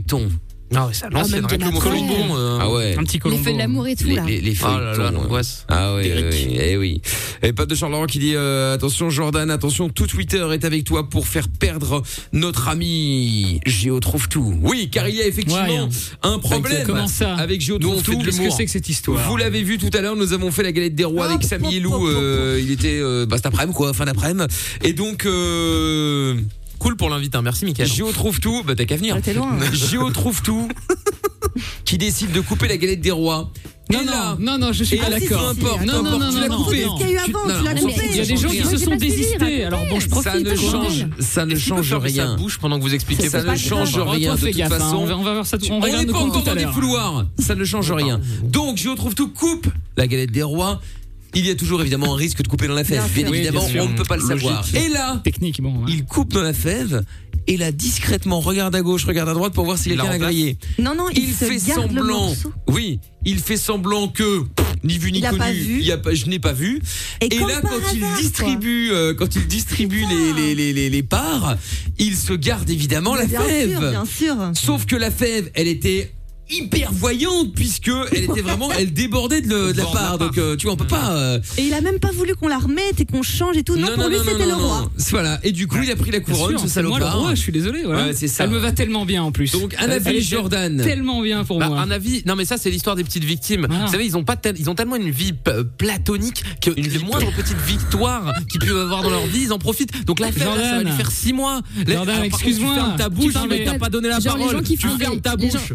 Ah ouais, ça, Ah, l'ancienne, même de rien que le mot l'après. Colombo, euh, ah ouais. un petit Les feux de l'amour et tout, Les, là. les, les Ah là feuilletons, là, ouais. Ah oui, oui, eh oui. Et pas de Charles Laurent qui dit euh, attention Jordan, attention tout Twitter est avec toi pour faire perdre notre ami Géo trouve tout. Oui, car il y a effectivement Ouais, hein. un problème Comment ça avec Géo Nous, on trouve fait tout. de l'humour. Qu'est-ce que c'est que cette histoire Vous l'avez vu tout à l'heure, nous avons fait la galette des rois avec Samy et Lou. euh, il était euh, bah, cet après-midi quoi, fin d'après-midi. Et donc. euh, Cool pour l'invite, hein. merci Mickaël. Géo trouve tout, bah t'as qu'à venir. Ah, t'es loin, hein. Géo trouve tout, qui décide de couper la galette des rois. Non, Et là- non, non, je suis et pas là, d'accord. Peu importe, Non, peu non, importe, non, tu l'as non, coupé. non. Qu'est-ce qu'il y a eu Tu- avant non, Tu l'as non, coupé. Il y a des gens qui se sont désistés. Alors bon, je profite, Ça ne je change, change. ça ne Est-ce qu'il peut change fermer sa rien. bouche pendant que vous expliquez Ça pas ne que c'est change grave. rien. Toi, De fais toute gaffe, hein, façon, on va- on va voir ça tout- on On regarde n'est nos pas comptes encore tout à dans les l'heure. fouloirs. Ça ne change rien. Donc, je retrouve tout coupe la galette des rois. Il y a toujours évidemment un risque de couper dans la fève. Bien Oui, évidemment, sûr. on ne peut pas le Logique. savoir. Et là, technique, bon. il coupe dans la fève. Et là, discrètement, regarde à gauche, regarde à droite pour voir si quelqu'un a grillé. Non, non, il, Il se fait garde le semblant. morceau. Oui, il fait semblant que pff, ni vu ni Il a connu. pas vu. il y a pas- je n'ai pas vu. Et Et, comme là, par quand il hasard, distribue, euh, quand il distribue les, les, les, les, les parts, il se garde évidemment Oh, la Bien fève. sûr, bien sûr. Sauf que la fève, elle était hyper voyante puisque elle était *laughs* vraiment, elle débordait de, le- de la part. Donc euh, tu vois, on peut pas. euh, Et il a même pas voulu qu'on la remette et qu'on change et tout. Non, pour lui, c'était le roi. Voilà. Et du coup, il a pris la couronne, sûr, ce c'est moi salopard. le roi, je suis désolé, voilà. Ouais, c'est ça. Elle me va tellement bien en plus. Donc, un Elle avis, était Jordan. Tellement bien pour Bah, moi. Un avis. Non, mais ça, c'est l'histoire des petites victimes. Vous savez, ils ont pas, tel- ils ont tellement une vie p- euh, platonique que les moindres petites victoires qu'ils peuvent avoir dans leur vie, ils en profitent. Donc la fête, là, ça va Jordan. lui faire six mois. Là, Jordan, alors, par contre, excuse-moi. Tu fermes ta Tu bouche, parles mais de- t'as pas donné la genre les gens parole. qui Tu font des- fermes ta les bouche. gens-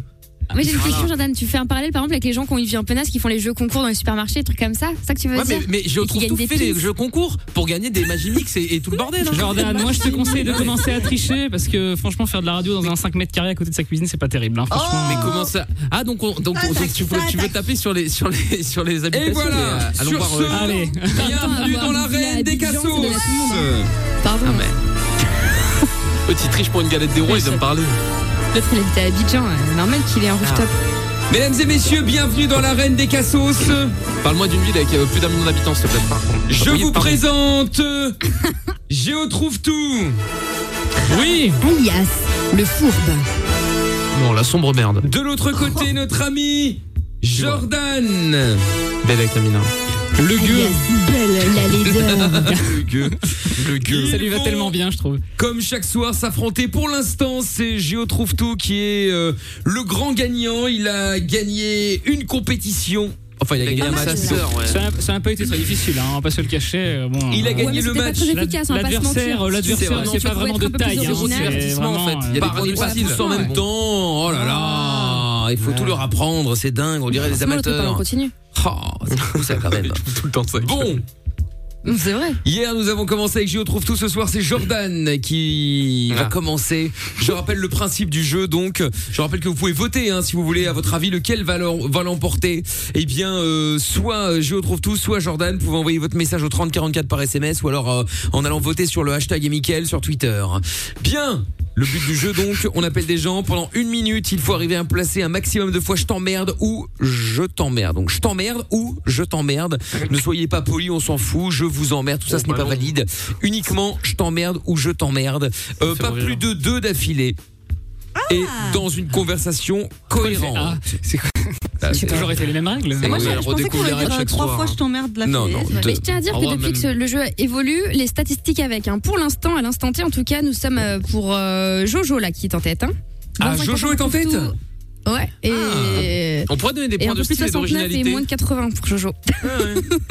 Mais j'ai une Voilà. question, Jordan. Tu fais un parallèle, par exemple, avec les gens qui ont une vie un peu naze, qui font les jeux concours dans les supermarchés, trucs comme ça. C'est ça que tu veux Ouais, mais, dire mais je Et qui trouve gagnent tout des fait les prises. jeux concours pour gagner des Magimix et, et tout le bordel. hein. Jordan, moi je te conseille de commencer à tricher parce que franchement faire de la radio dans un 5 mètres carrés à côté de sa cuisine c'est pas terrible. hein, franchement. mais comment ça Ah donc, on- donc, on- donc tu, veux, tu veux taper sur les sur les sur les habitations. euh, voilà, Ah, bah, des- allons sur voir, euh, ce, Allez. Bienvenue dans l'arène des cassos. Pardon. Ah, Petit triche pour une galette des rois, il doit me parler. L'autre, il habite à Abidjan. hein. C'est normal qu'il ait un rooftop. Mesdames et messieurs, bienvenue dans l'arène des cassos. Parle-moi d'une ville avec euh, plus d'un million d'habitants, s'il te plaît. par contre. Je Oui, vous pardon. présente euh, Géo trouve tout. Oui. Alias, le fourbe. Non, la sombre merde. De l'autre côté, *laughs* notre ami Jordan. Belle avec la mine. hein. Le gueux. *laughs* Le gueux. Le gueux. Ça lui va tellement bien je trouve. *laughs* Comme chaque soir, s'affronter. Pour l'instant, c'est Géo trouve tout qui est euh, le grand gagnant. Il a gagné une compétition. Enfin, il a, gagné un match. plutôt. Ça a- ça n'a pas été très difficile, hein, on va pas se le cacher. euh, Bon, Il a euh, gagné le match. hein, euh, L'adversaire, euh, l'adversaire, c'est pas vraiment de taille. hein, Zéro c'est divertissement en vraiment, euh, fait. Il y a des par- produits faciles tous en même temps. Oh là là, il faut tout leur apprendre. C'est dingue. On dirait les Forcément, l'autre est pas amateurs. en continu. Oh, c'est fou, ça *laughs* quand même. Tout le temps ça. Bon, Mm, C'est vrai. Hier, nous avons commencé avec Géo Trouve Tout. Ce soir, c'est Jordan qui Ah. va commencer. Je rappelle le principe du jeu, donc. Je rappelle que vous pouvez voter, hein, si vous voulez, à votre avis, lequel va l'em- va l'emporter. Eh bien, euh, soit euh, Géo Trouve Tout, soit Jordan. Vous pouvez envoyer votre message au 3044 par SMS ou alors euh, en allant voter sur le hashtag et Mickaël sur Twitter. Bien le but du jeu donc, on appelle des gens pendant une minute, il faut arriver à placer un maximum de fois je t'emmerde ou je t'emmerde. Donc je t'emmerde ou je t'emmerde. Ne soyez pas poli, on s'en fout, je vous emmerde, Oh, tout ça ce n'est pas valide. Uniquement je t'emmerde ou je t'emmerde. Euh, pas hein. Ah. plus de deux d'affilée. Et dans une conversation cohérente. Ah, c'est quoi C'est toujours été les mêmes règles. Moi, je- je pensais qu'on redécouvre les aurait règles dit, euh, chaque trois soir, fois hein. je t'emmerde la Non, fille. non, Ouais. deux. Mais je tiens à dire Au que revoir, depuis que même. ce- le jeu évolue, les statistiques avec. hein. Pour l'instant, à l'instant T, en tout cas, nous sommes euh, pour euh, Jojo là qui est en tête. hein. Ah, 25% Jojo est en tête Ouais. Et. Ah. On pourrait donner des et points un de peu plus style et 69 et d'originalité. moins de 80 pour Jojo.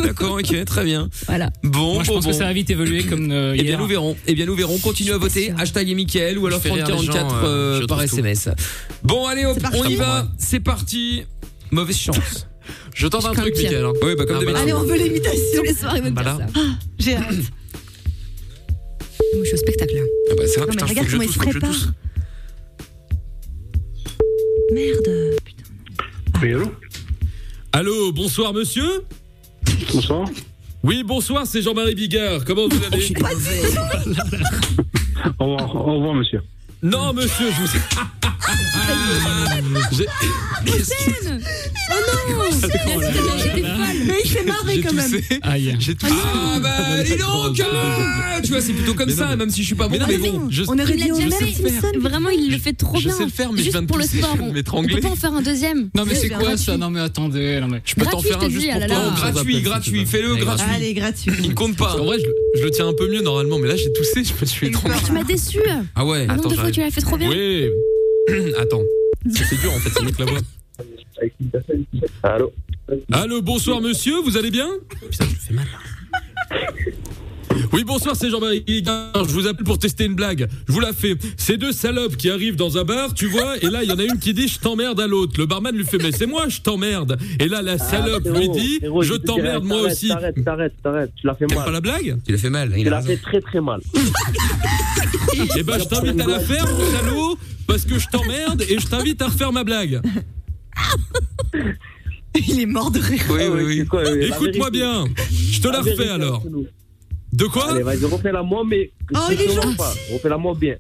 D'accord, ok, très bien. *laughs* Voilà. Bon, Moi, je bon, pense que bon. ça va vite évoluer comme euh, Eh bien, hier. nous verrons. Eh bien, nous verrons. Continue à voter. Hashtag et Mickaël ou alors fais rire les 3044 gens, euh, euh, je par trouve tout. SMS. Bon, allez, hop, C'est parti. on y Je t'apprends, va. C'est parti. Mauvaise chance. Je tente un truc, Mickaël. hein. Ah, Oui, bah, comme d'habitude. Allez, on veut l'imitation. Tous les soirs, ils vont Bah dire là. ça. Ah, J'ai hâte. Je suis au spectacle là. Ah bah, ça va, Non, mais putain, je regarde faut que comment je il se tousse, faut que je prépare. tousse. Oui, allô Allô, bonsoir monsieur Bonsoir. Oui, bonsoir, c'est Jean-Marie Bigard. Comment vous allez Au revoir, au revoir, monsieur. Non, monsieur, je vous... Ah, J'ai- Hussein *laughs* Oh non Hussein J'étais folle Mais il s'est marré quand même. Aïe. Ah *laughs* bah, dis donc euh, Tu vois, c'est plutôt comme ça, même si je suis pas bon. Mais bon, je- Il l'a déjà fait, Vraiment, il le fait trop Je bien. sais le faire, mais je juste viens de pour le tousser, sport. je vais on- m'étrangler. On peut pas en faire un deuxième. Non mais Tu sais, c'est quoi gratuit. ça Non mais attendez, non mais Je peux t'en Gratuit, faire je un te juste dis, pour ah là toi. *laughs* là. Gratuit, gratuit, fais-le, Ah, gratuit. Allez, gratuit. Il compte pas. En vrai, je, le tiens un peu mieux normalement, mais là j'ai toussé, je me suis étranglé. Tu m'as déçu. Ah ouais, Le attends. nombre de fois j'arrive. tu l'as fait trop bien. *clears throat* Oui. attends. C'est dur en fait, c'est mieux que la voix. Allô Allô, bonsoir monsieur, vous allez bien Oui, bonsoir, c'est Jean-Marie Guigard. Je vous appelle pour tester une blague. Je vous la fais. Ces deux salopes qui arrivent dans un bar, tu vois, et là, il y en a une qui dit je t'emmerde à l'autre. Le barman lui fait mais c'est moi, je t'emmerde. Et là, Ah, la salope lui dit je t'emmerde moi aussi. T'arrête, t'arrête, t'arrête. Tu l'as fait T'aimes mal. pas la blague Tu l'as fait mal. Tu l'as fait très très mal. Eh ben, je t'invite à la faire, mon salaud, parce que je t'emmerde et je t'invite à refaire ma blague. *laughs* Il est mort de rire. Oui, oui, oui. Écoute-moi bien. Je te la Ah, refais alors. De quoi Allez, vas-y, refais-la moi, mais. Oh, il est justement gentil. pas. Refais-la moi bien.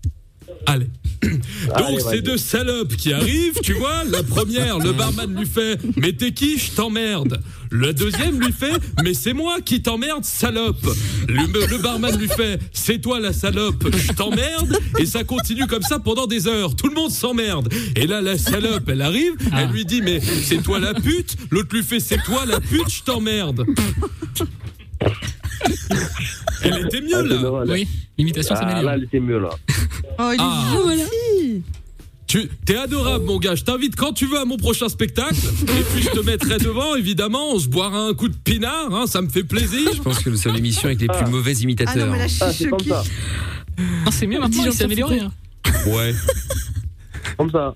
Allez. Allez, Donc vas-y. ces deux salopes qui arrivent, tu vois, la première, le barman lui fait "Mais t'es qui Je t'emmerde." La deuxième lui fait "Mais c'est moi qui t'emmerde, salope." Le, le barman lui fait "C'est toi la salope, je t'emmerde." Et ça continue comme ça pendant des heures. Tout le monde s'emmerde. Et là la salope, elle arrive, elle lui dit "Mais c'est toi la pute." L'autre lui fait "C'est toi la pute, je t'emmerde." Elle était mieux là. Oui, l'imitation Ah, s'améliore. là, elle était mieux là. Oh, il est Ah. gentil. Tu t'es adorable mon gars, je t'invite quand tu veux à mon prochain spectacle et puis je te *laughs* mettrai devant évidemment, on se boira un coup de pinard hein, ça me fait plaisir. Je pense que nous sommes l'émission avec les plus mauvais Ah non, imitateurs. mais là, je suis Ah, c'est comme choquée. ça. Non, Ah, c'est mieux maintenant, il s'est amélioré. hein. Ouais. Comme ça.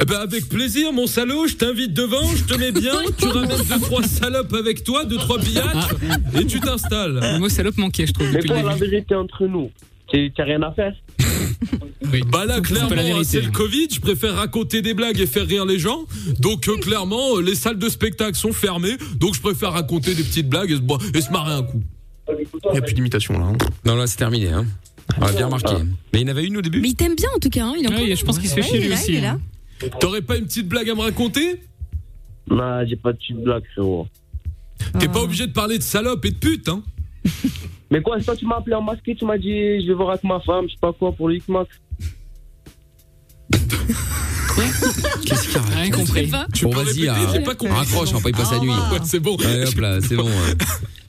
Eh ben avec plaisir mon salaud, je t'invite devant, je te *laughs* mets bien, tu ramènes deux trois salopes avec toi, deux trois billâtres Ah. et tu t'installes. Le mot salope manquait je trouve Mais depuis toi, le la début. vérité entre nous. Tu t'as rien à faire. Bah là C'est un peu la clairement hein, vérité. c'est le Covid, je préfère raconter des blagues et faire rire les gens. Donc euh, clairement euh, les salles de spectacle sont fermées, donc je préfère raconter des petites blagues et se, bo- et se marrer un coup. Il n'y a plus d'imitation là. hein. Non, là c'est terminé. Hein. On l'a bien remarqué. Ah. Mais il y en avait une au début. Mais il t'aime bien en tout cas. hein, Il est Ouais, je pense qu'il se fait Ouais, chier il est lui là, il aussi. est là. hein. T'aurais pas une petite blague à me raconter Non, j'ai pas de petite blague, frérot. T'es pas obligé de parler de salope et de pute, hein Mais quoi, toi, tu m'as appelé en masqué, tu m'as dit, je vais voir avec ma femme, je sais pas quoi, pour le X-Max. Qu'est-ce qu'il y a Rien compris. Bon, peux vas-y, répéter, ah, euh, j'ai pas compris. raccroche, hein, on va pas y passer la nuit. Ouais, c'est bon. Allez, hop là, c'est bon. hein. *laughs*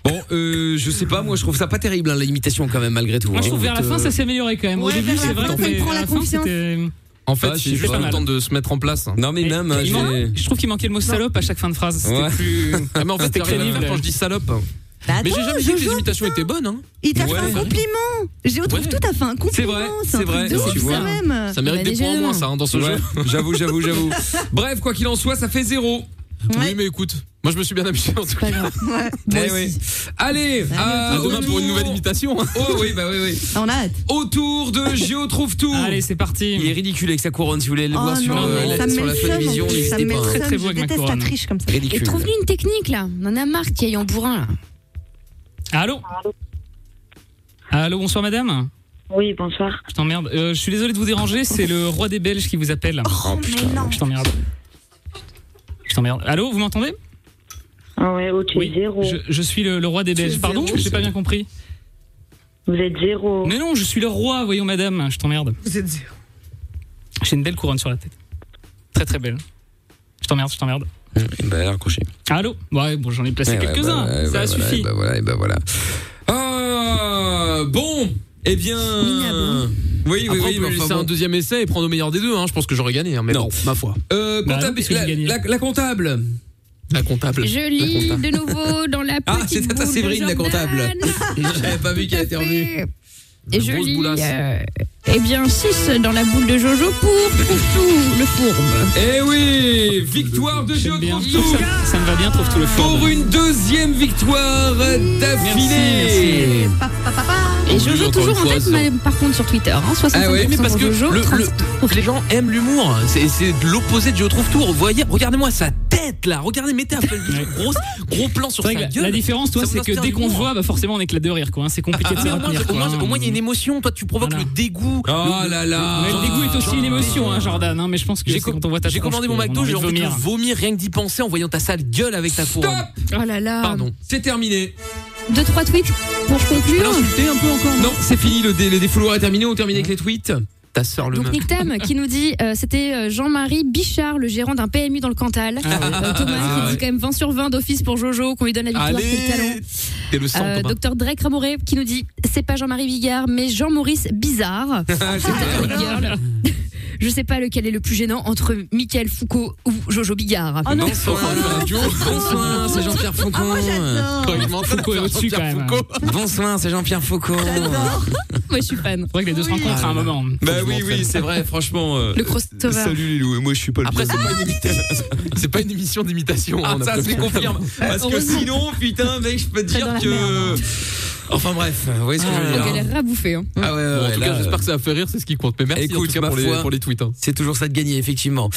Bon, euh, je sais pas, moi je trouve ça pas terrible hein, la limitation quand même malgré tout. Moi je hein. trouve vers la Vous fin êtes, ça s'est amélioré quand même. Au Ouais, début vers la c'est fin, vrai ça, il mais prend à la la fin, confiance. c'était- En Ah, fait, c'est j'ai juste pas le mal. temps de se mettre en place. hein. euh, Non mais Et- même, hein, il j'ai- manque- je trouve qu'il manquait le mot salope à chaque fin de phrase. C'était Ouais. plus. Ah, mais en fait, C'était t'as rien à crédible. faire quand je dis salope. Bah, Mais j'ai attends, jamais dit que les Jojo, imitations étaient bonnes. hein. Il t'a Ouais. fait un compliment. Je trouve Ouais. tout à fait un compliment. C'est vrai, un c'est truc vrai, de tu ouf, vois. ça même. Ça mérite Bah, des points en déjà, moins, ça, hein, dans ce Ouais, jeu. *laughs* j'avoue, j'avoue, *laughs* j'avoue. Bref, quoi qu'il en soit, ça fait zéro. Oui, mais écoute, moi je me suis bien amusé en tout cas. *laughs* Ouais. Eh oui. Allez, À à demain pour une nouvelle imitation. hein. Oh oui, bah oui, oui. *laughs* On a hâte. Autour de Géo trouve tout. Allez, c'est Il est parti. ridicule avec sa couronne. Si vous voulez le voir Oh sur, non, euh, ça la, me sur met la le seum, télévision, en plus, ça me n'hésitez met pas. le hein. Très, seum, très beau Je avec ma déteste la couronne. triche comme ça. Et Ridicule. trouve-nous une technique là. On en a marre qu'il y ait en bourrin là. Allô Allô, bonsoir madame. Oui, bonsoir. Je t'emmerde. Euh, je suis désolé de vous déranger, c'est le roi des Belges qui vous appelle. Oh, mais non. Je t'emmerde. Je t'emmerde. Allô, vous m'entendez Ah ouais, oh, tu es zéro. Je, je suis le, le roi des Belges. Pardon, j'ai pas bien compris. Vous êtes zéro. Mais non, je suis le roi, voyons madame. Je t'emmerde. Vous êtes dur. J'ai une belle couronne sur la tête. Très très belle. Je t'emmerde, je t'emmerde. Eh ben, elle a raccroché. Allô Ouais, bon, j'en ai placé Eh ouais, Ben, quelques-uns. bah ouais, ça bah a voilà, suffi. bah voilà, et bah voilà. Ah, bon, eh bien. hein. Oui, oui, Après, oui. on peut lui laisser un deuxième essai et prendre au meilleur des deux. Hein. Je pense que j'aurais gagné, hein, mais bon, ma foi. Euh, comptable, la, la- la comptable. La comptable. Je lis La compta. de nouveau dans la petite Ah, c'est boule Tata de Séverine, la Jordan. comptable. *laughs* J'avais pas vu qu'elle était revenue. Et je lis, euh, eh bien 6 dans la boule de Jojo pour Proutou, le fourbe. Eh oui, victoire de Joe Trouve-Tout. Ça me va bien, trouve tout le fourbe. Pour une deuxième victoire d'affilée. Et Jojo Encore toujours en une fois, tête, ça. mais par contre sur Twitter, hein, 60% Ah ouais, mais parce pour que Jojo. le- le- 30. les gens aiment l'humour. hein. C'est c'est de l'opposé du retrouve tour. Voyez, regardez-moi sa tête là. Regardez, mettez un peu le grosse- gros plan sur C'est sa vrai que gueule. la, la différence, toi, Ça vous c'est que inspire dès du qu'on se humour. voit, bah forcément, on éclate de rire, quoi. hein. C'est compliqué Ah, de se mais au moins, retenir, au moins- quoi, au moins, hein. il y a une émotion. Toi, tu provoques le dégoût. Oh le- là là. Mais le dégoût est aussi une émotion, hein, Jordan. hein, mais je pense que J'ai c'est co- quand on voit ta J'ai tronche commandé mon qu'on a McDo, envie j'ai de envie de vomir. vomir rien que d'y penser en voyant ta sale gueule avec ta couronne. Oh là là. Pardon. C'est terminé. Deux trois tweets pour conclure. un peu encore. Non, c'est fini. Le, dé- le défouloir est terminé. On termine avec les tweets. Ta sœur le Donc Nick Tam qui nous dit euh, c'était euh, Jean-Marie Bichard, le gérant d'un PMU dans le Cantal. Euh, Thomas Ah qui ouais. dit quand même 20 sur 20 d'office pour Jojo, qu'on lui donne la victoire Allez, sur le talon. T'es le sang, Euh, Thomas. Docteur Drake Ramoré qui nous dit c'est pas Jean-Marie Bigard mais Jean-Maurice *laughs* Bizarre. Ah *laughs* Je sais pas lequel est le plus gênant entre Michael Foucault ou Jojo Bigard. Oh Bonsoir, le duo. Bonsoir, c'est Jean-Pierre Foucault. Heureusement, Foucault est au-dessus, quand même. Bonsoir, c'est Jean-Pierre Foucault. *laughs* Moi je suis fan. Faudrait que les deux se rencontrent à un moment. Bah oui, oui, c'est vrai, franchement. euh, Le crossover. Salut les loups, et moi je suis pas le Après, bienvenu. c'est pas une imitation. C'est Ah, pas une émission d'imitation. Ah, hein, on ça, appelle je confirme. Parce que Heureusement. sinon, putain, mec, je peux te Très dans dire la Ah, que. Enfin bref, vous voyez ce que je veux Donc dire. elle hein. est rabouffée. hein. Ah ouais, ouais, Bon, en ouais, tout là, cas, euh, j'espère que ça a fait rire, c'est ce qui compte. Mais merci en Écoute, tout cas, ma pour, les, foi. pour les tweets. hein. C'est toujours ça de gagner, effectivement.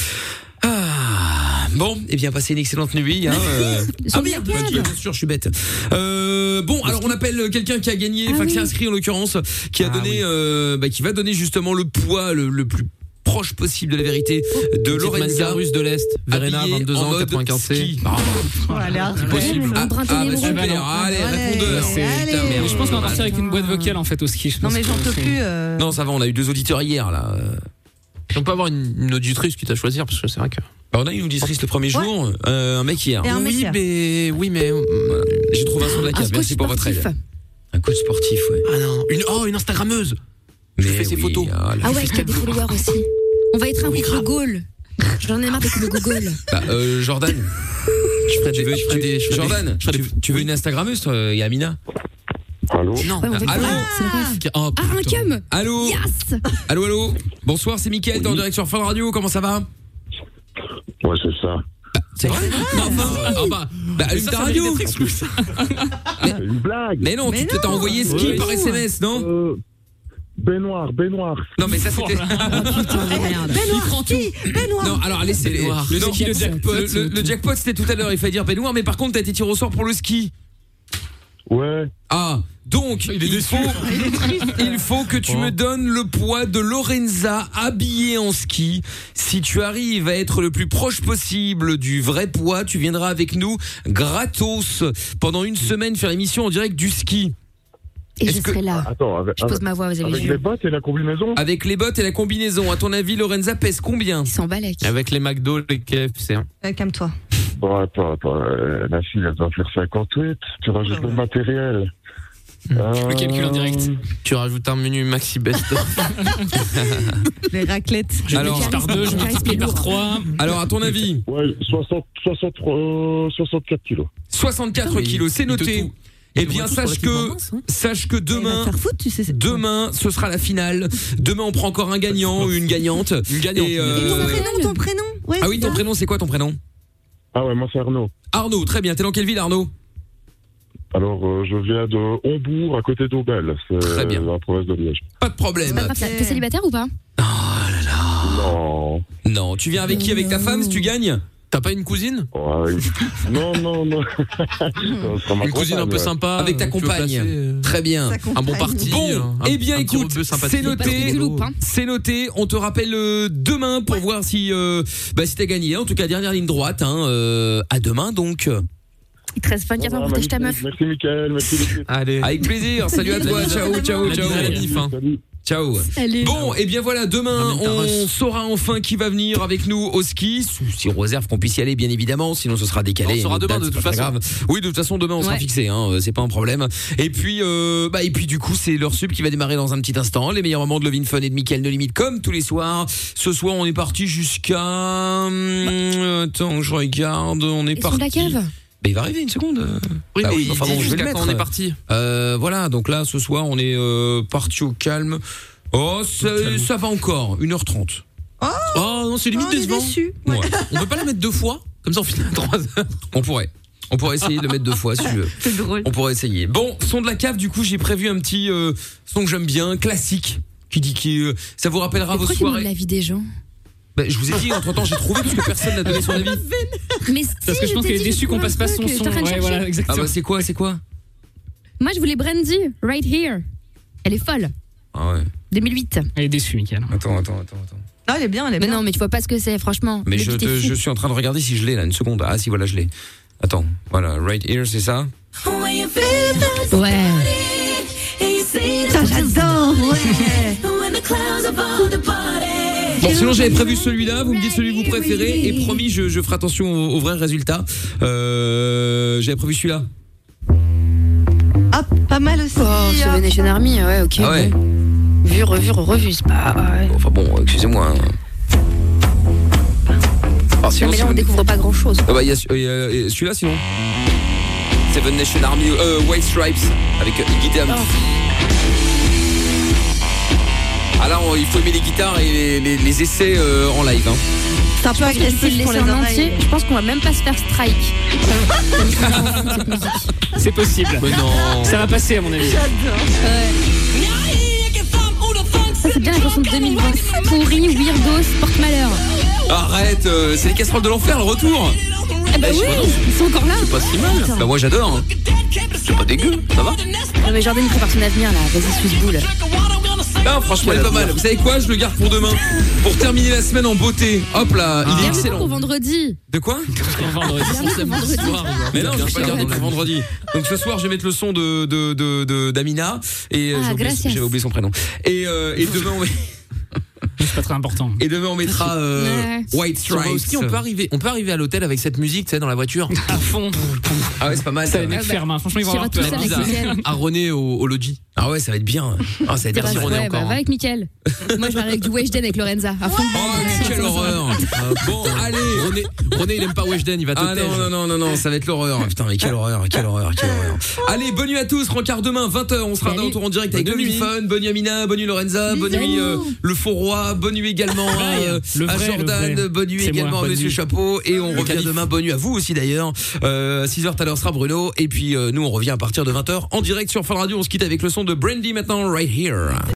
Ah, bon, et bien, passez une excellente nuit. Hein, *laughs* euh. Sur Ah merde, Miguel. bah, bien sûr, je suis bête. Euh, bon, alors on appelle quelqu'un qui a Ah gagné, enfin qui s'est inscrit en l'occurrence, qui Ah a donné, euh, bah, qui va donner justement le poids le, le plus proche possible de la vérité de Lorenza Mannequin russe de l'Est, Verena, habillée 22 en ans, mode 95 C. ski. Ah, Possible. Ah, Embrun ah, bah, ténébreux. super. Allez, répondeur. Putain, Mais merde. je pense qu'on va partir avec une boîte vocale en fait au ski. Non, mais j'en peux plus. euh, Non, ça va, on a eu deux auditeurs hier là. On peut avoir une, une auditrice qui t'a choisi parce que c'est vrai que. Bah, on a eu une auditrice le premier jour, euh, un mec hier. Et un mec Oui, hier. mais. Oui, mais. euh, *laughs* Voilà. J'ai trouvé un son de la Un cave, coach merci pour votre sportif. aide. Un coach sportif, ouais. Ah non. Une, oh, une Instagrammeuse. Je Mais fais ses oui, photos. ah là. Ah ouais, qui a des followers aussi. On va être un couple de Gaulle. J'en ai marre des couple de *laughs* Gaulle. Bah, euh, Jordan. Je ferais des, je ferais des, je ferais Jordan, je ferais tu, tu veux une Instagrammeuse, toi, euh, Yamina Ah Allô Non, Ouais, mais on fait allô, quoi C'est le rêve. Oh, Ah, un cum allô, Yes allô, allô. Bonsoir, c'est Mickaël, t'es en direct sur Fun Radio, comment ça va Ouais, c'est ça. C'est vrai Bah, enfin, ah bah, bah, allume ta radio C'est une blague. *laughs* Mais non, Mais tu t'es- t'as non. envoyé ski Ouais. par SMS, non Euh, Baignoire, baignoire. Non, mais ça Oh c'était. *laughs* Benoît, qui Non, Benoît alors laissez les. Baignoire. non, C'est qui le jackpot le- le- le jackpot, c'était tout à l'heure, il fallait dire baignoire, mais par contre, t'as été tiré au sort pour le ski. Ouais. Ah, donc il, faut, il faut que tu me donnes le poids de Lorenza habillée en ski. Si tu arrives à être le plus proche possible du vrai poids, tu viendras avec nous gratos pendant une semaine faire l'émission en direct du ski Et Est-ce je que- serai là. Attends, avec, Je pose ma voix, vous avez avec vu. les bottes et la combinaison. avec les bottes et la combinaison. À ton avis, Lorenza pèse combien Ils sont balèques. Avec les McDo, les KFC. hein. euh, Calme-toi. Bon, attends, attends. euh, la fille, elle doit faire 58. Tu Oh rajoutes le matériel. Euh, Le calcul en direct. Tu rajoutes un menu Maxi Best. Les raclettes. Je Alors- multiplie par deux, je Charisme multiplie par lourd. trois. *laughs* Alors, à ton avis, Ouais, 60, 60, euh, 64 kilos. 64 Oui, kilos, c'est il te noté. tout. Eh Il te bien, tout sache que, relativement mince, sache que Elle va demain, te faire foutre, tu sais. c'est- demain, ce sera la finale. Demain, on prend encore un gagnant ou une gagnante. Une gagnante. Et, Et ton euh, prénom, ton prénom Ouais, Ah oui, c'est ton ça. prénom, c'est quoi ton prénom Ah ouais, moi, c'est Arnaud. Arnaud, très bien. T'es dans quelle ville, Arnaud Alors, euh, je viens de Hombourg, à côté d'Aubel. C'est Très bien. dans la province de Liège. Pas de Pas problème. grave, T'es célibataire ou pas Non. Non, tu viens avec qui Avec ta femme si tu gagnes T'as pas une cousine Ouais. non, non, non. Ça sera ma Une cousine un compagne, peu ouais. sympa. Mm. Avec ta euh, que tu veux compagne. placer, euh, Très bien. Ça compte Un bon pas, parti. euh, Bon, un- eh bien un petit écoute, rebeu sympathique. c'est Parce que tu noté. loupes, hein. C'est noté. On te rappelle euh, demain pour voir si euh, bah, si t'as gagné. En tout cas, dernière ligne droite. Hein, euh, à demain donc. Il te reste 24 heures pour t'acheter ta meuf. Merci, Mickaël. Merci, l'équipe. Allez. *laughs* Avec plaisir. Salut à toi. Ciao, ciao, La ciao. bise à la bif, hein. Salut. Ciao. Bon, et bien voilà, demain, on saura enfin qui va venir avec nous au ski, sous- si on réserve qu'on puisse y aller, bien évidemment, sinon ce sera décalé. On saura Une autre demain, date, de c'est toute pas très façon. Oui, de toute façon, demain, on sera Ouais. fixé, hein, euh, c'est pas un problème. Et puis, euh, bah, et puis du coup, c'est leur sub qui va démarrer dans un petit instant. Les meilleurs moments de Levin Fun et de Michael No Limite, comme tous les soirs. Ce soir, on est parti jusqu'à. hum, Attends, je regarde, on est Bah. Ils sont de parti. la cave. Bah, il va arriver une seconde. Oui, Bah mais il dit je vais jusqu'à le quand mettre. on est parti. Euh, voilà, donc là, ce soir, on est euh, parti au calme. Oh, ça, ça va encore, 1h30. Oh, non, c'est limite on est décevant. déçus. Ouais. on peut pas la mettre deux fois Comme ça, on finit à 3 heures. On pourrait. On pourrait essayer de le mettre deux fois si tu veux. C'est drôle. On pourrait essayer. Bon, son de la cave, du coup, j'ai prévu un petit euh, son que j'aime bien, classique, qui dit que euh, ça vous rappellera Mais vos pourquoi tu demandes soirées. l'avis des *laughs* gens Bah, je vous ai dit, entre temps, j'ai trouvé parce que personne n'a donné son avis. Mais Parce si, que je pense t'ai qu'elle est dit, déçue j'ai qu'on trouvé passe un pas son truc, son. j'étais en train de Ouais, chercher. voilà, Ah exactement. bah, c'est quoi, c'est quoi Moi, je voulais Brandy, right here. Elle est folle. Ah ouais. 2008. Elle est déçue, Michael. Attends, attends, attends. attends. Non, elle est bien, elle est bien. Mais non, mais tu vois pas ce que c'est, franchement. Mais Le je, beat te- est fou. je suis en train de regarder si je l'ai là, une seconde. Ah si, voilà, je l'ai. Attends, voilà, right here, c'est ça Ouais. Ça, j'adore, é. ouais. Bon, sinon j'avais prévu celui-là, vous me dites celui que vous préférez, et promis, je, je ferai attention au, au vrai résultat. Euh, j'avais prévu celui-là. Ah, pas mal aussi. Oh, Seven Nation Army, ouais, ok. Ah ouais Vu, revu, revu, c'est pas. euh, Enfin bon, excusez-moi. hein. Ah, Non, sinon, mais là, on Seven- découvre pas grand chose. Ah bah, il y a ce- euh, il y a, euh, celui-là sinon. Seven Nation Army, euh, White Stripes, avec euh, Iggy Dam. Ah là, on- il faut aimer les guitares et les, les- les essais euh, en live. Hein. C'est un peu agressif pour les en oreilles. entier. Je pense qu'on va même pas se faire strike. C'est possible. Mais non. Ça va passer, à mon avis. Ça, c'est bien la chanson de 2020. Pourri, weirdo, se porte malheur. Arrête, euh, c'est les casseroles de l'enfer, le retour Eh bah Eh, je oui, vois donc. ils sont encore là. C'est pas si mal Attends. Bah moi j'adore hein. C'est pas dégueu, ça va Non, mais Jordan, il prépare son avenir là. Vas-y, suce boule. Non franchement il est pas mal, vous savez quoi je le garde pour demain Pour terminer la semaine en beauté Hop là, Ah, il est Bienvenue pour excellent vendredi. De quoi Bienvenue pour vendredi. Mais non, je vais pas le garder pour vendredi Donc ce soir je vais mettre le son de d'Amina de, de, d'Amina Et euh, Ah, j'ai oublié- gracias. j'avais oublié son prénom Et, euh, et demain on met- C'est pas très important. Et demain on mettra euh, White Sur Stripes. Bowski, on peut arriver, on peut arriver à l'hôtel avec cette musique, tu sais, dans la *laughs* voiture. À fond. Ah ouais, c'est pas mal. Ça va les bah, mecs ferment, hein. Franchement, ils vont avoir peur. hein. À René au, au logis. Ah ouais, ça va être bien. Ah, ça va être bien si René Ouais, bah, encore. va hein. avec Mickaël. Moi, je vais avec du Weshden avec Lorenza. À fond. Quelle horreur Euh, Bon, allez René, il aime pas Weshden, il va te Ah taire. non, non, non, non, non, ça va être l'horreur. Putain, mais quelle horreur, quelle horreur, quelle horreur. Allez, bonne nuit à tous, rencard demain, 20h, on sera de retour en direct avec Bonne Dominique nuit. Fun, bonne nuit Amina, bonne nuit Lorenza, bonne nuit euh, le faux roi, bonne nuit également euh, Le à vrai, Jordan, le vrai. bonne nuit C'est moi, également à bonne Monsieur nuit. Chapeau, et Le on revient calife. demain, bonne nuit à vous aussi d'ailleurs. Euh, 6h tout à l'heure sera Bruno, et puis euh, nous on revient à partir de 20h en direct sur Fun Radio, on se quitte avec le son de Brandy maintenant, right here.